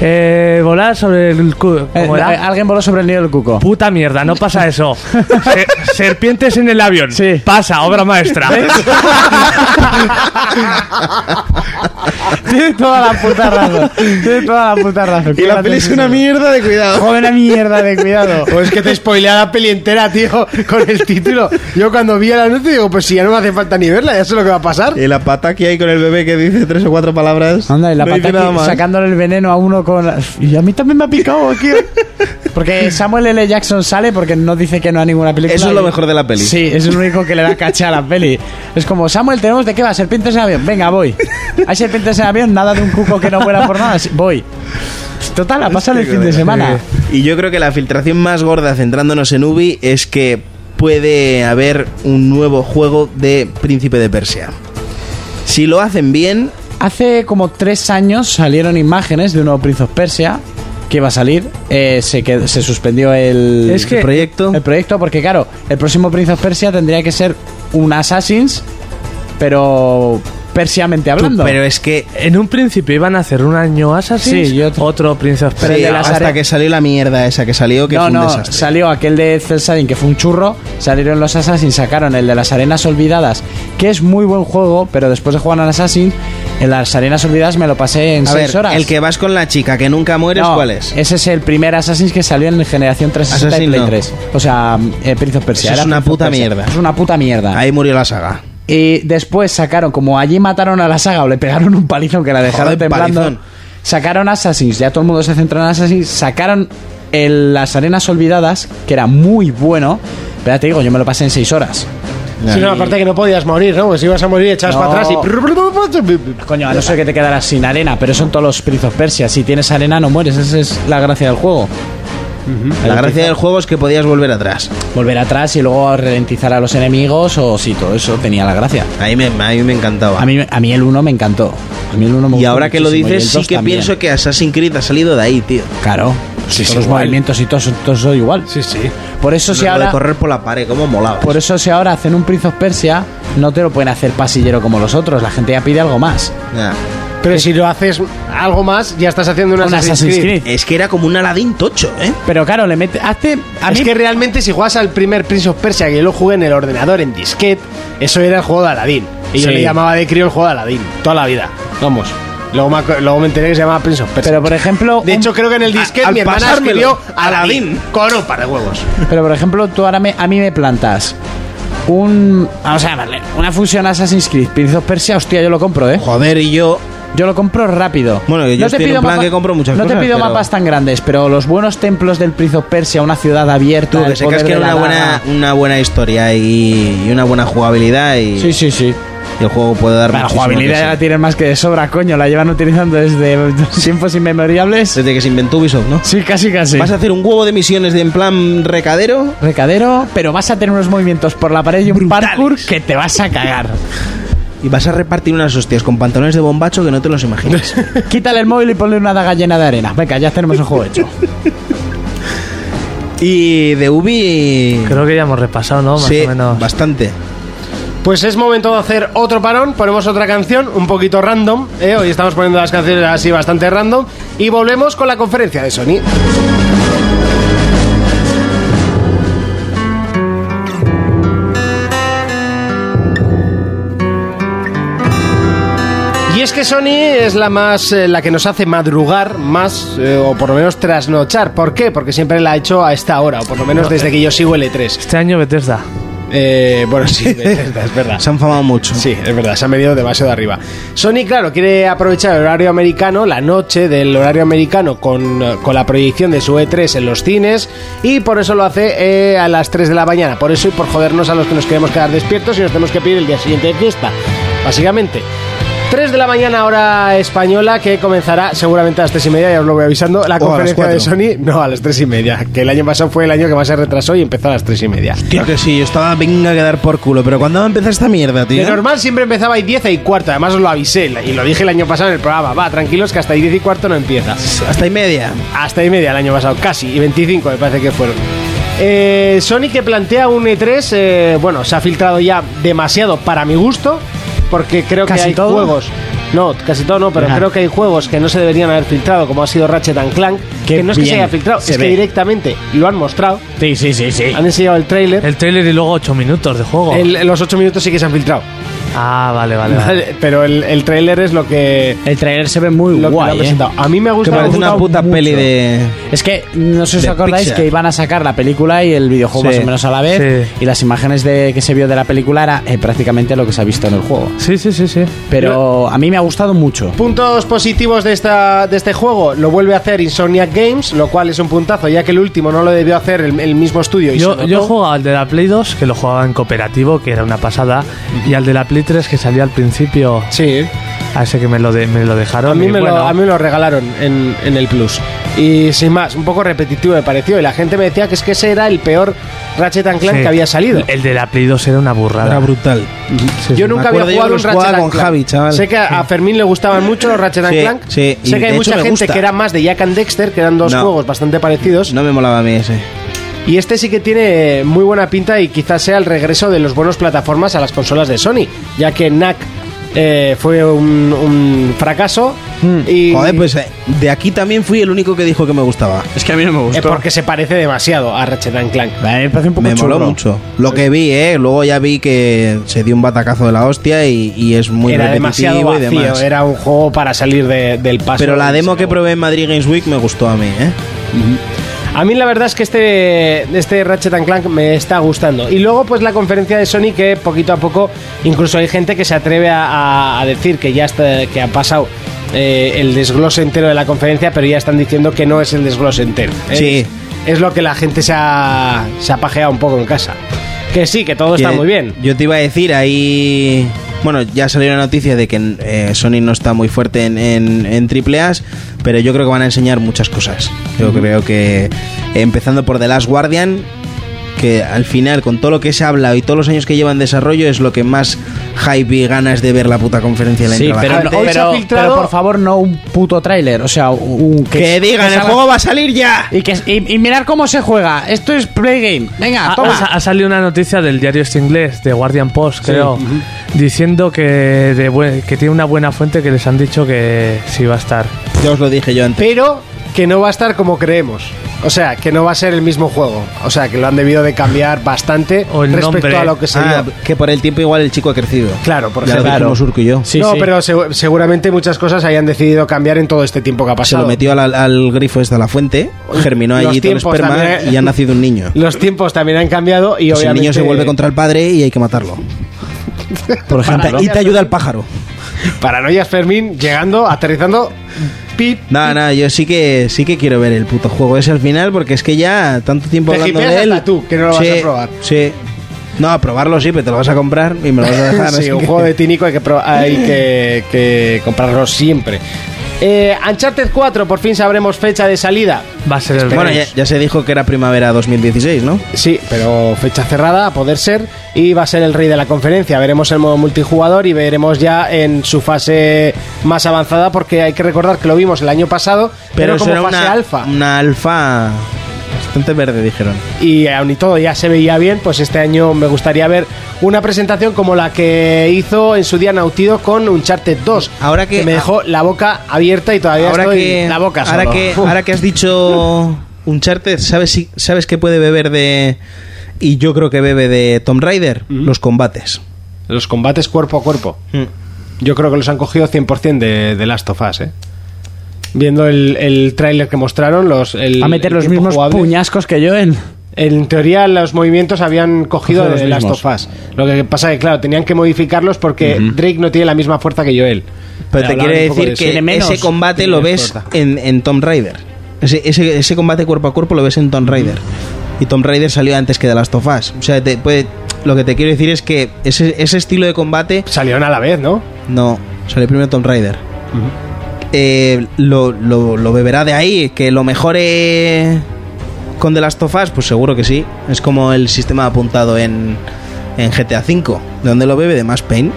Speaker 4: Eh, volar sobre el. cu-
Speaker 3: Eh,
Speaker 4: ¿cómo era?
Speaker 3: eh, alguien voló sobre el nido del cuco.
Speaker 4: Puta mierda, no pasa eso. Se- serpientes en el avión.
Speaker 3: Sí.
Speaker 4: Pasa, obra maestra.
Speaker 3: Tiene toda la puta razón. Tiene toda la puta razón.
Speaker 5: Y la
Speaker 3: Cuídate,
Speaker 5: peli es
Speaker 3: tío.
Speaker 5: una mierda de cuidado.
Speaker 3: Joder, una mierda de cuidado.
Speaker 2: Pues que te spoilea la peli entera, tío, con el título. Yo cuando vi el anuncio digo, pues si ya no me hace falta ni verla, ya sé lo que va a pasar.
Speaker 5: Y la pata que hay con el bebé que dice tres o cuatro palabras.
Speaker 3: Anda, y la
Speaker 5: no dice
Speaker 3: pata
Speaker 5: nada
Speaker 3: aquí
Speaker 5: más.
Speaker 3: sacándole el veneno a uno con. la- Y a mí también me ha picado aquí. Porque Samuel L. Jackson sale porque no dice que no a ninguna película.
Speaker 5: Eso es lo
Speaker 3: Y-
Speaker 5: mejor de la peli.
Speaker 3: Sí, es el único que le da caché a la peli. Es como, Samuel, ¿tenemos de qué va? ¿Serpientes en avión? Venga, voy. Hay serpientes en avión, nada de un cuco que no vuela por nada. sí, Voy. Total, la pasan el fin de semana.
Speaker 5: Y yo creo que la filtración más gorda, centrándonos en Ubi, es que puede haber un nuevo juego de Príncipe de Persia. Si lo hacen bien,
Speaker 3: Hace como tres años salieron imágenes de un nuevo Prince of Persia que iba a salir. Eh, se, qued- se suspendió el,
Speaker 4: Es que-
Speaker 5: el proyecto.
Speaker 3: el proyecto porque, claro, el próximo Prince of Persia tendría que ser un Assassin's, pero persiamente
Speaker 5: Tú,
Speaker 3: hablando.
Speaker 5: pero es que.
Speaker 4: En un principio iban a hacer un año Assassin's,
Speaker 3: Sí, y otro-
Speaker 4: otro Prince of
Speaker 5: sí,
Speaker 4: Persia.
Speaker 5: eh, hasta
Speaker 3: are-
Speaker 5: que salió la mierda esa que salió, que
Speaker 3: no,
Speaker 5: fue un
Speaker 3: no,
Speaker 5: desastre.
Speaker 3: salió aquel de Celsadin que fue un churro, salieron los Assassins, sacaron el de las Arenas Olvidadas, que es muy buen juego, pero después de jugar al Assassin, en las Arenas Olvidadas me lo pasé en
Speaker 5: A
Speaker 3: seis
Speaker 5: ver,
Speaker 3: horas.
Speaker 5: el que vas con la chica que nunca mueres,
Speaker 3: No, eh,
Speaker 5: ¿cuál es?
Speaker 3: Ese es el primer Assassin que salió en generación 360 y
Speaker 5: Assassin
Speaker 3: Play
Speaker 5: no.
Speaker 3: 3. O sea, eh, Prince of Persia.
Speaker 5: Eso es
Speaker 3: era
Speaker 5: una
Speaker 3: Prince of
Speaker 5: puta
Speaker 3: Persia.
Speaker 5: mierda.
Speaker 3: Es una puta mierda.
Speaker 5: Ahí murió la saga.
Speaker 3: Y después sacaron, como allí mataron a la saga o le pegaron un palizón que la dejaron
Speaker 5: Joder,
Speaker 3: temblando.
Speaker 5: palizón.
Speaker 3: Sacaron Assassins, ya todo el mundo se centró en Assassins. Sacaron el Las Arenas Olvidadas, que era muy bueno. Pero ya te digo, yo me lo pasé en 6 horas.
Speaker 2: Sí, no, aparte que no podías morir, ¿no? Pues ibas a morir, echabas
Speaker 3: No.
Speaker 2: para atrás y...
Speaker 3: Coño, a no ser que te quedaras sin arena, pero son todos los Prince of Persia. Si tienes arena, no mueres. Esa es la gracia del juego.
Speaker 5: La gracia del juego es que podías volver atrás.
Speaker 3: Volver atrás y luego ralentizar a los enemigos, o sí, todo eso tenía la gracia.
Speaker 5: Ahí me, a mí me encantaba.
Speaker 3: A mí, a mí el 1 me encantó. A mí el 1 me
Speaker 5: y
Speaker 3: gustó
Speaker 5: ahora que lo
Speaker 3: muchísimo, y
Speaker 5: dices,
Speaker 3: el
Speaker 5: sí
Speaker 3: dos
Speaker 5: que
Speaker 3: también.
Speaker 5: pienso que Assassin's Creed ha salido de ahí, tío.
Speaker 3: Claro.
Speaker 5: Sí,
Speaker 3: todos
Speaker 5: sí,
Speaker 3: los
Speaker 5: igual.
Speaker 3: movimientos y todo, son- todo, son igual.
Speaker 4: Sí, sí.
Speaker 3: Por eso si
Speaker 5: Lo de
Speaker 3: ahora
Speaker 5: correr por la pared, cómo molaba.
Speaker 3: por eso si ahora hacen un Prince of Persia, no te lo pueden hacer pasillero como los otros, la gente ya pide algo más.
Speaker 5: Ya.
Speaker 2: Pero si lo haces algo más, ya estás haciendo una
Speaker 3: Un Assassin's Creed.
Speaker 5: Es que era como un Aladdin tocho, ¿eh?
Speaker 3: Pero claro, le mete hace a mí
Speaker 2: es que realmente si juegas al primer Prince of Persia que yo lo jugué en el ordenador en disquete, eso era el juego de Aladdin. Y yo
Speaker 3: Sí.
Speaker 2: le llamaba de crío el juego de Aladdin, toda la vida. Vamos. Luego me, acu- luego me enteré que se llamaba Prince of Persia.
Speaker 3: pero por ejemplo,
Speaker 2: de
Speaker 3: un-
Speaker 2: hecho, creo que en el disquete
Speaker 5: al
Speaker 2: mi hermana
Speaker 5: pasármelo,
Speaker 2: escribió Aladdin. Coro para huevos.
Speaker 3: pero por ejemplo, tú ahora me, a mí me plantas un vamos a llamarle una fusión Assassin's Creed Prince of Persia, hostia, yo lo compro, ¿eh?
Speaker 5: Joder, y yo.
Speaker 3: Yo lo compro rápido.
Speaker 5: Bueno, yo estoy en un plan
Speaker 3: mapa-
Speaker 5: que compro muchas
Speaker 3: no
Speaker 5: cosas,
Speaker 3: te pido
Speaker 5: pero-
Speaker 3: mapas tan grandes, pero los buenos templos del Prince of Persia, una ciudad abierta,
Speaker 5: Tú,
Speaker 3: el
Speaker 5: que se
Speaker 3: poder
Speaker 5: casquen
Speaker 3: de la
Speaker 5: una
Speaker 3: daga.
Speaker 5: buena, una buena historia y, y una buena jugabilidad. Y,
Speaker 3: Sí, sí, sí.
Speaker 5: y el juego puede dar
Speaker 3: La
Speaker 5: muchísimo
Speaker 3: jugabilidad
Speaker 5: que
Speaker 3: ya la
Speaker 5: sí.
Speaker 3: tienen más que de sobra, coño. La llevan utilizando desde tiempos inmemoriables.
Speaker 5: Desde que se inventó Ubisoft, ¿no?
Speaker 3: Sí, casi, casi.
Speaker 5: Vas a hacer un huevo de misiones de en plan recadero.
Speaker 3: Recadero, pero vas a tener unos movimientos por la pared y un parkour que te vas a cagar.
Speaker 5: Y vas a repartir unas hostias con pantalones de bombacho que no te los imaginas.
Speaker 3: Quítale el móvil y ponle una daga llena de arena. Venga, ya tenemos el juego hecho.
Speaker 5: y de Ubi.
Speaker 4: Creo que ya hemos repasado, ¿no? Más
Speaker 5: sí,
Speaker 4: o menos.
Speaker 5: bastante.
Speaker 2: Pues es momento de hacer otro parón, ponemos otra canción, un poquito random, ¿eh? hoy estamos poniendo las canciones así bastante random, y volvemos con la conferencia de Sony. Y es que Sony es la más eh, la que nos hace madrugar más eh, o por lo menos trasnochar. ¿Por qué? Porque siempre la ha hecho a esta hora, o por lo menos desde que yo sigo L3.
Speaker 4: Este año Bethesda.
Speaker 2: Eh, bueno, sí, Bethesda, es verdad.
Speaker 5: Se han famado mucho.
Speaker 2: Sí, es verdad, se han venido demasiado arriba. Sony, claro, quiere aprovechar el horario americano, la noche del horario americano, con, eh, con la proyección de su E3 en los cines, y por eso lo hace eh, a las 3 de la mañana. Por eso y por jodernos a los que nos queremos quedar despiertos y nos tenemos que pedir el día siguiente de fiesta, básicamente. 3 de la mañana hora española que comenzará seguramente a las 3 y media, ya os lo voy avisando, la
Speaker 5: O a las
Speaker 2: conferencia de
Speaker 5: cuatro.
Speaker 2: Sony, no, a las 3 y media, que el año pasado fue el año que más se retrasó y empezó a las 3 y media.
Speaker 5: Tío, que sí, yo estaba venga a quedar por culo. Pero ¿cuándo va a empezar esta mierda, tío?
Speaker 2: De normal siempre empezaba a 10 y cuarto, además os lo avisé y lo dije el año pasado en el programa. Va, tranquilos que hasta ahí 10 y cuarto no empieza.
Speaker 5: Hasta y media.
Speaker 2: Hasta y media el año pasado, casi, y 25 me parece que fueron. Eh, Sony que plantea un E3, eh, bueno, se ha filtrado ya demasiado para mi gusto, porque creo que
Speaker 3: ¿Casi
Speaker 2: hay
Speaker 3: todo?
Speaker 2: juegos. No, casi todo no, pero
Speaker 3: Ajá.
Speaker 2: creo que hay juegos que no se deberían haber filtrado, como ha sido Ratchet and Clank,
Speaker 3: Qué
Speaker 2: que no es que se
Speaker 3: bien
Speaker 2: haya filtrado,
Speaker 3: se
Speaker 2: es
Speaker 3: ve.
Speaker 2: que directamente lo han mostrado,
Speaker 3: Sí, sí, sí, sí.
Speaker 2: han enseñado el tráiler,
Speaker 4: El trailer y luego 8 minutos de juego.
Speaker 2: el- los 8 minutos sí que se han filtrado.
Speaker 4: Ah, vale, vale. vale.
Speaker 6: Vale, Pero el, el tráiler es lo que
Speaker 3: El trailer se ve muy
Speaker 6: lo que lo ha
Speaker 3: guay, ¿eh?
Speaker 6: presentado. A mí me ha
Speaker 5: Que
Speaker 6: gustado
Speaker 5: parece
Speaker 6: me ha
Speaker 5: una puta
Speaker 6: gustado mucho.
Speaker 5: peli de.
Speaker 3: Es que no sé si os
Speaker 5: De
Speaker 3: acordáis
Speaker 5: Pixar.
Speaker 3: que iban a sacar la película y el videojuego
Speaker 5: Sí,
Speaker 3: más o menos a la vez.
Speaker 4: sí.
Speaker 3: Y las imágenes de, que se vio de la película era eh, prácticamente lo que se ha visto en el juego.
Speaker 4: Sí, sí, sí, sí.
Speaker 3: Pero a mí me ha gustado mucho.
Speaker 2: Puntos positivos de, esta, de este juego, lo vuelve a hacer Insomniac Games, lo cual es un puntazo, ya que el último no lo debió hacer el, el mismo estudio. Y se
Speaker 4: Yo,
Speaker 2: notó.
Speaker 4: yo jugaba al de la Play 2, que lo jugaba en cooperativo, que era una pasada, y al de la Play 3, que salía al principio,
Speaker 2: Sí,
Speaker 4: a ese que me lo, de- me lo dejaron.
Speaker 2: a mí,
Speaker 4: y
Speaker 2: me lo,
Speaker 4: bueno,
Speaker 2: a mí me lo regalaron en, en el Plus. Y sin más, un poco repetitivo me pareció. Y la gente me decía que es que ese era el peor Ratchet and Clank
Speaker 4: sí.
Speaker 2: que había salido.
Speaker 4: El de la Play 2 era una burrada.
Speaker 5: Era brutal.
Speaker 4: Sí,
Speaker 2: Yo
Speaker 4: sí.
Speaker 2: nunca había
Speaker 5: Me acuerdo, yo
Speaker 2: jugado
Speaker 5: los
Speaker 2: un Ratchet
Speaker 5: jugaba
Speaker 2: and
Speaker 5: con
Speaker 2: Clank.
Speaker 5: Javi, chaval.
Speaker 2: Sé que a Fermín le gustaban mucho los Ratchet and
Speaker 5: Sí,
Speaker 2: Clank.
Speaker 5: sí, y
Speaker 2: sé que
Speaker 5: de
Speaker 2: hay
Speaker 5: hecho
Speaker 2: mucha
Speaker 5: me
Speaker 2: gente
Speaker 5: gusta.
Speaker 2: que era más de Jack and Dexter, que eran dos
Speaker 5: No.
Speaker 2: juegos bastante parecidos.
Speaker 5: No me molaba a mí ese.
Speaker 2: Y este sí que tiene muy buena pinta y quizás sea el regreso de los buenos plataformas a las consolas de Sony, ya que NAC eh, fue un, un fracaso. Y
Speaker 5: Joder, pues eh, de aquí también fui el único que dijo que me gustaba.
Speaker 7: Es que a mí no me
Speaker 2: eh,
Speaker 7: gustó.
Speaker 2: porque se parece demasiado a Ratchet and Clank.
Speaker 3: A mí me parece un poco
Speaker 5: Me moló
Speaker 3: churro.
Speaker 5: mucho. Lo que vi, ¿eh? Luego ya vi que se dio un batacazo de la hostia y, y es muy
Speaker 2: era demasiado
Speaker 5: repetitivo y
Speaker 2: vacío,
Speaker 5: demás.
Speaker 2: era un juego para salir de- del paso.
Speaker 5: Pero la
Speaker 2: del
Speaker 5: demo que
Speaker 2: segundo.
Speaker 5: probé en Madrid Games Week me gustó a mí, ¿eh?
Speaker 2: A mí la verdad es que este, este Ratchet and Clank me está gustando. Y luego pues la conferencia de Sony que poquito a poco incluso hay gente que se atreve a, a- a decir que ya está, que ha pasado eh, el desglose entero de la conferencia, pero ya están diciendo que no es el desglose entero. ¿eh?
Speaker 5: Sí.
Speaker 2: Es, es lo que la gente se ha, se ha pajeado un poco en casa. Que sí, que todo está
Speaker 5: Que
Speaker 2: muy bien.
Speaker 5: Yo te iba a decir, ahí. Bueno, ya salió la noticia de que eh, Sony no está muy fuerte en, en, en triple A's, pero yo creo que van a enseñar muchas cosas. Yo creo que. Empezando por The Last Guardian, que al final, con todo lo que se ha hablado y todos los años que lleva en desarrollo, es lo que más hype y ganas de ver la puta conferencia la
Speaker 3: Sí, pero,
Speaker 5: intrabajante.
Speaker 3: no-
Speaker 2: Hoy se ha
Speaker 3: pero-
Speaker 2: Ah, filtrado-
Speaker 3: pero por favor no un puto tráiler, o sea, un
Speaker 5: Que digan, el
Speaker 3: salga-
Speaker 5: juego va a salir ya.
Speaker 3: y, que, y, y mirar cómo se juega. Esto es play game. Venga,
Speaker 2: Ah,
Speaker 4: Ha,
Speaker 3: toma.
Speaker 4: ha Ah, sa- ha salido una noticia del diario este inglés, de Guardian Post, creo, diciendo que, de buen- que tiene una buena fuente que les han dicho que sí va a estar.
Speaker 5: Ya os lo dije yo antes.
Speaker 2: Pero que no va a estar como creemos. O sea, que no va a ser el mismo juego. O sea, que lo han debido de cambiar bastante
Speaker 4: O el
Speaker 2: respecto
Speaker 4: nombre.
Speaker 2: a lo que sería.
Speaker 5: Ah, que por el tiempo igual el chico ha crecido.
Speaker 2: Claro, por
Speaker 5: ya lo
Speaker 2: ejemplo.
Speaker 5: dijimos Urco y yo.
Speaker 3: Sí,
Speaker 2: no,
Speaker 3: sí.
Speaker 2: pero segu- seguramente muchas cosas hayan decidido cambiar en todo este tiempo que ha
Speaker 5: Se
Speaker 2: pasado.
Speaker 5: lo metió al, al grifo esta la fuente, germinó
Speaker 2: Los
Speaker 5: allí todo el
Speaker 2: tiempos
Speaker 5: esperma
Speaker 2: también, ¿eh?
Speaker 5: y ha nacido un niño.
Speaker 2: Los tiempos también han cambiado y
Speaker 5: Pues el
Speaker 2: obviamente
Speaker 5: niño se vuelve contra el padre y hay que matarlo.
Speaker 3: por
Speaker 5: Y te- y te ayuda el pájaro.
Speaker 2: Paranoias Fermín llegando, aterrizando, pip.
Speaker 5: No, no, yo sí que sí que quiero ver el puto juego ese al final porque es que ya tanto tiempo
Speaker 2: Te
Speaker 5: hablando
Speaker 2: hipeas
Speaker 5: de él.
Speaker 2: hasta tú, que no lo vas
Speaker 5: Sí,
Speaker 2: a probar.
Speaker 5: Sí. No, a probarlo sí, pero te lo vas a comprar y me lo vas a dejar.
Speaker 2: Sí,
Speaker 5: así
Speaker 2: un
Speaker 5: que-
Speaker 2: juego de Tinico hay que, pro- hay que, que comprarlo siempre. Eh, Uncharted 4, por fin sabremos fecha de salida.
Speaker 4: Va a ser el
Speaker 5: Bueno,
Speaker 4: rey.
Speaker 5: ya, ya se dijo que era primavera 2016, ¿no?
Speaker 2: Sí, pero fecha cerrada, a poder ser, y va a ser el rey de la conferencia. Veremos el modo multijugador y veremos ya en su fase más avanzada, porque hay que recordar que lo vimos el año pasado, pero,
Speaker 5: eso
Speaker 2: como
Speaker 5: era
Speaker 2: fase
Speaker 5: una
Speaker 2: alfa.
Speaker 5: Una alfa bastante verde, dijeron.
Speaker 2: Y aun y todo ya se veía bien, pues este año me gustaría ver una presentación como la que hizo en su día Nautido con Uncharted 2.
Speaker 5: Ahora que-
Speaker 2: me dejó la boca abierta y todavía
Speaker 5: ahora
Speaker 2: estoy
Speaker 5: que,
Speaker 2: la boca
Speaker 5: ahora
Speaker 2: solo.
Speaker 5: que
Speaker 2: Uf.
Speaker 5: ahora que has dicho un charter sabes si- sabes que puede beber de y yo creo que bebe de Tomb Raider los combates
Speaker 2: Los combates cuerpo a cuerpo. Yo creo que los han cogido 100% de, de Last of Us, ¿eh? Viendo el, el tráiler que mostraron, los, el,
Speaker 3: a meter
Speaker 2: el
Speaker 3: los
Speaker 2: tiempo
Speaker 3: mismos
Speaker 2: jugable,
Speaker 3: puñascos que yo en
Speaker 2: En teoría, los movimientos habían cogido
Speaker 3: Cogido los
Speaker 2: de Last
Speaker 3: mismos.
Speaker 2: of Us. Lo que pasa es que, claro, tenían que modificarlos porque Drake no tiene la misma fuerza que Joel.
Speaker 5: pero te
Speaker 2: Hablaban
Speaker 5: quiere
Speaker 2: un poco
Speaker 5: decir
Speaker 2: de eso.
Speaker 5: que
Speaker 3: menos,
Speaker 5: ese combate lo
Speaker 2: tiene
Speaker 5: ves
Speaker 2: fuerza.
Speaker 5: en, en Tomb Raider ese, ese, ese combate cuerpo a cuerpo lo ves en Tomb Raider y Tomb Raider salió antes que The Last of Us o sea te puede lo que te quiero decir es que ese, ese estilo de combate
Speaker 2: Salieron a la vez, ¿no?
Speaker 5: No, salió primero Tomb Raider. Eh, lo, lo- lo beberá de ahí, que lo mejore con The Last of Us, pues seguro que sí. Es como el sistema apuntado en, en GTA V. ¿De dónde lo bebe? De más Pain.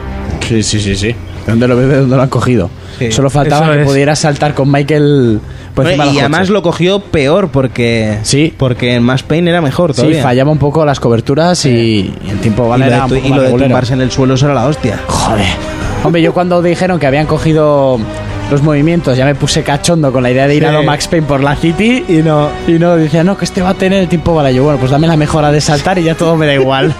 Speaker 3: Sí, sí, sí, sí. ¿Dónde lo bebe? ¿Dónde lo han cogido?
Speaker 5: Sí.
Speaker 3: Solo faltaba
Speaker 4: Eso
Speaker 3: que
Speaker 4: es.
Speaker 3: pudiera saltar con Michael por encima
Speaker 5: y
Speaker 3: del
Speaker 5: además
Speaker 3: coche.
Speaker 5: lo cogió peor porque,
Speaker 3: Sí.
Speaker 5: porque en más Pain era mejor
Speaker 3: Sí,
Speaker 5: todavía.
Speaker 3: fallaba un poco las coberturas y, y el tiempo
Speaker 5: Y
Speaker 3: vale
Speaker 5: lo, de,
Speaker 3: era un
Speaker 5: tu-
Speaker 3: poco
Speaker 5: y lo
Speaker 3: más
Speaker 5: de
Speaker 3: regulero.
Speaker 5: tumbarse en el suelo eso era la hostia.
Speaker 3: Joder. Hombre, yo cuando dijeron que habían cogido los movimientos, ya me puse cachondo con la idea de ir a lo Max Payne por la City y no, y no decía, no, que este va a tener el tiempo para yo. Bueno, pues dame la mejora de saltar y ya todo me da igual.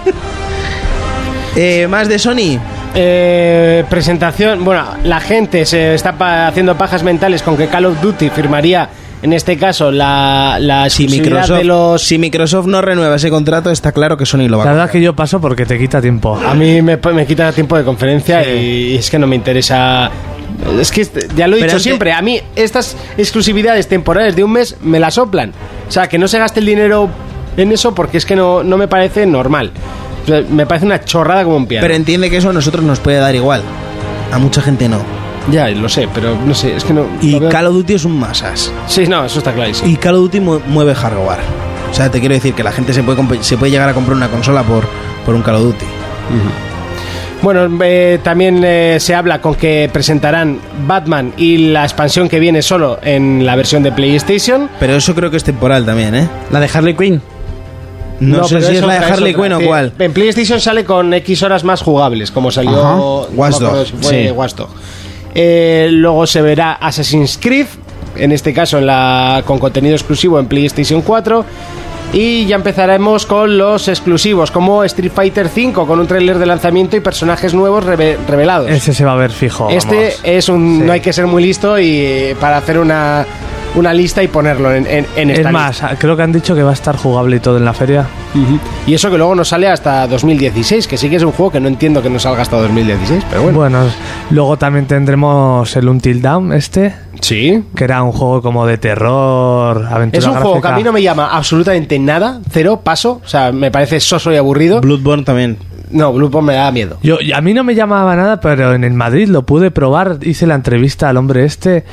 Speaker 5: Eh, más de Sony.
Speaker 2: eh, presentación. Bueno, la gente se está pa- haciendo pajas mentales con que Call of Duty firmaría, en este caso, la, la
Speaker 5: Si
Speaker 2: exclusividad
Speaker 5: Microsoft,
Speaker 2: de los.
Speaker 5: si Microsoft no renueva ese contrato, está claro que Sony lo va
Speaker 4: La
Speaker 5: a
Speaker 4: verdad que yo paso porque te quita tiempo.
Speaker 2: A mí me, me quita tiempo de conferencia y es que no me interesa. Es que este- ya lo he
Speaker 5: Pero
Speaker 2: dicho
Speaker 5: ante-
Speaker 2: siempre, a mí estas exclusividades temporales de un mes me la soplan. O sea, que no se gaste el dinero en eso porque es que no, no me parece normal. O sea, Me parece una chorrada como un piano.
Speaker 5: Pero entiende que eso a nosotros nos puede dar igual. A mucha gente no.
Speaker 2: Ya, lo sé, pero no sé, es que no.
Speaker 5: Y
Speaker 2: no veo-
Speaker 5: Call of Duty es un masas.
Speaker 2: Sí, no, eso está clarísimo.
Speaker 5: Y Call of Duty mu- mueve hardware. O sea, te quiero decir que la gente se puede, comp- se puede llegar a comprar una consola por, por un Call of Duty.
Speaker 2: Bueno, eh, también eh, se habla con que presentarán Batman y la expansión que viene solo en la versión de PlayStation.
Speaker 5: Pero eso creo que es temporal también, ¿eh?
Speaker 3: La de Harley Quinn.
Speaker 5: No, sé
Speaker 2: pero
Speaker 5: si es la de
Speaker 2: otra,
Speaker 5: Harley
Speaker 2: otra.
Speaker 5: Quinn o
Speaker 2: Sí,
Speaker 5: cuál.
Speaker 2: En PlayStation sale con X horas más jugables, como salió
Speaker 3: Ajá.
Speaker 2: no me
Speaker 5: Watch
Speaker 2: acuerdo
Speaker 5: Dogs,
Speaker 2: si fue
Speaker 5: sí.
Speaker 2: Watch Dogs. Eh, luego se verá Assassin's Creed, en este caso en la, con contenido exclusivo en PlayStation 4. Y ya empezaremos con los exclusivos, como Street Fighter V, con un tráiler de lanzamiento y personajes nuevos reve- revelados.
Speaker 4: Ese se va a ver fijo. vamos.
Speaker 2: Este es un.
Speaker 4: Sí.
Speaker 2: No hay que ser muy listo y eh, para hacer una, una lista y ponerlo en, en, en esta
Speaker 4: Es más, creo que han dicho que va a estar jugable y todo en la feria.
Speaker 2: lista. Ujú. Y eso que luego no sale hasta 2016, que sí que es un juego que no entiendo que no salga hasta 2016, pero bueno.
Speaker 4: Bueno, luego también tendremos el Until Down este,
Speaker 2: Sí.
Speaker 4: que era un juego como de terror, aventura
Speaker 2: Es un juego que
Speaker 4: gráfica.
Speaker 2: a mí no me llama absolutamente nada, cero, paso, o sea, me parece soso y aburrido.
Speaker 5: Bloodborne también.
Speaker 2: no, Bloodborne me da miedo.
Speaker 4: Yo, y a mí no me llamaba nada, pero en el Madrid lo pude probar, hice la entrevista al hombre este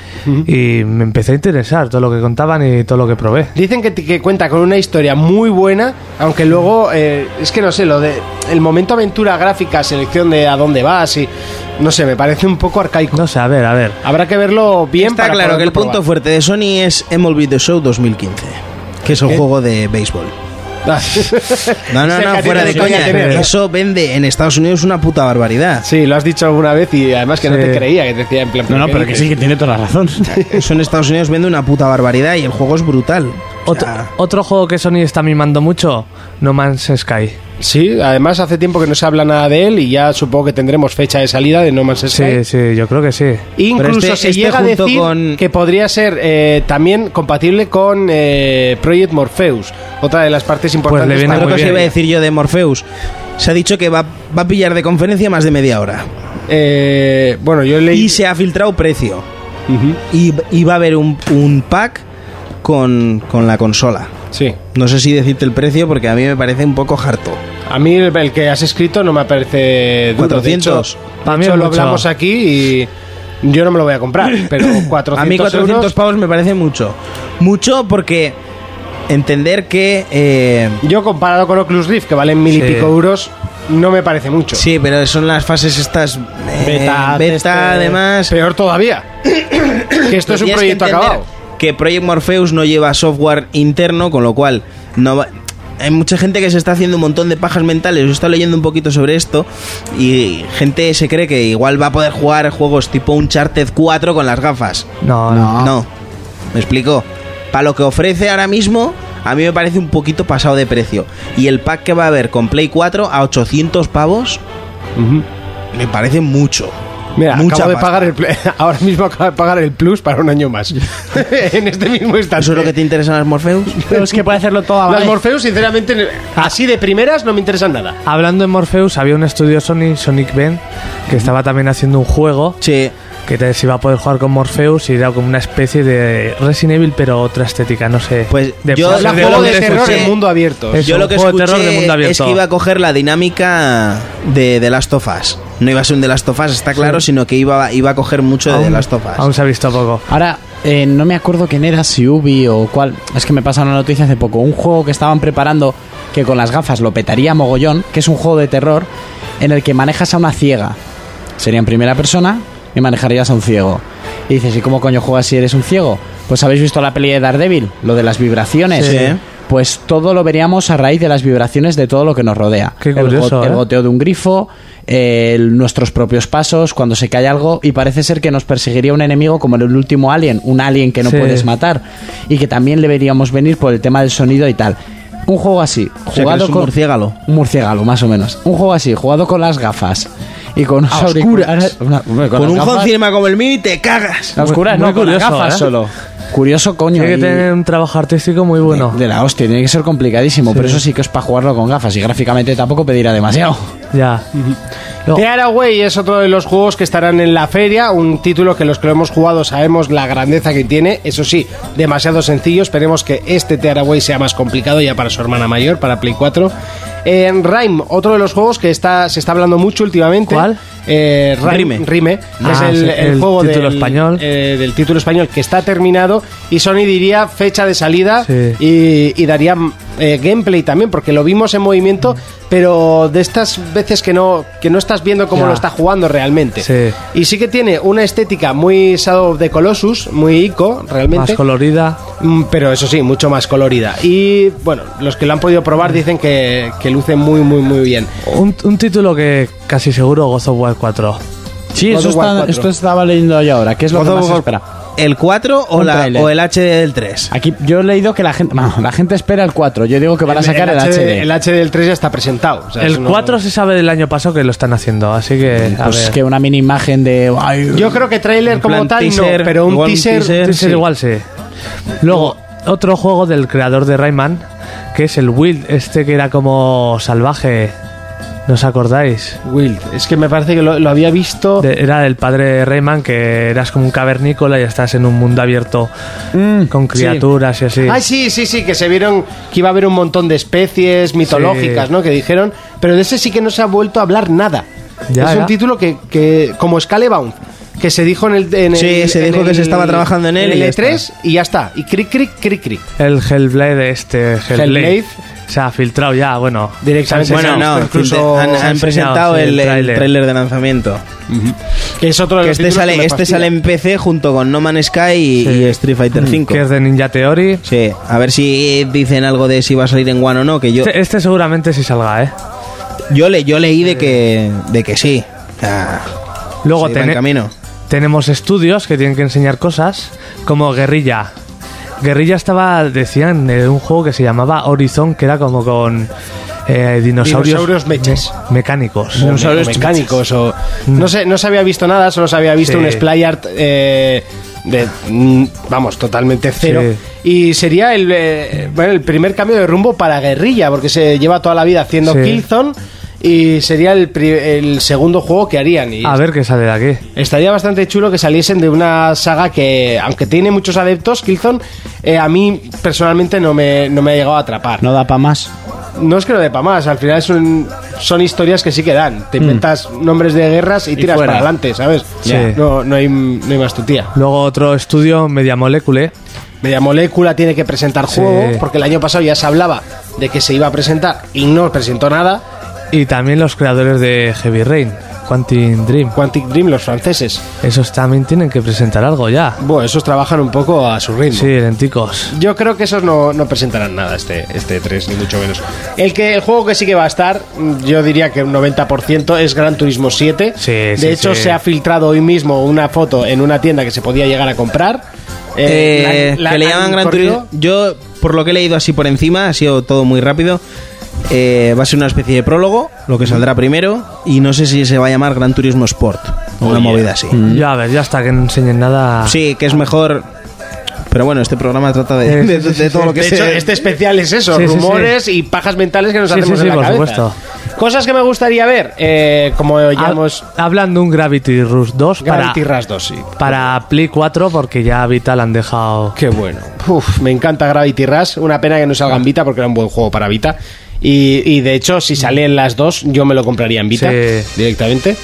Speaker 4: y me empecé a interesar todo lo que contaban y todo lo que probé.
Speaker 2: Dicen que, que cuenta con una historia muy buena, aunque luego, eh, es que no sé, lo de el momento aventura gráfica, selección de a dónde vas y, no sé, me parece un poco arcaico.
Speaker 4: No sé, a ver, a ver.
Speaker 2: Habrá que verlo bien
Speaker 5: Está
Speaker 2: para
Speaker 5: claro que el
Speaker 2: poderlo
Speaker 5: punto fuerte de Sony es MLB The Show 2015, que es un juego de béisbol.
Speaker 2: probar. Ah.
Speaker 5: No, no,
Speaker 2: Ese que a
Speaker 5: no,
Speaker 2: ti
Speaker 5: fuera
Speaker 2: te
Speaker 5: de
Speaker 2: gusta
Speaker 5: coña.
Speaker 2: tener.
Speaker 5: Eso vende en Estados Unidos una puta barbaridad.
Speaker 2: sí, lo has dicho alguna vez y además que no
Speaker 4: Sí.
Speaker 2: te creía que te decía en plan.
Speaker 3: No, no, pero que
Speaker 2: dices?
Speaker 3: sí, que tiene toda la razón.
Speaker 5: Eso en Estados Unidos vende una puta barbaridad y el juego es brutal. O
Speaker 4: Otro,
Speaker 5: sea,
Speaker 4: otro juego que Sony está mimando mucho, No Man's Sky.
Speaker 2: Sí, además hace tiempo que no se habla nada de él y ya supongo que tendremos fecha de salida de No Man's Sky.
Speaker 4: Sí, sí, yo creo que sí.
Speaker 2: Incluso
Speaker 5: Pero este-
Speaker 2: se
Speaker 5: este
Speaker 2: llega a
Speaker 5: junto
Speaker 2: decir
Speaker 5: con-
Speaker 2: que podría ser eh, también compatible con eh, Project Morpheus, otra de las
Speaker 5: Pues
Speaker 2: partes importantes.
Speaker 4: le viene
Speaker 2: para-
Speaker 5: otra
Speaker 4: muy
Speaker 5: cosa
Speaker 4: bien.
Speaker 5: iba a decir yo de Morpheus. Se ha dicho que va, va a pillar de conferencia más de media hora.
Speaker 2: Eh, bueno, yo leí.
Speaker 5: Y se ha filtrado precio.
Speaker 2: Ujú,
Speaker 5: Y, y va a haber un, un pack con, con la consola.
Speaker 2: Sí.
Speaker 5: No sé si decirte el precio porque a mí me parece un poco harto.
Speaker 2: A mí el, el que has escrito no me parece duro.
Speaker 5: 400.
Speaker 2: De hecho,
Speaker 4: Para
Speaker 2: de
Speaker 4: mí
Speaker 2: hecho,
Speaker 4: es
Speaker 2: lo
Speaker 4: mucho.
Speaker 2: hablamos aquí y yo no me lo voy a comprar, pero 400
Speaker 5: A mí 400
Speaker 2: euros-
Speaker 5: pavos me parece mucho. Mucho porque entender que... eh,
Speaker 2: Yo comparado con Oculus Rift, que valen mil y
Speaker 4: Sí.
Speaker 2: pico euros, no me parece mucho.
Speaker 5: sí, pero son las fases estas... eh, beta, además...
Speaker 2: Peor todavía. que esto es un
Speaker 5: Tienes
Speaker 2: proyecto
Speaker 5: que entender
Speaker 2: acabado.
Speaker 5: Que Project Morpheus no lleva software interno, con lo cual no va- Hay mucha gente que se está haciendo un montón de pajas mentales. Yo he estado leyendo un poquito sobre esto y gente se cree que igual va a poder jugar juegos tipo Uncharted 4 con las gafas.
Speaker 4: No, no.
Speaker 3: Ah.
Speaker 5: No. ¿Me explico? Para lo que ofrece ahora mismo, a mí me parece un poquito pasado de precio. Y el pack que va a haber con Play 4 a 800 pavos me parece mucho.
Speaker 2: Mira,
Speaker 5: Mucha
Speaker 2: acabo de
Speaker 5: pasta.
Speaker 2: pagar el pl- ahora mismo acabo de pagar el plus para un año más. en este mismo instante.
Speaker 5: ¿Eso es lo que te interesan las Morpheus?
Speaker 3: Pero es que puede hacerlo todo a la
Speaker 2: Las
Speaker 3: vez.
Speaker 2: Morpheus, sinceramente, así de primeras no me interesan nada.
Speaker 4: Hablando de Morpheus, había un estudio Sony, Sonic Ben, que estaba también haciendo un juego
Speaker 5: Sí.
Speaker 4: que te, se iba a poder jugar con Morpheus y era como una especie de Resident Evil, pero otra estética, no sé.
Speaker 5: Pues
Speaker 4: de
Speaker 5: yo-
Speaker 4: puzzle,
Speaker 5: Habla
Speaker 2: Habla
Speaker 5: de
Speaker 2: juego de
Speaker 5: Londres,
Speaker 2: terror
Speaker 5: sí.
Speaker 2: en mundo abierto.
Speaker 4: Es-
Speaker 5: Yo
Speaker 4: un
Speaker 5: lo que
Speaker 4: juego de
Speaker 5: escuché
Speaker 4: terror de mundo
Speaker 5: es
Speaker 4: abierto.
Speaker 5: que iba a coger la dinámica de, de Last of Us. No iba a ser un de Last of Us, está claro, sino que iba, iba a coger mucho de
Speaker 4: Aún-
Speaker 5: The Last of Us.
Speaker 4: Aún se ha visto poco.
Speaker 3: Ahora, eh, no me acuerdo quién era, si Ubi o cuál. Es que me pasaron una noticia hace poco. Un juego que estaban preparando que con las gafas lo petaría mogollón, que es un juego de terror en el que manejas a una ciega. Sería en primera persona y manejarías a un ciego. Y dices, ¿y cómo coño juegas si eres un ciego? Pues habéis visto la peli de Daredevil, lo de las vibraciones.
Speaker 5: Sí.
Speaker 3: Pues todo lo veríamos a raíz de las vibraciones de todo lo que nos rodea.
Speaker 4: Qué
Speaker 3: El go-
Speaker 4: curioso,
Speaker 3: el
Speaker 4: ¿eh?
Speaker 3: goteo de un grifo, eh, el- nuestros propios pasos, cuando se cae algo, y parece ser que nos perseguiría un enemigo como en el último Alien, un Alien que no
Speaker 4: Sí.
Speaker 3: puedes matar, y que también le veríamos venir por el tema del sonido y tal. Un juego así,
Speaker 5: sea, que
Speaker 3: jugado
Speaker 5: eres un
Speaker 3: con.
Speaker 5: murciégalo.
Speaker 3: Un murciélago, más o menos. Un juego así, jugado con las gafas y con unos
Speaker 4: A oscuras.
Speaker 3: auriculares- una- hombre,
Speaker 5: Con
Speaker 3: las
Speaker 5: un
Speaker 3: gafas-
Speaker 5: Juan Cinema como el mío y te cagas.
Speaker 3: A oscuras,
Speaker 4: Muy
Speaker 3: no, con las
Speaker 4: curioso,
Speaker 3: gafas
Speaker 4: ¿eh?
Speaker 3: solo. Curioso, coño.
Speaker 4: Tiene
Speaker 3: y-
Speaker 4: que tener un trabajo artístico muy bueno.
Speaker 3: De la hostia, tiene que ser complicadísimo, pero eso sí que es para jugarlo con gafas y gráficamente tampoco pedirá demasiado.
Speaker 4: Ya. Luego-
Speaker 2: The Araway es otro de los juegos que estarán en la feria, un título que los que lo hemos jugado sabemos la grandeza que tiene, eso sí, demasiado sencillo, esperemos que este The Araway sea más complicado ya para su hermana mayor, para Play 4. En Rime, otro de los juegos que está, se está hablando mucho últimamente.
Speaker 4: ¿Cuál?
Speaker 2: Eh, Rime.
Speaker 5: Rime.
Speaker 2: Rime, que
Speaker 4: Ah,
Speaker 2: es el,
Speaker 4: sí,
Speaker 2: el
Speaker 4: el
Speaker 2: juego
Speaker 4: título
Speaker 2: del,
Speaker 4: español.
Speaker 2: eh, del título español que está terminado y Sony diría fecha de salida
Speaker 4: Sí.
Speaker 2: y, y daría eh, gameplay también, porque lo vimos en movimiento, pero de estas veces que no, que no estás viendo cómo
Speaker 4: Ya.
Speaker 2: lo está jugando realmente.
Speaker 4: Sí.
Speaker 2: Y sí que tiene una estética muy Shadow of the Colossus, muy ico
Speaker 4: Más
Speaker 2: realmente.
Speaker 4: colorida.
Speaker 2: mm, pero eso sí, mucho más colorida. Y bueno, los que lo han podido probar dicen que, que luce muy, muy, muy bien.
Speaker 4: Un, un título que casi seguro God of War 4.
Speaker 3: Sí,
Speaker 2: God
Speaker 3: eso
Speaker 2: of War
Speaker 3: está,
Speaker 2: 4.
Speaker 3: esto estaba leyendo yo ahora, que es lo que
Speaker 5: God of
Speaker 3: más se
Speaker 5: War-
Speaker 3: espera.
Speaker 5: ¿El 4 o,
Speaker 3: Un
Speaker 5: la-
Speaker 3: tráiler.
Speaker 5: o el HD del 3?
Speaker 3: Aquí yo he leído que la gente, bueno, la gente espera el 4, yo digo que van a sacar el, HD.
Speaker 2: El HD del 3 ya está presentado. o sea, eso
Speaker 4: El
Speaker 2: no-
Speaker 4: 4 se sabe del año pasado que lo están haciendo, así que. a
Speaker 3: Pues
Speaker 4: ver.
Speaker 3: que una mini imagen de ay,
Speaker 2: Yo creo que trailer
Speaker 5: En
Speaker 2: como
Speaker 5: plan
Speaker 2: tal
Speaker 5: teaser,
Speaker 2: no, pero un
Speaker 5: igual un
Speaker 2: teaser,
Speaker 5: teaser,
Speaker 4: Teaser igual sí. Luego, otro juego del creador de Rayman, que es el Wild, este que era como salvaje. ¿No os acordáis?
Speaker 2: Wild. Es que me parece que lo, lo había visto.
Speaker 4: De- era del padre de Rayman, que eras como un cavernícola y estás en un mundo abierto
Speaker 3: mm,
Speaker 4: mm, con criaturas y así.
Speaker 2: Ah, sí, sí, sí, que se vieron que iba a haber un montón de especies mitológicas,
Speaker 4: Sí.
Speaker 2: ¿no? Que dijeron, pero de ese sí que no se ha vuelto a hablar nada.
Speaker 4: Ya,
Speaker 2: es un
Speaker 4: ya.
Speaker 2: título que, que- como Scalebound, que se dijo en el... en
Speaker 5: Sí,
Speaker 2: el-
Speaker 5: se dijo
Speaker 2: en
Speaker 5: que se
Speaker 2: el-
Speaker 5: estaba trabajando en él y
Speaker 2: el
Speaker 5: ya
Speaker 2: E3 y ya está. Y cric, cric, cric, cric.
Speaker 4: El Hellblade, este Hellblade.
Speaker 2: Hellblade.
Speaker 4: Se ha filtrado ya, bueno.
Speaker 2: Directamente.
Speaker 4: se ha
Speaker 5: Bueno,
Speaker 4: enseñado.
Speaker 5: no,
Speaker 2: incluso
Speaker 4: se ha
Speaker 5: han, han
Speaker 4: enseñado,
Speaker 5: presentado
Speaker 4: sí,
Speaker 5: el, el
Speaker 4: tráiler.
Speaker 5: tráiler de lanzamiento.
Speaker 2: Que es otro de
Speaker 5: Que
Speaker 2: los
Speaker 5: este
Speaker 2: títulos
Speaker 5: sale,
Speaker 2: me
Speaker 5: este
Speaker 2: fastidia.
Speaker 5: sale en PC junto con No Man's Sky y,
Speaker 4: Sí. Mm,
Speaker 5: y Street Fighter
Speaker 4: Que es
Speaker 5: 5.
Speaker 4: de Ninja Theory.
Speaker 5: Sí, a ver si dicen algo de si va a salir en One o no, que yo,
Speaker 4: Este, este seguramente sí salga, ¿eh?
Speaker 5: yo, le, yo leí de que, de que sí. Ah,
Speaker 4: Luego
Speaker 5: sí, va en
Speaker 4: tene-
Speaker 5: camino.
Speaker 4: tenemos estudios que tienen que enseñar cosas, como Guerrilla. Guerrilla estaba, decían, de un juego que se llamaba Horizon, que era como con eh, dinosaurios,
Speaker 2: Dinosaurios meches.
Speaker 4: me- mecánicos.
Speaker 2: dinosaurios mecánicos o no sé no se había visto nada solo se había visto
Speaker 4: Mm. Sí.
Speaker 2: un splash art eh, de mm, vamos totalmente cero y sería el eh, bueno, el primer cambio de rumbo para guerrilla porque se lleva toda la vida haciendo
Speaker 4: Sí.
Speaker 2: Killzone y sería el, pri- el segundo juego que harían y
Speaker 4: A ver qué sale de aquí.
Speaker 2: Estaría bastante chulo que saliesen de una saga que, aunque tiene muchos adeptos, Killzone, eh, a mí personalmente no me, no me ha llegado a atrapar.
Speaker 3: no da para más.
Speaker 2: No es que lo de pa' más, al final son, son historias que sí que dan. Te inventas nombres de guerras y tiras
Speaker 3: fuera.
Speaker 2: para adelante, ¿sabes?
Speaker 4: Ya.
Speaker 2: No, no, hay, no hay más tu tía.
Speaker 4: Luego otro estudio, Media Molecule.
Speaker 2: Media Molécula tiene que presentar
Speaker 4: Sí.
Speaker 2: juego, porque el año pasado ya se hablaba de que se iba a presentar y no presentó nada.
Speaker 4: Y también los creadores de Heavy Rain, Quantum Dream.
Speaker 2: Quantic Dream, los franceses.
Speaker 4: Esos también tienen que presentar algo ya.
Speaker 2: Bueno, esos trabajan un poco a su ritmo.
Speaker 4: Sí, lenticos.
Speaker 2: Yo creo que esos no, no presentarán nada este, este 3, ni mucho menos. El, que, el juego que sí que va a estar, mm, yo diría que un 90% es Gran Turismo 7.
Speaker 4: Sí,
Speaker 2: de
Speaker 4: sí,
Speaker 2: hecho,
Speaker 4: sí.
Speaker 2: se ha filtrado hoy mismo una foto en una tienda que se podía llegar a comprar.
Speaker 5: Eh,
Speaker 2: la- la
Speaker 5: que le
Speaker 2: han
Speaker 5: llaman Gran
Speaker 2: corrido.
Speaker 5: Turismo. Yo, por lo que he leído así por encima, ha sido todo muy rápido. Eh, va a ser una especie de prólogo, lo que saldrá primero. Y no sé si se va a llamar Gran Turismo Sport. o Una movida así.
Speaker 4: Ya, a ver, ya hasta que no enseñen nada.
Speaker 5: Sí, que es mejor. Pero bueno, este programa trata de,
Speaker 4: Sí,
Speaker 5: de-
Speaker 4: sí, sí,
Speaker 5: de todo
Speaker 4: sí.
Speaker 5: lo que
Speaker 2: De hecho,
Speaker 5: se-
Speaker 2: este especial es eso,
Speaker 4: Sí, sí,
Speaker 2: rumores y pajas mentales que nos
Speaker 4: Sí, sí,
Speaker 2: hacemos
Speaker 4: sí,
Speaker 2: en la
Speaker 4: por
Speaker 2: cabeza.
Speaker 4: supuesto.
Speaker 2: Cosas que me gustaría ver, eh, como ya
Speaker 4: Ha-
Speaker 2: hemos...
Speaker 4: Hablando un Gravity Rush 2 para,
Speaker 2: Gravity Rush 2, sí.
Speaker 4: para Play 4 porque ya Vital han dejado...
Speaker 2: Qué bueno. Uf, me encanta Gravity Rush. Una pena que no salga en Vita porque era un buen juego para Vita. Y, y de hecho, si sale en las dos, yo me lo compraría en Vita
Speaker 4: Sí.
Speaker 2: directamente.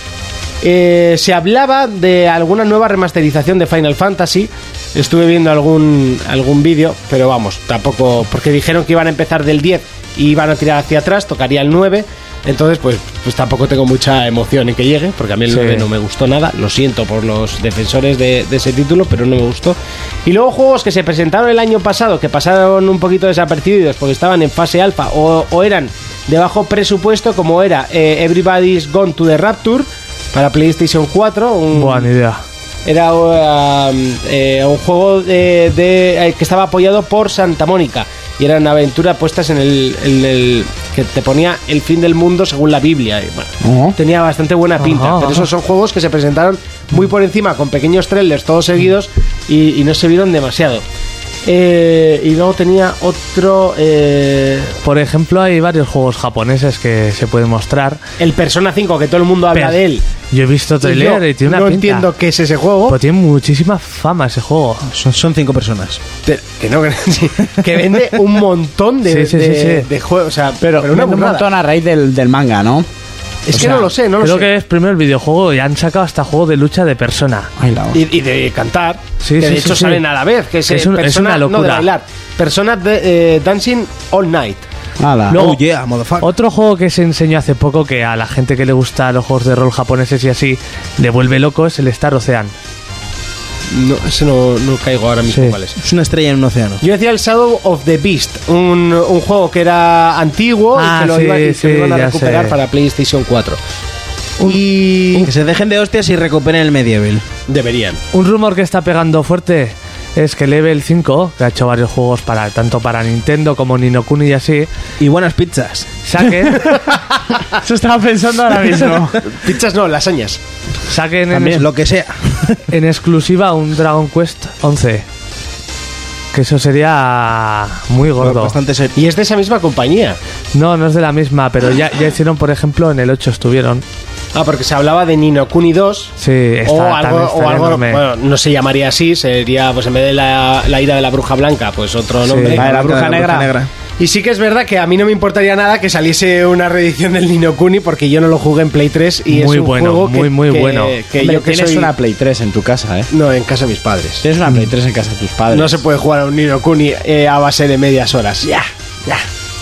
Speaker 2: Eh, se hablaba de alguna nueva remasterización de Final Fantasy. Estuve viendo algún, algún vídeo, pero vamos, tampoco. Porque dijeron que iban a empezar del 10 y iban a tirar hacia atrás, tocaría el 9. Entonces, pues, pues tampoco tengo mucha emoción en que llegue, porque a mí el
Speaker 4: Sí.
Speaker 2: 9 no me gustó nada. Lo siento por los defensores de, de ese título, pero no me gustó. Y luego juegos que se presentaron el año pasado, que pasaron un poquito desapercibidos porque estaban en fase alfa o, o eran de bajo presupuesto, como era eh, Everybody's Gone to the Rapture para PlayStation 4. Un,
Speaker 4: Buena idea.
Speaker 2: era um, eh, un juego de, de- eh, que estaba apoyado por Santa Mónica y eran aventuras puestas en el, en el- que te ponía el fin del mundo según la Biblia. y, bueno,
Speaker 3: Ujú.
Speaker 2: Tenía bastante buena pinta.
Speaker 4: Ajá,
Speaker 2: pero
Speaker 4: ajá.
Speaker 2: esos son juegos que se presentaron muy por encima, con pequeños trailers todos seguidos y, y no se vieron demasiado. Eh, y luego tenía otro. eh,
Speaker 4: Por ejemplo, hay varios juegos japoneses que se pueden mostrar.
Speaker 2: el Persona 5, que todo el mundo habla
Speaker 4: Pero
Speaker 2: de él.
Speaker 4: Yo he visto
Speaker 2: yo
Speaker 4: trailer y, tiene una
Speaker 2: no
Speaker 4: pinta. Pues-
Speaker 2: entiendo qué es ese juego.
Speaker 4: Pero tiene muchísima fama ese juego.
Speaker 5: Son, son cinco personas.
Speaker 2: Te- que no, que, sí, que vende un montón de,
Speaker 4: Sí, sí,
Speaker 2: de-
Speaker 4: sí, sí.
Speaker 2: de juegos. O sea, pero,
Speaker 3: Pero,
Speaker 2: una
Speaker 3: un
Speaker 2: burrada.
Speaker 3: montón a raíz del, del manga, ¿no?
Speaker 2: Es
Speaker 4: O
Speaker 2: que
Speaker 4: sea,
Speaker 2: no lo sé, no lo
Speaker 4: creo
Speaker 2: sé.
Speaker 4: que es primero el videojuego y han sacado hasta juego de lucha de persona.
Speaker 3: Ay, la hostia.
Speaker 2: Y, y de cantar.
Speaker 4: Sí,
Speaker 2: que
Speaker 4: sí,
Speaker 2: de
Speaker 4: sí,
Speaker 2: hecho
Speaker 4: sí.
Speaker 2: salen a la vez. Que es,
Speaker 4: Es
Speaker 2: eh,
Speaker 4: un- es
Speaker 2: persona-
Speaker 4: una
Speaker 2: No, de
Speaker 4: locura.
Speaker 2: bailar. Personas de, eh, dancing all night.
Speaker 3: Ala.
Speaker 4: Luego-
Speaker 5: Oh yeah, motherfucker.
Speaker 4: Otro juego que se enseñó hace poco que a la gente que le gusta los juegos de rol japoneses y así le vuelve loco es el Star Ocean.
Speaker 2: No, ese no, no caigo ahora mismo
Speaker 4: Sí.
Speaker 2: cuál es.
Speaker 5: oh, Es una estrella en un océano.
Speaker 2: Yo decía el Shadow of the Beast, un, un juego que era antiguo
Speaker 4: Ah,
Speaker 2: y que lo,
Speaker 4: sí,
Speaker 2: iba- y que
Speaker 4: sí,
Speaker 2: lo iban a
Speaker 4: ya
Speaker 2: recuperar
Speaker 4: sé.
Speaker 2: para PlayStation 4. y
Speaker 5: Que se dejen de hostias y recuperen el medieval.
Speaker 2: deberían.
Speaker 4: Un rumor que está pegando fuerte es que Level 5, que ha hecho varios juegos para tanto para Nintendo como Ninokuni y así,
Speaker 5: Y buenas pizzas.
Speaker 4: saquen,
Speaker 3: Eso estaba pensando ahora mismo.
Speaker 2: Pizzas no, lasañas.
Speaker 4: saquen en,
Speaker 5: También. Lo que sea.
Speaker 4: en exclusiva un Dragon Quest 11. Que eso sería muy gordo.
Speaker 5: Bastante ser.
Speaker 2: Y es de esa misma compañía.
Speaker 4: No, no es de la misma, pero ya, ya hicieron, por ejemplo, en el 8 estuvieron.
Speaker 2: Ah, porque se hablaba de Nino Kuni 2.
Speaker 4: Sí, está,
Speaker 2: o
Speaker 4: tan-
Speaker 2: algo, o
Speaker 4: está
Speaker 2: algo-
Speaker 4: enorme.
Speaker 2: bueno, no se llamaría así, sería, pues en vez de la, la ira de la bruja blanca, pues otro nombre.
Speaker 3: la de la bruja
Speaker 5: La
Speaker 3: negra.
Speaker 2: Y sí que es verdad que a mí no me importaría nada que saliese una reedición del Nino Kuni, porque yo no lo jugué en Play 3 y es
Speaker 4: Muy
Speaker 2: un
Speaker 4: bueno,
Speaker 2: juego que-
Speaker 4: muy, muy
Speaker 2: que-
Speaker 4: bueno.
Speaker 2: que
Speaker 3: Hombre,
Speaker 2: yo que
Speaker 3: tienes
Speaker 2: soy-
Speaker 3: una Play 3 en tu casa, ¿eh?
Speaker 2: No, en casa de mis padres.
Speaker 3: Tienes una
Speaker 5: Mm.
Speaker 3: Play 3 en casa de tus padres.
Speaker 2: No se puede jugar a un Nino Kuni eh, a base de medias horas. Ya, ya.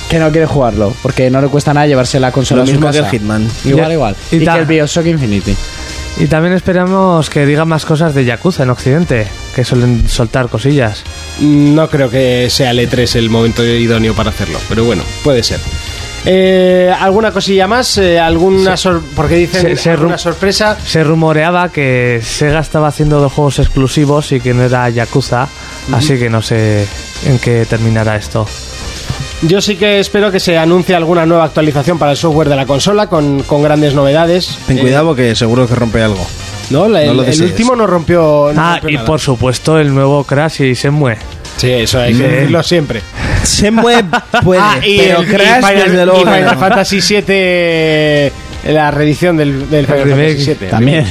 Speaker 3: Que no quiere jugarlo, porque no le cuesta nada llevarse la consola
Speaker 5: Lo
Speaker 3: a su
Speaker 5: mismo que
Speaker 3: casa.
Speaker 5: el Hitman.
Speaker 3: Igual,
Speaker 4: Ya.
Speaker 3: igual.
Speaker 4: Y
Speaker 3: Y, que
Speaker 4: tal.
Speaker 3: el Bioshock Infinity.
Speaker 4: Y también esperamos que digan más cosas de Yakuza en Occidente, que suelen soltar cosillas.
Speaker 2: No creo que sea el E3 el momento idóneo para hacerlo, pero bueno, puede ser. Eh, ¿Alguna cosilla más? Eh, ¿Alguna sor- porque dicen
Speaker 4: se- se
Speaker 2: alguna
Speaker 4: ru-
Speaker 2: sorpresa?
Speaker 4: Se rumoreaba que Sega estaba haciendo dos juegos exclusivos y que no era Yakuza, así que no sé en qué terminará esto.
Speaker 2: Yo sí que espero que se anuncie alguna nueva actualización para el software de la consola con, con grandes novedades.
Speaker 5: Ten
Speaker 2: Eh,
Speaker 5: cuidado que seguro que rompe algo.
Speaker 2: no, la-
Speaker 5: no
Speaker 2: el,
Speaker 5: lo
Speaker 2: el
Speaker 5: desees.
Speaker 2: último no rompió. no
Speaker 4: ah,
Speaker 2: rompió
Speaker 4: y
Speaker 2: nada.
Speaker 4: por supuesto el nuevo Crash y Shenmue.
Speaker 2: Sí, eso hay que
Speaker 4: Sí.
Speaker 2: decirlo siempre.
Speaker 5: Se mueve, puede,
Speaker 2: ah, y
Speaker 5: pero
Speaker 2: el
Speaker 5: Crash,
Speaker 2: y Final,
Speaker 5: desde luego
Speaker 2: y
Speaker 5: que
Speaker 2: Final
Speaker 5: no.
Speaker 2: Fantasy VII. eh, La reedición del, del Final
Speaker 4: remake
Speaker 2: Fantasy VII.
Speaker 3: También.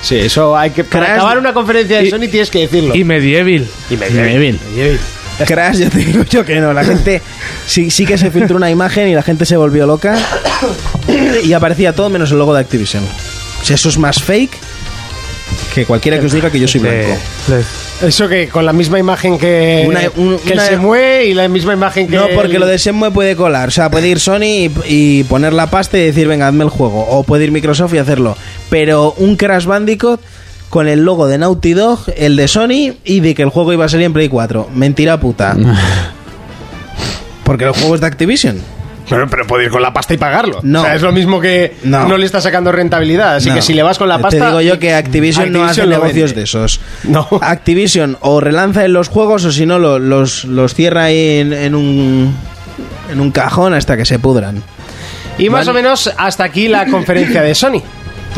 Speaker 2: Sí, eso hay que. Para
Speaker 5: Crash-
Speaker 2: acabar una conferencia de Sony tienes que decirlo.
Speaker 4: Y Medieval.
Speaker 3: Medieval.
Speaker 5: Crash, ya te digo yo que no. La gente sí, sí que se filtró una imagen y la gente se volvió loca. Y aparecía todo menos el logo de Activision. Si eso es más fake que cualquiera que os diga que yo soy blanco.
Speaker 4: Sí.
Speaker 2: Eso que con la misma imagen que.
Speaker 5: Una- un-
Speaker 2: que
Speaker 5: una-
Speaker 2: el Semue y la misma imagen que.
Speaker 5: No, porque
Speaker 2: el-
Speaker 5: lo de Shenmue puede colar. O sea, puede ir Sony y, y poner la pasta y decir, venga, hazme el juego. O puede ir Microsoft y hacerlo. Pero un Crash Bandicoot con el logo de Naughty Dog, el de Sony y de que el juego iba a salir en Play 4. Mentira puta. Porque el juego es de Activision.
Speaker 2: Bueno, pero puede ir con la pasta y pagarlo.
Speaker 5: No.
Speaker 2: O sea, es lo mismo que no,
Speaker 5: No.
Speaker 2: le está sacando rentabilidad. Así
Speaker 5: No.
Speaker 2: que si le vas con la pasta.
Speaker 5: Te digo yo que Activision, no hace
Speaker 2: lo
Speaker 5: negocios
Speaker 2: vende.
Speaker 5: de esos.
Speaker 2: No.
Speaker 5: Activision o relanza en los juegos o si no lo- los, los cierra ahí en, en un en un cajón hasta que se pudran.
Speaker 2: Y más o menos hasta aquí la conferencia de Sony.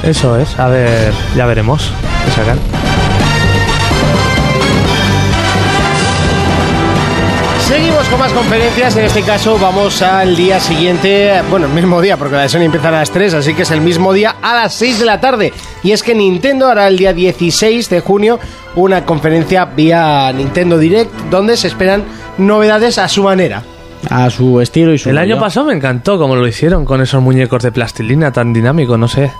Speaker 4: Eso es, a ver, ya veremos Pues qué sacan.
Speaker 2: Seguimos con más conferencias. En este caso, vamos al día siguiente. Bueno, el mismo día, porque la de Sony empieza a las 3, así que es el mismo día a las 6 de la tarde. Y es que Nintendo hará el día 16 de junio una conferencia vía Nintendo Direct, donde se esperan novedades a su manera.
Speaker 3: A su estilo y su.
Speaker 4: El año
Speaker 3: rollo.
Speaker 4: pasado me encantó como lo hicieron con esos muñecos de plastilina tan dinámico, no sé.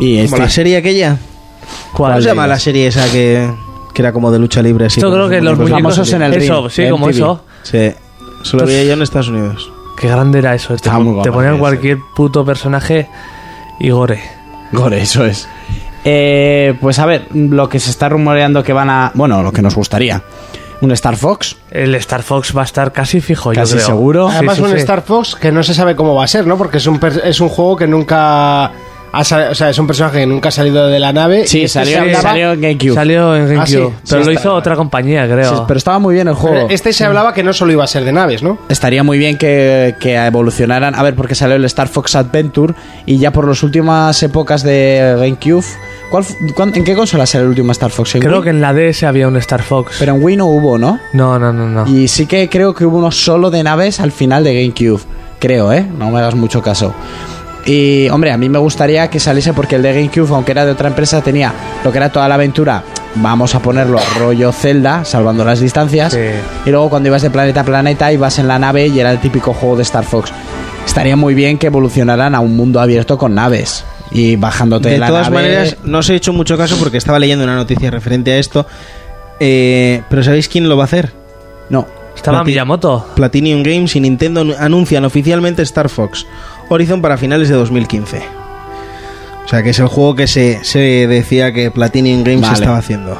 Speaker 3: Y
Speaker 5: Como
Speaker 3: este.
Speaker 5: la serie aquella. ¿Cómo
Speaker 4: ¿Cuál?
Speaker 5: se llama la serie esa que, que era como de lucha libre? así
Speaker 4: Esto
Speaker 5: con
Speaker 4: creo que los muñecos
Speaker 3: famosos en el
Speaker 4: Eso,
Speaker 3: ring,
Speaker 4: sí,
Speaker 3: de
Speaker 4: como
Speaker 3: MTV.
Speaker 4: eso.
Speaker 5: Sí. Solo
Speaker 4: Pues-
Speaker 5: lo veía yo en Estados Unidos.
Speaker 4: Qué grande era eso. Te,
Speaker 3: Estaba muy
Speaker 4: pon- te
Speaker 3: guapa
Speaker 4: ponían
Speaker 3: esa.
Speaker 4: cualquier puto personaje y gore.
Speaker 3: Gore, eso es. pues a ver, lo que se está rumoreando que van a. Bueno, lo que nos gustaría. Un Star Fox,
Speaker 4: El Star Fox va a estar casi fijo, yo
Speaker 3: casi
Speaker 4: creo.
Speaker 3: seguro.
Speaker 4: Sí,
Speaker 2: Además,
Speaker 4: sí,
Speaker 2: un
Speaker 4: sí.
Speaker 2: Star Fox que no se sabe cómo va a ser, ¿no? Porque es un, per- es un juego que nunca ha sal- o sea, es un personaje que nunca ha salido de la nave. y
Speaker 3: Sí,
Speaker 2: este
Speaker 3: salió,
Speaker 2: se hablaba-
Speaker 3: Eh, salió en GameCube.
Speaker 4: Salió en GameCube,
Speaker 2: Ah, sí, sí,
Speaker 4: pero lo
Speaker 2: está.
Speaker 4: hizo otra compañía, creo.
Speaker 3: Sí, pero estaba muy bien el juego.
Speaker 2: Este se hablaba que no solo iba a ser de naves, ¿no?
Speaker 3: Estaría muy bien que, que evolucionaran. A ver, porque salió el Star Fox Adventure y ya por las últimas épocas de GameCube. ¿cuál fu- cuán- ¿En qué consola salió el último Star Fox? ¿En
Speaker 4: Creo
Speaker 3: Wii?
Speaker 4: que en la DS había un Star Fox.
Speaker 3: Pero en Wii no hubo, ¿no?
Speaker 4: No, no, no, no.
Speaker 3: Y sí que creo que hubo uno solo de naves al final de GameCube. Creo, ¿eh? No me hagas mucho caso. Y, hombre, a mí me gustaría que saliese porque el de GameCube, aunque era de otra empresa, tenía lo que era toda la aventura. Vamos a ponerlo rollo Zelda, salvando las distancias.
Speaker 4: Sí.
Speaker 3: Y luego cuando ibas de planeta a planeta, ibas en la nave y era el típico juego de Star Fox. Estaría muy bien que evolucionaran a un mundo abierto con naves. Y bajándote de,
Speaker 5: De
Speaker 3: la
Speaker 5: todas
Speaker 3: nave-
Speaker 5: maneras, no os he hecho mucho caso porque estaba leyendo una noticia referente a esto. Eh, pero ¿sabéis quién lo va a hacer?
Speaker 3: No.
Speaker 4: Estaba
Speaker 5: Plati-
Speaker 4: Miyamoto.
Speaker 5: Platinum Games y Nintendo anu- anuncian oficialmente Star Fox Horizon para finales de 2015. O sea, que es el juego que se, se decía que Platinum Games
Speaker 3: Vale.
Speaker 5: estaba haciendo.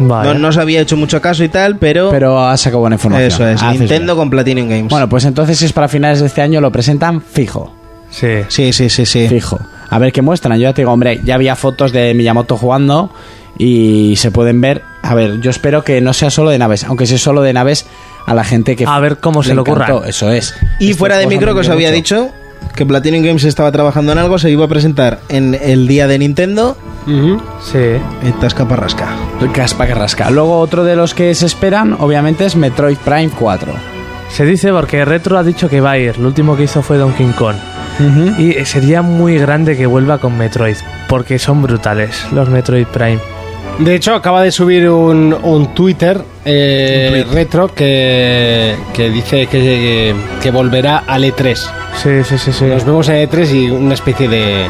Speaker 4: Vale.
Speaker 5: No, no os había hecho mucho caso y tal, pero...
Speaker 3: Pero has sacado buena información.
Speaker 5: eso es,
Speaker 3: Haces
Speaker 5: Nintendo
Speaker 3: bien.
Speaker 5: con Platinum Games.
Speaker 3: Bueno, pues entonces si es para finales de este año lo presentan fijo.
Speaker 4: Sí.
Speaker 5: sí, sí, sí, sí.
Speaker 3: Fijo. A ver qué muestran. Yo ya te digo, hombre, ya había fotos de Miyamoto jugando y se pueden ver. A ver, yo espero que no sea solo de naves, aunque si es solo de naves, a la gente que.
Speaker 4: A ver cómo se le ocurra.
Speaker 3: encantó, Eso es.
Speaker 5: Y
Speaker 3: Este
Speaker 5: fuera de
Speaker 3: juego se
Speaker 5: micro que os
Speaker 3: vendió
Speaker 5: había
Speaker 3: mucho.
Speaker 5: dicho que Platinum Games estaba trabajando en algo, se iba a presentar en el día de Nintendo
Speaker 4: Sí.
Speaker 5: en Tasca Parrasca.
Speaker 3: Caspa que rasca. Luego otro de los que se esperan, obviamente, es Metroid Prime 4.
Speaker 4: Se dice porque Retro ha dicho que va a ir. Lo último que hizo fue Donkey Kong. Y eh, sería muy grande que vuelva con Metroid. Porque son brutales los Metroid Prime.
Speaker 2: De hecho, acaba de subir un, un Twitter eh, retro que, que dice que, que volverá al E3.
Speaker 4: Sí, sí, sí, sí.
Speaker 2: Nos vemos en E3 y una especie de...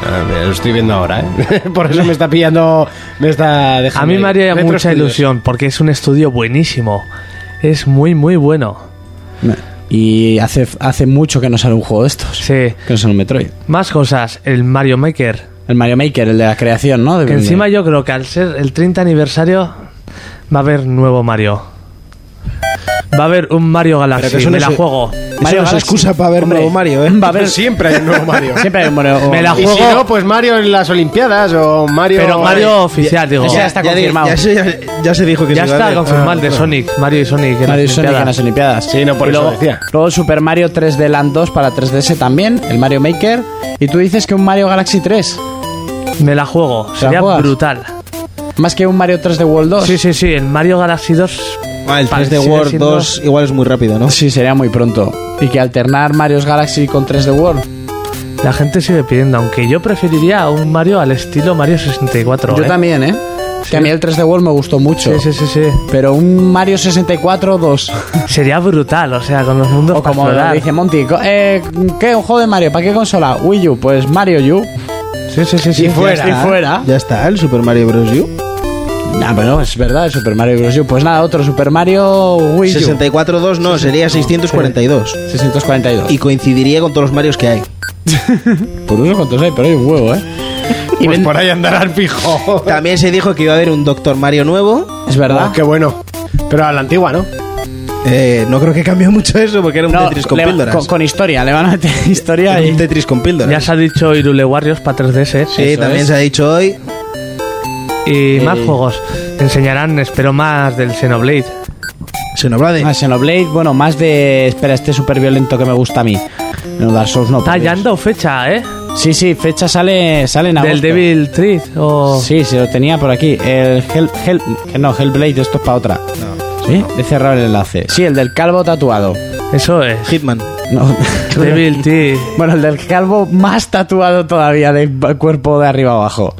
Speaker 2: A ver, lo estoy viendo ahora, ¿eh? Por eso me está pillando... Me está
Speaker 4: A
Speaker 2: dejando...
Speaker 4: mí
Speaker 2: ahí.
Speaker 4: me haría
Speaker 2: Retro
Speaker 4: mucha
Speaker 2: Studios.
Speaker 4: ilusión porque es un estudio buenísimo. Es muy, muy bueno.
Speaker 3: Y hace, hace mucho que no sale un juego de estos.
Speaker 4: Sí.
Speaker 3: Que no son un Metroid.
Speaker 4: Más cosas. El Mario Maker.
Speaker 3: El Mario Maker, el de la creación, ¿no? De-
Speaker 4: Que encima yo creo que al ser el 30 aniversario va a haber nuevo Mario. Va a haber un Mario Galaxy.
Speaker 5: que eso no
Speaker 4: Me la
Speaker 5: es-
Speaker 4: juego.
Speaker 5: Eso no es
Speaker 3: Galaxy.
Speaker 5: excusa para ver
Speaker 3: Hombre,
Speaker 5: nuevo Mario, ¿eh?
Speaker 3: Va a haber
Speaker 2: Siempre hay un nuevo Mario.
Speaker 3: siempre hay un Mario.
Speaker 4: Me la
Speaker 2: Y
Speaker 4: juego.
Speaker 2: si no, pues Mario en las Olimpiadas o Mario...
Speaker 4: Pero Mario oficial, digo.
Speaker 3: ese
Speaker 4: Ya,
Speaker 3: ya está confirmado.
Speaker 5: Ya, se- ya- ya se dijo que
Speaker 4: ya
Speaker 5: se iba a
Speaker 4: está
Speaker 5: hacer.
Speaker 4: confirmado el de Sonic. Mario y Sonic. en
Speaker 3: Mario y
Speaker 4: las
Speaker 3: Ah, Sonic en
Speaker 4: Olimpiadas.
Speaker 3: las Olimpiadas.
Speaker 2: Sí, no, por
Speaker 3: Y
Speaker 2: eso
Speaker 3: luego,
Speaker 2: decía.
Speaker 3: luego Super Mario 3D Land 2 para 3DS también, el Mario Maker. Y tú dices que un Mario Galaxy 3,
Speaker 4: Me la juego. Sería
Speaker 3: juegas?
Speaker 4: brutal.
Speaker 3: más que un Mario 3D World 2.
Speaker 4: Sí, sí, sí. El Mario Galaxy 2.
Speaker 5: Ah, el 3D
Speaker 4: sigue
Speaker 5: World
Speaker 4: siendo-
Speaker 5: 2 igual es muy rápido, ¿no?
Speaker 3: Sí, sería muy pronto. Y que alternar Mario's Galaxy con 3D World.
Speaker 4: La gente sigue pidiendo. Aunque yo preferiría un Mario al estilo Mario 64.
Speaker 3: Yo
Speaker 4: ¿eh?
Speaker 3: también, ¿eh? Que a mí el 3D World me gustó mucho.
Speaker 4: Sí, sí, sí, sí.
Speaker 3: Pero un Mario 64 2.
Speaker 4: Sería brutal, o sea, con los mundos
Speaker 3: O
Speaker 4: para
Speaker 3: como
Speaker 4: explorar.
Speaker 3: dice Monty, co- eh, ¿qué? ¿Un juego de Mario? ¿Para qué consola? Wii U, pues Mario U.
Speaker 4: Sí, sí, sí, sí.
Speaker 3: Y fuera.
Speaker 4: Ya está.
Speaker 3: fuera.
Speaker 5: Ah, Ya está, el Super Mario Bros. U.
Speaker 3: Ah, pero es verdad, el Super Mario Bros. U. Pues nada, otro Super Mario Wii U.
Speaker 5: 64.2 no, sería 642.
Speaker 3: 642.
Speaker 5: Y coincidiría con todos los Marios que hay.
Speaker 3: Por uno cuántos hay, pero hay un huevo, ¿eh?
Speaker 2: Pues por ahí andará el fijo.
Speaker 5: También se dijo que iba a haber un Doctor Mario nuevo.
Speaker 3: Es verdad.
Speaker 2: Oh, qué bueno. Pero a la antigua, ¿no?
Speaker 5: Eh, no creo que cambie mucho eso porque era un
Speaker 3: No,
Speaker 5: Tetris con
Speaker 3: le va-
Speaker 5: píldoras.
Speaker 3: con, con historia, le van a meter historia
Speaker 5: Era
Speaker 3: y...
Speaker 5: un Tetris con
Speaker 4: Ya
Speaker 5: píldoras.
Speaker 4: se ha dicho Irule Warriors para 3DS.
Speaker 5: Sí,
Speaker 3: Eso
Speaker 5: también
Speaker 3: es.
Speaker 5: se ha dicho hoy.
Speaker 4: ¿eh? Y más juegos. Te enseñarán, espero, más del Xenoblade.
Speaker 5: Xenoblade.
Speaker 3: Ah, Xenoblade, bueno, más de... Espera, este súper violento que me gusta a mí. No, Dark Souls no. por
Speaker 4: Está
Speaker 3: Dios.
Speaker 4: Ah, ya han dado fecha, ¿eh?
Speaker 3: Sí, sí, fecha sale, sale en
Speaker 4: Del
Speaker 3: agosto.
Speaker 4: Devil Tree o...
Speaker 3: Sí, se lo tenía por aquí. El Hell... Hell- que no, Hellblade, esto es para otra. ¿Sí? He cerrado el enlace. Sí, el del calvo tatuado.
Speaker 4: Eso es.
Speaker 5: Hitman.
Speaker 3: No.
Speaker 4: Devil Tree.
Speaker 3: Bueno, el del calvo más tatuado todavía del cuerpo de arriba abajo.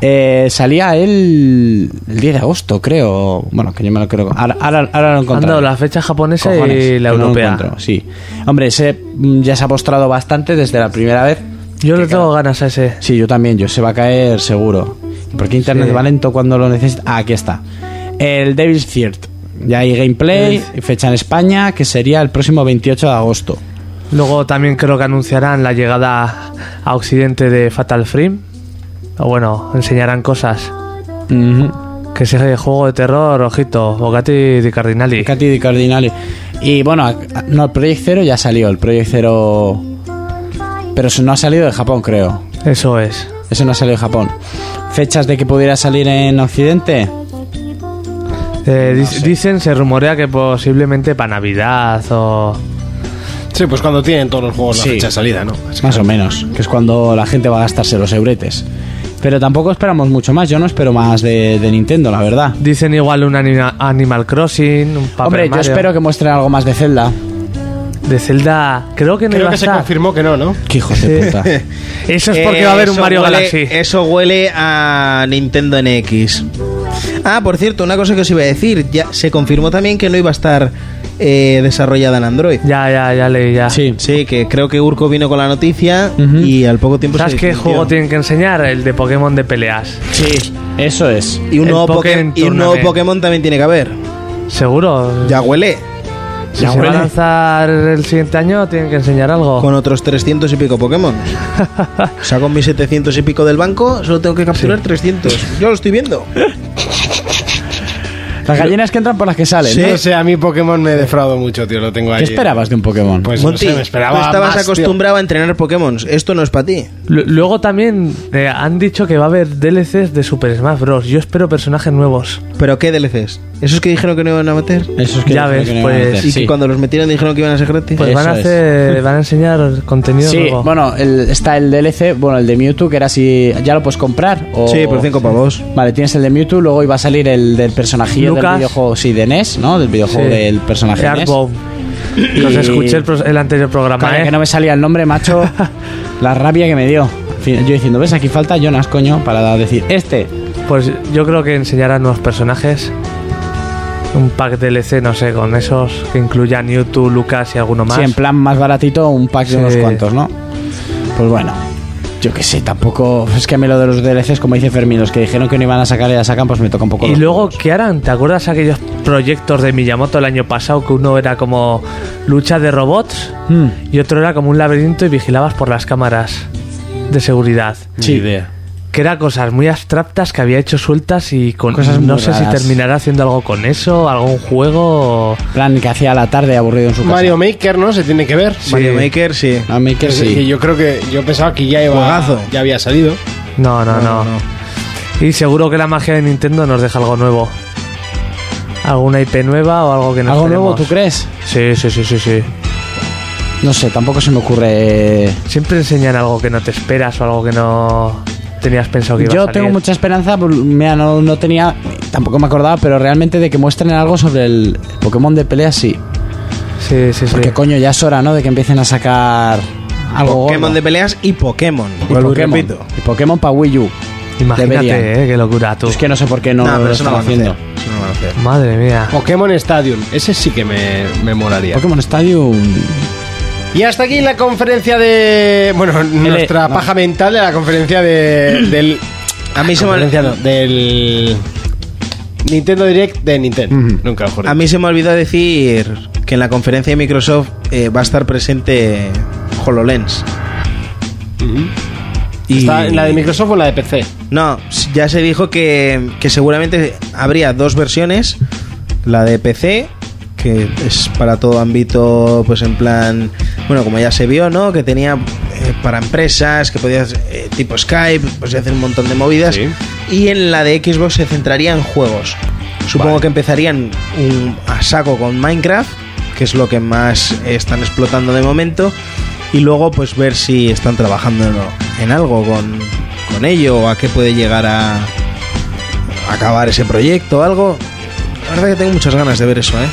Speaker 3: Eh, salía el, el 10 de agosto, creo. Bueno, que yo me lo creo. Ahora, ahora, ahora lo
Speaker 4: Han dado
Speaker 3: encontrado.
Speaker 4: la fecha japonesa y la europea.
Speaker 3: sí. Hombre, ese mm, ya se ha postrado bastante desde la primera vez.
Speaker 4: Yo le tengo ganas a ese.
Speaker 3: Sí, yo también, yo se va a caer seguro. Porque internet
Speaker 4: Sí.
Speaker 3: va lento cuando lo necesita. Ah, aquí está. El Devil's Third. Ya hay gameplay, fecha en España, que sería el próximo 28 de agosto.
Speaker 4: Luego también creo que anunciarán la llegada a Occidente de Fatal Frame. O bueno, enseñarán cosas.
Speaker 3: Ujú.
Speaker 4: Que ese juego de terror, ojito, Bogati di Cardinali.
Speaker 3: Katy Di Cardinale. Y bueno, a- a- no, el Project Zero ya salió. El Project Zero Pero eso no ha salido de Japón, creo.
Speaker 4: Eso es.
Speaker 3: Eso no ha salido de Japón. ¿Fechas de que pudiera salir en Occidente?
Speaker 4: Eh, di- Dicen, se rumorea que posiblemente para Navidad o...
Speaker 6: Sí, pues cuando tienen todos los juegos la
Speaker 3: Sí.
Speaker 6: fecha de salida, ¿no? Así que-
Speaker 3: Más o menos, que es cuando la gente va a gastarse los euretes. Pero tampoco esperamos mucho más, yo no espero más de, de Nintendo, la verdad.
Speaker 4: Dicen igual un anima- Animal Crossing, un Paper
Speaker 3: Hombre, yo
Speaker 4: Mario.
Speaker 3: espero que muestren algo más de Zelda.
Speaker 4: De Zelda, creo que no
Speaker 6: Creo
Speaker 4: iba a
Speaker 6: que se
Speaker 4: estar.
Speaker 6: confirmó que no, ¿no?
Speaker 3: Qué hijos de puta.
Speaker 4: Eso es
Speaker 3: Eh,
Speaker 4: porque va a haber un
Speaker 5: Eso
Speaker 4: Mario
Speaker 5: huele-
Speaker 4: Galaxy.
Speaker 5: Eso huele a Nintendo NX. Ah, por cierto, una cosa que os iba a decir. Ya se confirmó también que no iba a estar eh, desarrollada en Android.
Speaker 4: Ya, ya, ya leí, ya.
Speaker 3: Sí.
Speaker 5: Sí, que creo que Urco vino con la noticia
Speaker 3: Ujú.
Speaker 5: y al poco tiempo
Speaker 4: Pues ¿Sabes
Speaker 5: se
Speaker 4: qué
Speaker 5: desmintió.
Speaker 4: juego tienen que enseñar? El de Pokémon de peleas.
Speaker 3: Sí, eso es.
Speaker 5: Y un,
Speaker 4: El
Speaker 5: nuevo
Speaker 4: Pokémon
Speaker 5: Poké- y un nuevo
Speaker 4: Tournament.
Speaker 5: Pokémon también tiene que haber.
Speaker 4: Seguro.
Speaker 5: Ya huele.
Speaker 4: si
Speaker 3: ya
Speaker 4: se va
Speaker 3: huele.
Speaker 4: a lanzar el siguiente año, tienen que enseñar algo.
Speaker 5: Con otros 300 y pico Pokémon. Saco mis 700 y pico del banco, solo tengo que capturar 300. Yo lo estoy viendo.
Speaker 3: Las gallinas que entran por las que salen.
Speaker 5: Sí.
Speaker 3: ¿no?
Speaker 6: No sé, a mí Pokémon me defraudó mucho, tío. Lo tengo ahí.
Speaker 3: ¿Qué esperabas de un Pokémon?
Speaker 6: Pues
Speaker 5: Monty,
Speaker 6: no sé, me esperaba
Speaker 5: tú estabas
Speaker 6: más, tío.
Speaker 5: acostumbrado a entrenar Pokémon. Esto no es para ti.
Speaker 4: Lu- Luego también eh, han dicho que va a haber DLCs de Super Smash Bros. Yo espero personajes nuevos.
Speaker 5: ¿Pero qué DLCs? ¿Esos que dijeron que no iban a meter?
Speaker 3: Eso es que
Speaker 4: Ya
Speaker 3: yo creo
Speaker 4: ves,
Speaker 3: que no iban a
Speaker 4: pues,
Speaker 3: meter,
Speaker 5: Y
Speaker 3: sí.
Speaker 5: que cuando los metieron dijeron que iban a ser gratis.
Speaker 4: Pues van a,
Speaker 3: Eso es.
Speaker 4: hacer, van a enseñar contenido
Speaker 3: Sí,
Speaker 4: nuevo.
Speaker 3: bueno, el- está el DLC, bueno, el de Mewtwo, que era si ya lo puedes comprar. O...
Speaker 5: sí, por 5 pavos.
Speaker 3: Vale, tienes el de Mewtwo, luego iba a salir el del personajillo
Speaker 4: Lucas.
Speaker 3: del videojuego, sí, de NES, ¿no? Del videojuego
Speaker 4: Sí.
Speaker 3: del personaje
Speaker 4: De
Speaker 3: NES.
Speaker 4: Artbomb. Los escuché el, pro- el anterior programa,
Speaker 3: Coño,
Speaker 4: ¿eh?
Speaker 3: que no me salía el nombre, macho. la rabia que me dio. En fin, Yo diciendo, ves, aquí falta Jonas, coño, para decir, este.
Speaker 4: Pues yo creo que enseñarán nuevos personajes. Un pack DLC, no sé, con esos que incluyan Mewtwo, Lucas y alguno más.
Speaker 3: Sí, en plan más baratito, un pack
Speaker 4: Sí.
Speaker 3: de unos cuantos, ¿no? Pues bueno, yo qué sé, tampoco. Es que a mí lo de los DLCs, como dice Fermín, los que dijeron que no iban a sacar y la sacan, pues me toca un poco.
Speaker 4: Y
Speaker 3: los
Speaker 4: luego,
Speaker 3: huevos.
Speaker 4: ¿qué harán? ¿Te acuerdas aquellos proyectos de Miyamoto el año pasado que uno era como lucha de robots
Speaker 3: Mm,
Speaker 4: y otro era como un laberinto y vigilabas por las cámaras de seguridad?
Speaker 3: sí.
Speaker 4: Que eran cosas muy abstractas que había hecho sueltas y con,
Speaker 3: Cosas muy
Speaker 4: no sé si
Speaker 3: raras.
Speaker 4: terminará haciendo algo con eso, algún juego. o-
Speaker 3: plan que hacía a la tarde aburrido en su
Speaker 6: Mario Maker, ¿no? Se tiene que ver.
Speaker 5: Mario Maker, sí.
Speaker 3: casa. A mí que
Speaker 6: Sí.
Speaker 3: sí.
Speaker 6: yo creo que yo pensaba que ya iba
Speaker 5: Juegazo.
Speaker 6: ya había salido.
Speaker 4: No, no, no, Y seguro que la magia de Nintendo nos deja algo nuevo. ¿Alguna IP nueva o algo que no
Speaker 3: ¿Algo nuevo, tú
Speaker 4: tenemos?
Speaker 3: crees?
Speaker 4: Sí, sí, sí, sí, sí.
Speaker 3: No sé, tampoco se me ocurre.
Speaker 4: Siempre enseñan algo que no te esperas o algo que no tenías pensado que iba a
Speaker 3: Yo
Speaker 4: salir.
Speaker 3: tengo mucha esperanza, por- mira, no, no tenía, tampoco me acordaba, pero realmente de que muestren algo sobre el Pokémon de pelea, sí.
Speaker 4: Sí, sí, sí.
Speaker 3: Porque coño, ya es hora, ¿no? De que empiecen a sacar algo
Speaker 5: Pokémon
Speaker 3: gordo.
Speaker 5: de peleas y Pokémon.
Speaker 3: Y
Speaker 5: Vuelvo y
Speaker 3: Pokémon,
Speaker 5: repito.
Speaker 3: y Pokémon para Wii U. deberían.
Speaker 4: Imagínate, eh, qué locura tú.
Speaker 3: Es que no sé por qué no,
Speaker 5: Nah,
Speaker 3: lo
Speaker 5: pero eso no
Speaker 3: están
Speaker 5: lo van a hacer.
Speaker 3: haciendo.
Speaker 5: Eso no lo van a hacer.
Speaker 4: Madre mía.
Speaker 6: Pokémon Stadium, ese sí que me, me molaría.
Speaker 3: Pokémon Stadium.
Speaker 6: Y hasta aquí la conferencia de. Bueno, nuestra
Speaker 3: no.
Speaker 6: paja mental de la conferencia de, del.
Speaker 5: A mí se me-
Speaker 6: conferencia no, del. Nintendo Direct de Nintendo. Nunca mejor.
Speaker 5: A mí se me olvidó decir que en la conferencia de Microsoft eh, va a estar presente eh, HoloLens. Y-
Speaker 6: ¿Está en la de Microsoft o en la de PC?
Speaker 5: No, ya se dijo que, que seguramente habría dos versiones. La de PC, que es para todo ámbito, pues en plan, bueno, como ya se vio, ¿no? Que tenía eh, para empresas, que podías, eh, tipo Skype, pues hacer un montón de movidas.
Speaker 6: Sí.
Speaker 5: Y en la de Xbox se centraría en juegos. Supongo
Speaker 6: Vale.
Speaker 5: que empezarían un, a saco con Minecraft, que es lo que más están explotando de momento. Y luego, pues ver si están trabajando en- en algo con, con ello o a qué puede llegar a acabar ese proyecto o algo. La verdad que tengo muchas ganas de ver eso, ¿eh?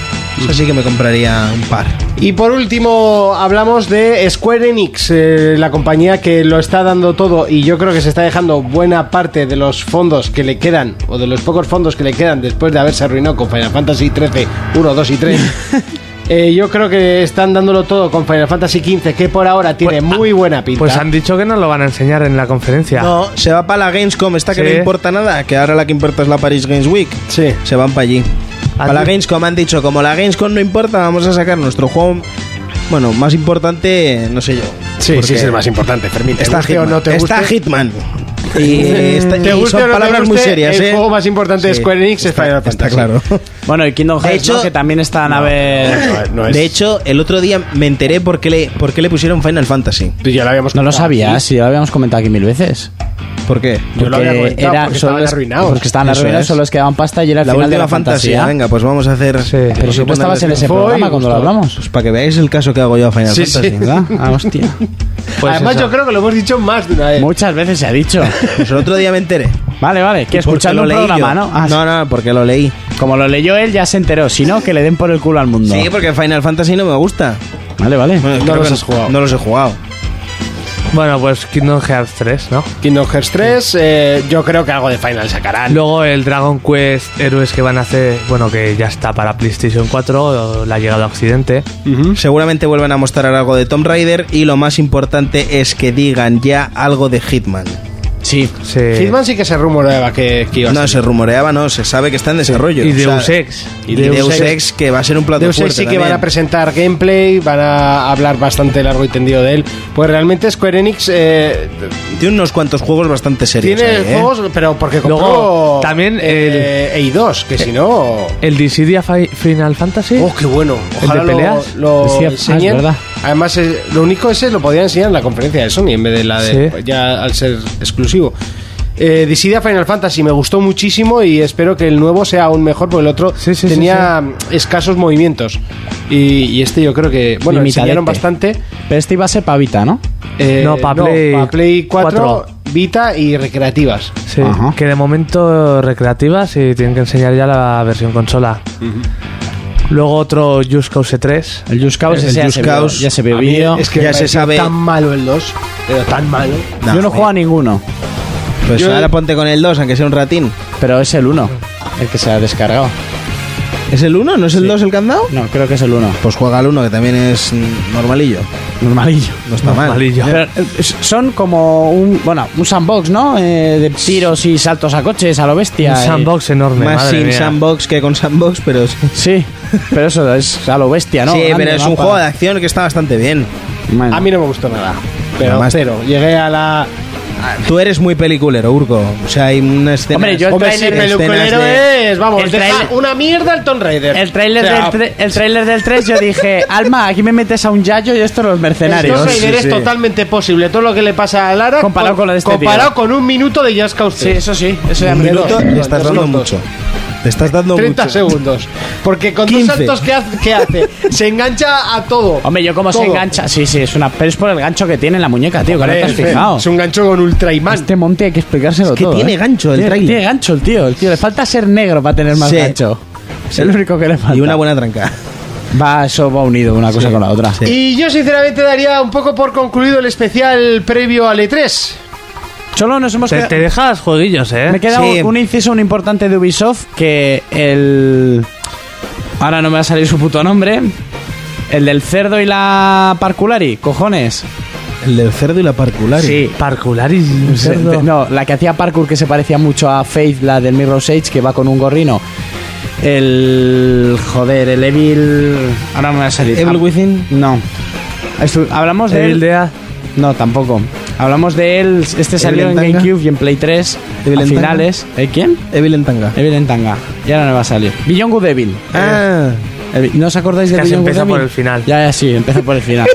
Speaker 5: Eso sí que me compraría un par.
Speaker 6: Y por último, hablamos de Square Enix, eh, la compañía que lo está dando todo y yo creo que se está dejando buena parte de los fondos que le quedan, o de los pocos fondos que le quedan después de haberse arruinado con Final Fantasy XIII, 1, 2 y 3. Eh, yo creo que están dándolo todo con Final Fantasy XV, que por ahora tiene
Speaker 4: Pues, ah,
Speaker 6: muy buena pinta.
Speaker 4: Pues han dicho que no lo van a enseñar en la conferencia.
Speaker 5: No, se va para la Gamescom, esta que
Speaker 4: Sí.
Speaker 5: no importa nada, que ahora la que importa es la Paris Games Week.
Speaker 6: Sí.
Speaker 5: Se van para allí. Para la
Speaker 4: di-
Speaker 5: Gamescom han dicho, como la Gamescom no importa, vamos a sacar nuestro juego, bueno, más importante, no sé yo.
Speaker 6: Sí,
Speaker 5: Porque
Speaker 6: sí, es el más importante, Fermín. ¿Te
Speaker 5: Está
Speaker 6: guste o
Speaker 5: Hitman.
Speaker 6: no te
Speaker 5: está
Speaker 6: guste?
Speaker 5: Hitman. Y, esta-
Speaker 2: Te guste
Speaker 5: y
Speaker 2: o no
Speaker 5: son
Speaker 2: te
Speaker 5: palabras muy
Speaker 2: guste,
Speaker 5: serias,
Speaker 2: El
Speaker 5: ¿eh?
Speaker 2: juego más importante de
Speaker 5: Sí,
Speaker 2: Square Enix es Final
Speaker 5: Está
Speaker 2: Fantasy.
Speaker 5: claro.
Speaker 3: Bueno, y Kingdom
Speaker 5: De
Speaker 3: Hearts, ¿no?
Speaker 5: hecho-
Speaker 3: que también están a ver.
Speaker 2: Eh, Ah, No, no es-
Speaker 5: De hecho, el otro día me enteré por qué le, por qué le pusieron Final Fantasy.
Speaker 2: Tú ya lo habíamos
Speaker 3: No lo
Speaker 2: comentado
Speaker 3: sabía,
Speaker 2: aquí.
Speaker 3: si ya lo habíamos comentado aquí mil veces.
Speaker 5: ¿Por qué?
Speaker 2: Ah, Yo lo había
Speaker 3: Porque
Speaker 2: comentado porque
Speaker 3: solo
Speaker 2: estaban
Speaker 3: les-
Speaker 2: arruinados.
Speaker 3: Porque estaban
Speaker 5: Eso
Speaker 3: arruinados,
Speaker 5: es.
Speaker 3: solo les quedaban pasta y era el
Speaker 5: La
Speaker 3: final de
Speaker 5: última
Speaker 3: la
Speaker 5: fantasía.
Speaker 3: fantasía.
Speaker 5: Venga, pues vamos a hacer.
Speaker 4: Sí.
Speaker 5: vamos
Speaker 3: Pero
Speaker 5: a
Speaker 3: si tú
Speaker 5: ponerle
Speaker 3: estabas en ese
Speaker 2: Fue
Speaker 3: programa
Speaker 2: y
Speaker 3: cuando lo
Speaker 2: gustó.
Speaker 3: hablamos.
Speaker 5: Pues para que veáis el caso que hago yo a Final
Speaker 2: Sí,
Speaker 5: Fantasy.
Speaker 2: sí.
Speaker 3: ¿Verdad? Ah, hostia.
Speaker 4: Pues
Speaker 2: Además,
Speaker 4: eso.
Speaker 2: yo creo que lo hemos dicho más de una vez.
Speaker 3: Muchas veces se ha dicho.
Speaker 5: Pues el otro día me enteré.
Speaker 3: Vale, vale, que
Speaker 5: Porque
Speaker 3: escuchando
Speaker 5: lo
Speaker 3: un
Speaker 5: leí
Speaker 3: programa,
Speaker 5: yo.
Speaker 3: ¿no? Ah,
Speaker 5: no, no, porque lo leí.
Speaker 3: Como lo leyó él, ya se enteró. Si no, que le den por el culo al mundo.
Speaker 5: Sí, porque Final Fantasy no me gusta.
Speaker 3: Vale, vale.
Speaker 5: Bueno, creo
Speaker 2: los
Speaker 5: que
Speaker 2: has jugado.
Speaker 5: No los he jugado.
Speaker 4: Bueno, pues Kingdom Hearts 3, ¿no?
Speaker 2: Kingdom Hearts 3, eh, yo creo que algo de Final sacarán.
Speaker 4: Luego el Dragon Quest Héroes que van a hacer, bueno, que ya está para PlayStation 4, la llegada a Occidente.
Speaker 5: Seguramente vuelvan a mostrar algo de Tomb Raider y lo más importante es que digan ya algo de Hitman.
Speaker 3: Sí.
Speaker 4: Se-
Speaker 2: Hitman sí que se rumoreaba que, que iba a
Speaker 5: No,
Speaker 2: salir.
Speaker 5: se rumoreaba, no, se sabe que está en desarrollo.
Speaker 4: Y
Speaker 5: o sea,
Speaker 4: Deus Ex.
Speaker 5: Y Deus, Ex, que va a ser un plato
Speaker 2: Deus Ex
Speaker 5: fuerte
Speaker 2: sí que van
Speaker 5: también.
Speaker 2: a presentar gameplay, van a hablar bastante largo y tendido de él. Pues realmente Square Enix eh,
Speaker 5: Tiene unos cuantos juegos bastante serios.
Speaker 2: tiene
Speaker 5: ahí, ¿eh?
Speaker 2: juegos, pero porque compró
Speaker 4: Luego, también
Speaker 2: eh, EI2, que si no...
Speaker 4: El Dissidia Fi- Final Fantasy.
Speaker 2: Oh, qué bueno. Ojalá
Speaker 4: de peleas?
Speaker 2: lo, lo
Speaker 3: Decía- ah, es
Speaker 2: enseñen.
Speaker 3: verdad.
Speaker 2: Además, eh, lo único ese lo podían enseñar en la conferencia de Sony en vez de la de
Speaker 4: Sí.
Speaker 2: ya al ser exclusivo. Eh, Dissidia Final Fantasy me gustó muchísimo y espero que el nuevo sea aún mejor porque el otro
Speaker 4: Sí, sí, sí,
Speaker 2: tenía escasos movimientos. Y, y este yo creo que, bueno,
Speaker 3: Limitadete.
Speaker 2: enseñaron bastante.
Speaker 3: Pero este iba a ser pavita, ¿no?
Speaker 2: eh,
Speaker 4: No, pa' Play
Speaker 2: pa' Play 4,
Speaker 4: 4.
Speaker 2: Vita y recreativas.
Speaker 4: Sí,
Speaker 3: Ajá.
Speaker 4: que de momento recreativas y tienen que enseñar ya la versión consola. Luego otro Just Cause 3.
Speaker 3: El Just Cause
Speaker 5: El
Speaker 3: ese ya,
Speaker 5: Just
Speaker 3: se vio,
Speaker 5: Cause.
Speaker 3: ya se vio
Speaker 2: A mí
Speaker 3: vídeo.
Speaker 2: es que
Speaker 5: Ya
Speaker 2: me
Speaker 5: se
Speaker 2: pareció
Speaker 5: sabe.
Speaker 2: tan malo el 2, pero tan malo.
Speaker 5: No,
Speaker 3: Yo no juego a ninguno,
Speaker 5: Pues
Speaker 2: Yo-
Speaker 5: ahora ponte con el 2, aunque sea un ratín.
Speaker 3: pero es el 1 el que se ha descargado.
Speaker 5: ¿Es el 1? ¿No es el 2 el que han dado?
Speaker 3: No, creo que es el 1.
Speaker 5: Pues juega al 1, que también es mm, normalillo.
Speaker 3: Normalillo.
Speaker 5: No está mal.
Speaker 4: Malillo.
Speaker 3: Pero, eh, son como un, bueno, un sandbox, ¿no? Eh, de tiros y saltos a coches, a lo bestia. eh.
Speaker 4: Un
Speaker 3: y-
Speaker 4: sandbox enorme.
Speaker 5: Más
Speaker 4: madre
Speaker 5: sin
Speaker 4: mía.
Speaker 5: sandbox que con sandbox, pero sí.
Speaker 3: Sí, pero eso es a lo bestia, ¿no?
Speaker 5: sí,
Speaker 3: Grande
Speaker 5: pero es un
Speaker 3: mapa.
Speaker 5: juego de acción que está bastante bien.
Speaker 3: Bueno.
Speaker 2: A mí no me gustó nada. Pero
Speaker 5: Además-
Speaker 2: cero. Llegué a la
Speaker 5: Tú eres muy peliculero, Urco. O sea, hay una escena.
Speaker 3: Hombre, yo el
Speaker 2: Hombre, sí,
Speaker 3: tráiler-
Speaker 5: escenas
Speaker 2: peluculero
Speaker 5: de-
Speaker 2: es, vamos,
Speaker 3: El
Speaker 2: deja
Speaker 3: tráiler-
Speaker 2: una mierda el Tomb Raider.
Speaker 3: El tráiler
Speaker 2: O sea,
Speaker 3: del, tre- el tráiler del 3 yo dije, Alma, aquí me metes a un yayo y esto los
Speaker 2: El
Speaker 3: mercenarios.
Speaker 2: Tomb Raider
Speaker 5: Sí,
Speaker 2: es
Speaker 5: sí.
Speaker 2: totalmente posible. Todo lo que le pasa a Lara.
Speaker 3: Comparado con lo de este
Speaker 2: Comparado
Speaker 3: tío.
Speaker 2: con un minuto de Just Cause
Speaker 3: Sí,
Speaker 2: 3.
Speaker 3: eso sí, eso ya
Speaker 5: Un
Speaker 3: me
Speaker 5: minuto,
Speaker 3: lo-
Speaker 5: le estás dando mucho. Te estás dando
Speaker 2: 30
Speaker 5: mucho.
Speaker 2: segundos. Porque con
Speaker 5: 15.
Speaker 2: dos saltos que hace, ¿qué hace? Se engancha a todo.
Speaker 3: Hombre, yo como se
Speaker 2: Todo.
Speaker 3: engancha. Sí, sí, es una. Pero es por el gancho que tiene en la muñeca, tío, que no te has
Speaker 2: Eh,
Speaker 3: fijado.
Speaker 2: Es un gancho con ultra imán.
Speaker 3: Este monte hay que explicárselo
Speaker 5: Es que
Speaker 3: todo.
Speaker 5: tiene
Speaker 3: ¿eh?
Speaker 5: gancho el
Speaker 3: Tiene-
Speaker 5: tráiler.
Speaker 3: Tiene gancho el tío. El tío le falta ser negro para tener más
Speaker 5: Sí.
Speaker 3: gancho. Es
Speaker 5: Sí.
Speaker 3: el único que le falta.
Speaker 5: Y una buena tranca.
Speaker 3: Va, eso va unido una cosa con la otra.
Speaker 5: Sí.
Speaker 2: Y yo sinceramente daría un poco por concluido el especial previo al E E3.
Speaker 3: Solo nos hemos
Speaker 4: Te,
Speaker 3: quedado.
Speaker 4: te dejas jueguillos, ¿eh?
Speaker 3: Me queda
Speaker 5: Sí.
Speaker 3: un, un inciso, un importante de Ubisoft que el. Ahora no me va a salir su puto nombre. El del cerdo y la parculari, cojones.
Speaker 5: El del cerdo y la parcularia.
Speaker 3: Sí.
Speaker 4: Parcularis. un
Speaker 3: Se-
Speaker 4: cerdo.
Speaker 3: te- Pues, eh, No, la que hacía parkour que se parecía mucho a Faith, la del Mirror's Edge, que va con un gorrino. El. Joder, el Evil. Ahora no me va a salir.
Speaker 5: Evil
Speaker 3: Ah,
Speaker 5: Within.
Speaker 3: No. Estu- Hablamos de
Speaker 4: Evil
Speaker 3: él.
Speaker 4: Dead.
Speaker 3: No, tampoco. Hablamos de él. Este salió en
Speaker 5: Entanga.
Speaker 3: GameCube y en Play 3.
Speaker 5: Evil
Speaker 3: a
Speaker 5: Entanga.
Speaker 3: finales. ¿Eh, quién?
Speaker 5: Evil en tanga.
Speaker 3: Evil en tanga. Y ahora no va a salir. Beyond Good Evil.
Speaker 5: Ah.
Speaker 3: El- Eh, ¿No os acordáis de
Speaker 4: Casi
Speaker 3: Beyond
Speaker 4: empieza
Speaker 3: Good Evil?
Speaker 4: por el final.
Speaker 3: Ya, ya, sí, empieza por el final.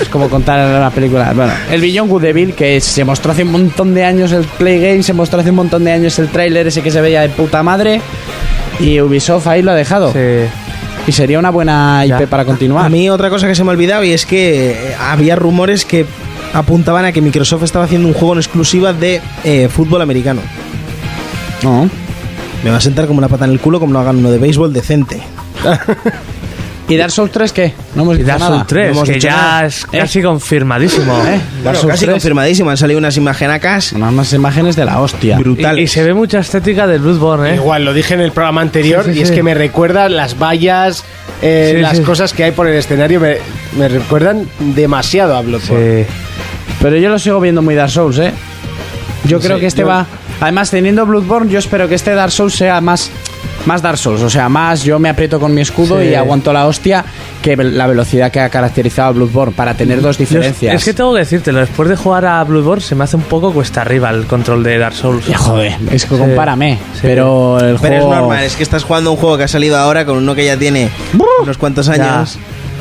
Speaker 3: es como contar la película. Bueno, el Beyond Good Evil, que se mostró hace un montón de años el Play Game, se mostró hace un montón de años el tráiler ese que se veía de puta madre. Y Ubisoft ahí lo ha dejado.
Speaker 4: Sí.
Speaker 3: Y sería una buena IP
Speaker 4: Ya.
Speaker 3: para continuar.
Speaker 5: Ah, A mí otra cosa que se me ha olvidado y es que eh, había rumores que apuntaban a que Microsoft estaba haciendo un juego en exclusiva de eh, fútbol americano.
Speaker 3: No.
Speaker 5: Me va a sentar como una pata en el culo como no hagan uno de béisbol decente.
Speaker 3: ¿Y Dark Souls 3 qué? No hemos
Speaker 4: Y
Speaker 3: dicho
Speaker 4: Dark
Speaker 3: nada.
Speaker 4: Souls 3,
Speaker 5: no hemos
Speaker 4: que
Speaker 5: dicho
Speaker 4: ya
Speaker 5: nada.
Speaker 4: es casi confirmadísimo.
Speaker 3: ¿Eh?
Speaker 5: Bueno, casi confirmadísimo, han salido unas imagenacas
Speaker 3: Unas más imágenes de la hostia.
Speaker 4: Y,
Speaker 5: brutales.
Speaker 4: y se ve mucha estética del Bloodborne, ¿eh?
Speaker 2: Igual, lo dije en el programa anterior
Speaker 4: Sí, sí,
Speaker 2: y es
Speaker 4: sí.
Speaker 2: que me recuerda las vallas, eh,
Speaker 4: Sí,
Speaker 2: las
Speaker 4: sí.
Speaker 2: cosas que hay por el escenario, me, me recuerdan demasiado a Bloodborne.
Speaker 4: Sí.
Speaker 3: Pero yo lo sigo viendo muy Dark Souls, ¿eh? Yo creo que este va... Además, teniendo Bloodborne, yo espero que este Dark Souls sea más más Dark Souls, o sea, más yo me aprieto con mi escudo
Speaker 4: Sí.
Speaker 3: y aguanto la hostia que la velocidad que ha caracterizado a Bloodborne para tener dos
Speaker 4: Yo es-
Speaker 3: diferencias.
Speaker 4: es que tengo que decírtelo, después de jugar a Bloodborne se me hace un poco cuesta arriba el control de Dark Souls.
Speaker 3: Ya, joder, es que compárame,
Speaker 4: Sí.
Speaker 3: pero el
Speaker 5: Pero es
Speaker 3: juego
Speaker 5: normal, es que estás jugando un juego que ha salido ahora con uno que ya tiene unos cuantos años.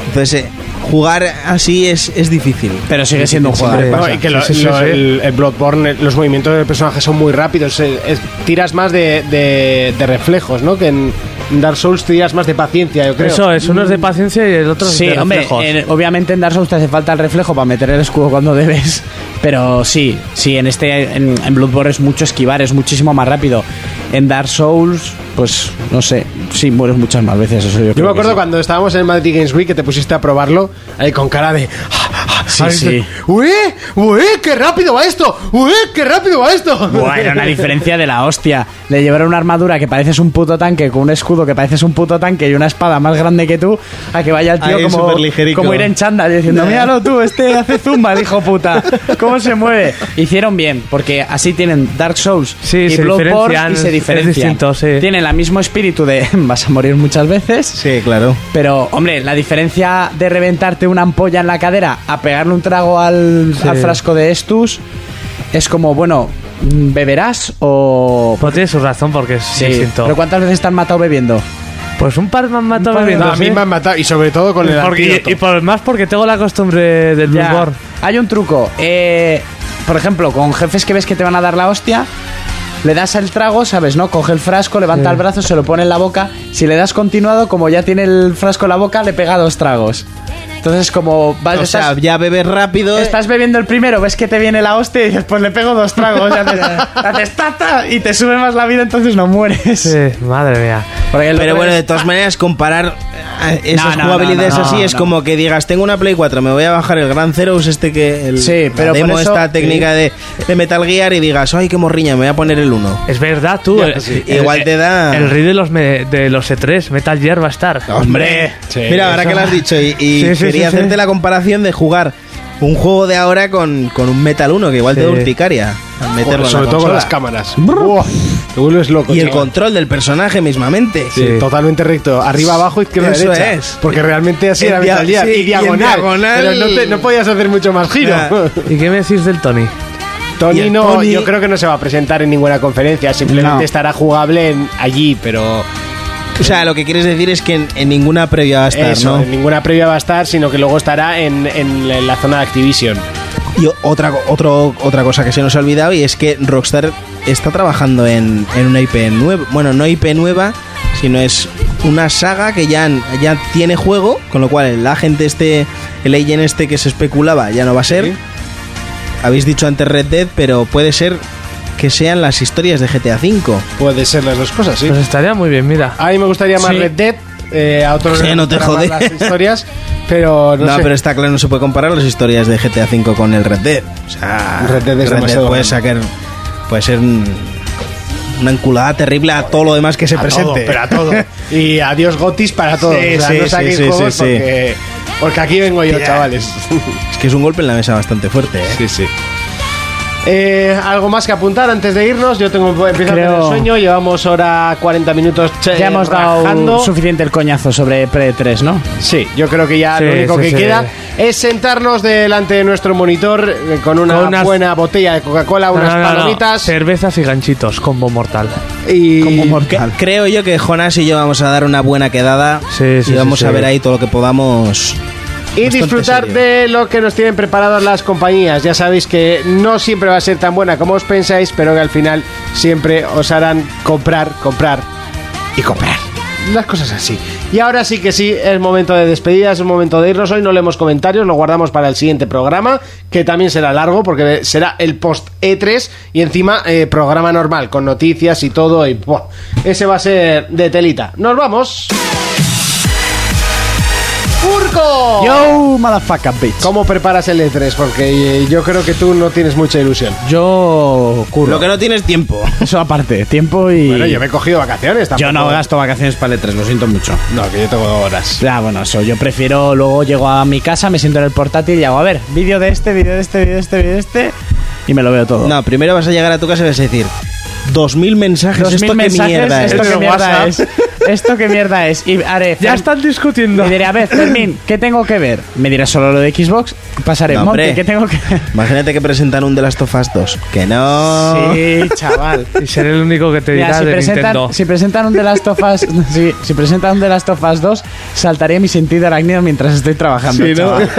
Speaker 5: Entonces, eh, jugar así es, es difícil.
Speaker 3: pero sigue siendo un juego.
Speaker 4: Siempre
Speaker 2: No,
Speaker 4: pasa.
Speaker 2: y que lo-
Speaker 4: Sí, sí,
Speaker 2: lo-
Speaker 4: sí.
Speaker 2: El, el Bloodborne, el- los movimientos del personaje son muy rápidos. eh, es- tiras más de, de- de reflejos, ¿no? Que en Dark Souls tiras más de paciencia, yo creo.
Speaker 4: Eso es, uno es de paciencia y el otro es
Speaker 3: Sí,
Speaker 4: de
Speaker 3: hombre,
Speaker 4: reflejos.
Speaker 3: en- obviamente en Dark Souls te hace falta el reflejo para meter el escudo cuando debes, pero sí, sí, en este, en, en Bloodborne es mucho esquivar, es muchísimo más rápido. En Dark Souls, pues no sé, sí, mueres muchas más veces, eso yo,
Speaker 2: Yo
Speaker 3: creo
Speaker 2: me
Speaker 3: que
Speaker 2: acuerdo
Speaker 3: sí.
Speaker 2: cuando estábamos en el Madrid Games Week que te pusiste a probarlo ahí con cara de. "Ah,
Speaker 3: Sí, sí.
Speaker 2: ¡Uy! ¡Uy! ¡Qué rápido va esto! ¡Uy! ¡Qué rápido va esto!
Speaker 3: Buah, era una diferencia de la hostia. De llevar una armadura que pareces un puto tanque, con un escudo que pareces un puto tanque y una espada más grande que tú, a que vaya el tío
Speaker 5: Ahí,
Speaker 3: como,
Speaker 5: superligerico.
Speaker 3: como ir en chándal y diciendo, míralo tú, este hace zumba, el hijo puta. ¿Cómo se mueve? Hicieron bien, porque así tienen Dark Souls
Speaker 4: Sí,
Speaker 3: y
Speaker 4: se
Speaker 3: Bloodborne
Speaker 4: diferencian,
Speaker 3: y se
Speaker 4: es
Speaker 3: diferencian.
Speaker 4: distinto, sí.
Speaker 3: Tienen el mismo espíritu de vas a morir muchas veces,
Speaker 5: Sí, claro.
Speaker 3: pero, hombre, la diferencia de reventarte una ampolla en la cadera a pegarle un trago al,
Speaker 4: Sí.
Speaker 3: al frasco de Estus es como, bueno, mm, ¿beberás o.?
Speaker 4: Pues tiene su razón porque es distinto.
Speaker 3: ¿Pero cuántas veces te han matado bebiendo?
Speaker 4: Pues un par me han matado
Speaker 3: Un par de-
Speaker 4: bebiendo,
Speaker 2: No, a mí
Speaker 4: sí.
Speaker 2: me han matado y sobre todo con el
Speaker 4: ¿eh? Porque-
Speaker 2: antídoto.
Speaker 4: y, y por, más porque tengo la costumbre del
Speaker 3: Ya.
Speaker 4: Bloodborne.
Speaker 3: Hay un truco. eh, por ejemplo, con jefes que ves que te van a dar la hostia. Le das el trago, ¿sabes? ¿No? Coge el frasco, levanta el brazo, se lo pone en la boca. Si le das continuado, como ya tiene el frasco en la boca, le pega dos tragos. Entonces, como vas
Speaker 5: O sea,
Speaker 3: estás-
Speaker 5: ya bebes rápido.
Speaker 3: Estás bebiendo el primero, ves que te viene la hostia y dices, pues le pego dos tragos, y haces, haces ta, ta, y te sube más la vida, entonces no mueres.
Speaker 4: Sí, madre mía.
Speaker 3: Porque el
Speaker 5: Pero
Speaker 3: otro
Speaker 5: bueno, de
Speaker 3: es-
Speaker 5: todas maneras, comparar eh, esas
Speaker 3: No, no,
Speaker 5: jugabilidades
Speaker 3: no, no,
Speaker 5: así es
Speaker 3: no.
Speaker 5: como que digas, tengo una Play 4, me voy a bajar el Gran Zeros este que... El,
Speaker 3: Sí,
Speaker 5: la
Speaker 3: pero
Speaker 5: demo
Speaker 3: por eso-
Speaker 5: esta técnica de, de Metal Gear y digas, ay, qué morriña, me voy a poner el 1.
Speaker 4: Es verdad, tú. el- el- eh,
Speaker 5: Igual te da-
Speaker 4: El rey de los, me- de los E3, Metal Gear va a estar.
Speaker 5: ¡Hombre!
Speaker 2: Sí,
Speaker 5: Mira, ahora
Speaker 4: eso-
Speaker 5: que lo has dicho, y, y
Speaker 4: Sí, sí,
Speaker 5: quería
Speaker 4: sí, sí.
Speaker 5: hacerte la comparación de jugar un juego de ahora con, con un Metal 1, que igual te da
Speaker 4: Sí.
Speaker 5: urticaria. al
Speaker 2: Joder,
Speaker 5: meterlo en la
Speaker 2: sobre todo con
Speaker 5: consola.
Speaker 2: las cámaras. Buah, te vuelves loco.
Speaker 5: Y el
Speaker 2: chaval.
Speaker 5: control del personaje mismamente.
Speaker 2: Sí,
Speaker 4: Sí.
Speaker 2: totalmente recto. Arriba, abajo, izquierda,
Speaker 5: Eso
Speaker 2: derecha.
Speaker 5: es.
Speaker 2: Porque realmente así
Speaker 5: En
Speaker 2: era
Speaker 5: dia-
Speaker 2: Metal Gear.
Speaker 5: sí, y
Speaker 2: y
Speaker 5: en
Speaker 2: diagonal.
Speaker 5: diagonal.
Speaker 2: Pero no, te- no podías hacer mucho más giro.
Speaker 5: Ya.
Speaker 4: ¿Y qué me decís del Tony?
Speaker 5: Y
Speaker 2: Tony
Speaker 5: el
Speaker 2: no,
Speaker 5: Tony-
Speaker 2: yo creo que no se va a presentar en ninguna conferencia. Simplemente
Speaker 3: No.
Speaker 2: estará jugable en- allí, pero
Speaker 5: O sea, lo que quieres decir es que en, en ninguna previa va a estar,
Speaker 2: eso,
Speaker 5: ¿no?
Speaker 2: en ninguna previa va a estar, sino que luego estará en, en la- en la zona de Activision.
Speaker 5: Y o- otra, co- otro, otra cosa que se nos ha olvidado y es que Rockstar está trabajando en, en una IP nueva. Bueno, no IP nueva, sino es una saga que ya, han- ya tiene juego, con lo cual el agente este, el agent este que se especulaba ya no va a ser. Habéis dicho antes Red Dead, pero puede ser que sean las historias de GTA V.
Speaker 2: Puede ser las dos cosas, sí.
Speaker 4: Pues estaría muy bien, mira.
Speaker 3: Ah,
Speaker 2: A mí me gustaría más
Speaker 3: Sí.
Speaker 2: Red Dead, eh, a otros
Speaker 5: Sí, no te
Speaker 2: para más
Speaker 5: jode.
Speaker 2: las historias, pero no,
Speaker 5: No,
Speaker 2: sé.
Speaker 5: pero está claro, no se puede comparar las historias de GTA V con el Red Dead. O sea,
Speaker 2: Red Dead es demasiado
Speaker 5: puede
Speaker 2: grande.
Speaker 5: sacar. Puede ser un- una enculada terrible a todo lo demás que se
Speaker 2: A
Speaker 5: presente.
Speaker 2: todo, pero a todo. Y adiós Gotis para todos.
Speaker 5: Sí,
Speaker 2: o sea,
Speaker 5: sí,
Speaker 2: no
Speaker 5: sí,
Speaker 2: saquéis
Speaker 5: sí,
Speaker 2: juegos
Speaker 5: sí, sí.
Speaker 2: porque, porque aquí vengo yo,
Speaker 5: Ya.
Speaker 2: chavales.
Speaker 5: Es que es un golpe en la mesa bastante fuerte, ¿eh?
Speaker 2: sí, sí. Eh, algo más que apuntar antes de irnos. Yo tengo empiezo a tener
Speaker 3: Creo-
Speaker 2: sueño. Llevamos hora 40 minutos che,
Speaker 3: Ya hemos
Speaker 2: eh, rajando.
Speaker 3: dado suficiente el coñazo sobre Pre 3, ¿no?
Speaker 2: Sí, yo creo que ya
Speaker 4: Sí,
Speaker 2: lo único
Speaker 4: sí,
Speaker 2: que
Speaker 4: sí.
Speaker 2: queda es sentarnos delante de nuestro monitor eh, con una
Speaker 4: Con unas-
Speaker 2: buena botella de Coca-Cola,
Speaker 4: No,
Speaker 2: unas
Speaker 4: no, no, no.
Speaker 2: palomitas
Speaker 4: Cervezas y ganchitos, combo mortal.
Speaker 2: y
Speaker 5: Que- Creo yo que Jonas y yo vamos a dar una buena quedada
Speaker 4: Sí, sí,
Speaker 5: y vamos
Speaker 4: sí,
Speaker 5: a
Speaker 4: sí.
Speaker 5: ver ahí todo lo que podamos.
Speaker 2: Y
Speaker 5: Bastante
Speaker 2: disfrutar
Speaker 5: serio.
Speaker 2: de lo que nos tienen preparadas las compañías. Ya sabéis que no siempre va a ser tan buena como os pensáis, pero que al final siempre os harán comprar, comprar y comprar. Las cosas así. Y ahora sí que sí, es momento de despedida, es momento de irnos. Hoy no leemos comentarios, lo guardamos para el siguiente programa, que también será largo porque será el post E3 y encima eh, programa normal, con noticias y todo. Y ¡buah! ese va a ser de telita. ¡Nos vamos! ¡Furco!
Speaker 3: Oh. Yo, motherfucker, bitch.
Speaker 2: ¿Cómo preparas el E3? Porque eh, yo creo que tú no tienes mucha ilusión.
Speaker 3: Yo curro.
Speaker 5: Lo que no tienes tiempo.
Speaker 3: Eso aparte, tiempo y.
Speaker 2: Bueno, yo me he cogido vacaciones tampoco.
Speaker 3: Yo no gasto vacaciones para el 3 lo siento mucho.
Speaker 2: No, que yo tengo horas.
Speaker 3: Ya, bueno, eso. Yo prefiero luego llego a mi casa, me siento en el portátil y hago, a ver, vídeo de este, vídeo de este, vídeo de este, vídeo de este. Y me lo veo todo.
Speaker 5: No, primero vas a llegar a tu casa y vas a decir: 2000 mensajes.
Speaker 3: 2000
Speaker 5: ¿Esto qué
Speaker 3: mensajes,
Speaker 5: mierda
Speaker 3: esto
Speaker 5: es?
Speaker 3: qué
Speaker 4: Eso
Speaker 3: mierda
Speaker 4: WhatsApp.
Speaker 3: es. Esto qué mierda es. Y haré.
Speaker 4: Ya
Speaker 3: Fer-
Speaker 4: están discutiendo.
Speaker 3: Y diré, a ver, Fermín, ¿qué tengo que ver? Me dirás solo lo de Xbox. Pasaré,
Speaker 5: No,
Speaker 3: Monty,
Speaker 5: hombre.
Speaker 3: ¿qué tengo que ver?
Speaker 5: Imagínate que presentan un The Last of Us 2. Que no.
Speaker 3: Sí, chaval.
Speaker 4: Y seré el único que te
Speaker 3: Mira,
Speaker 4: dirá
Speaker 3: si,
Speaker 4: de Nintendo.
Speaker 3: presentan, si presentan un The Last of Us, sí, si presentan un The Last of Us 2, saltaré mi sentido arácnido mientras estoy trabajando. chaval.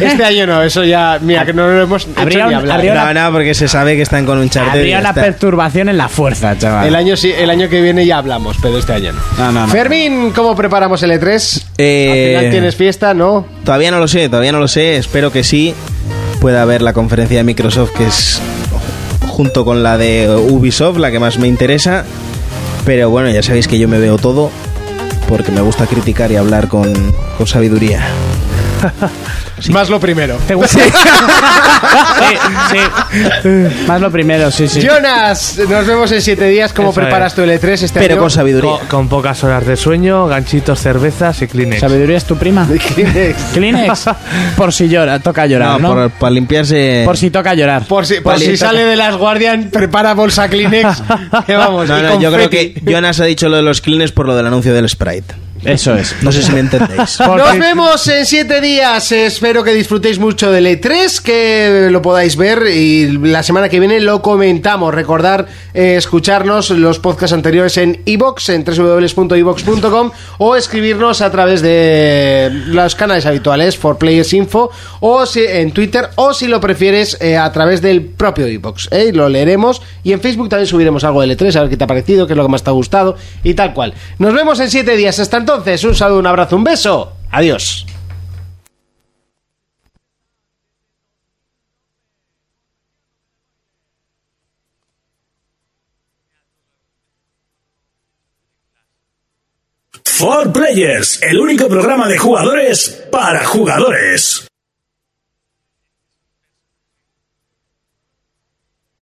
Speaker 2: Este año no, eso ya. Mira, que no lo hemos hecho
Speaker 3: Habría
Speaker 2: ni
Speaker 3: un-
Speaker 2: hablar.
Speaker 5: No,
Speaker 3: habría
Speaker 5: no, porque se sabe que están con un charter.
Speaker 3: Habría una perturbación en la fuerza, chaval.
Speaker 2: El año, sí, el año que viene ya hablamos, pero este año no.
Speaker 5: No, Ah, no, no.
Speaker 2: Fermín, ¿cómo preparamos el E3?
Speaker 5: Eh,
Speaker 2: Al final tienes fiesta, ¿no?
Speaker 5: Todavía no lo sé, todavía no lo sé. Espero que sí pueda haber la conferencia de Microsoft, que es junto con la de Ubisoft, la que más me interesa. Pero bueno, ya sabéis que yo me veo todo porque me gusta criticar y hablar con, con sabiduría.
Speaker 2: Más lo primero.
Speaker 3: ¿Te gusta? sí, sí. Más lo primero, sí, sí.
Speaker 2: Jonas, nos vemos en siete días. ¿Cómo
Speaker 4: Eso
Speaker 2: preparas
Speaker 4: es.
Speaker 2: tu L3 este
Speaker 5: Pero
Speaker 2: año?
Speaker 5: con sabiduría.
Speaker 4: Con, con pocas horas de sueño, ganchitos, cervezas y Kleenex.
Speaker 3: ¿Sabiduría es tu prima? Kleenex. Por si llora, toca llorar, ¿no?
Speaker 5: por-
Speaker 3: Por,
Speaker 5: para limpiarse.
Speaker 3: si toca llorar.
Speaker 2: Por si, por
Speaker 5: Vale,
Speaker 2: si
Speaker 5: toca.
Speaker 2: sale de las guardias, prepara bolsa Kleenex. Que vamos,
Speaker 5: No,
Speaker 2: y
Speaker 5: no, yo creo
Speaker 2: confeti.
Speaker 5: que Jonas ha dicho lo de los clines por lo del anuncio del Sprite.
Speaker 3: Eso es.
Speaker 5: No sé si me entendéis.
Speaker 3: Por
Speaker 2: Nos
Speaker 3: si-
Speaker 2: vemos en siete días. Espero que disfrutéis mucho del E3, que lo podáis ver y la semana que viene lo comentamos. Recordar eh, escucharnos los podcasts anteriores en iBox, en www.ibox.com o escribirnos a través de los canales habituales for Players Info o si- en Twitter o si lo prefieres eh, a través del propio iBox. Lo leeremos y en Facebook también subiremos algo del E3, a ver qué te ha parecido, qué es lo que más te ha gustado y tal cual. Nos vemos en siete días. Hasta entonces, un saludo, un abrazo, un beso. Adiós.
Speaker 1: For Players, el único programa de jugadores para jugadores.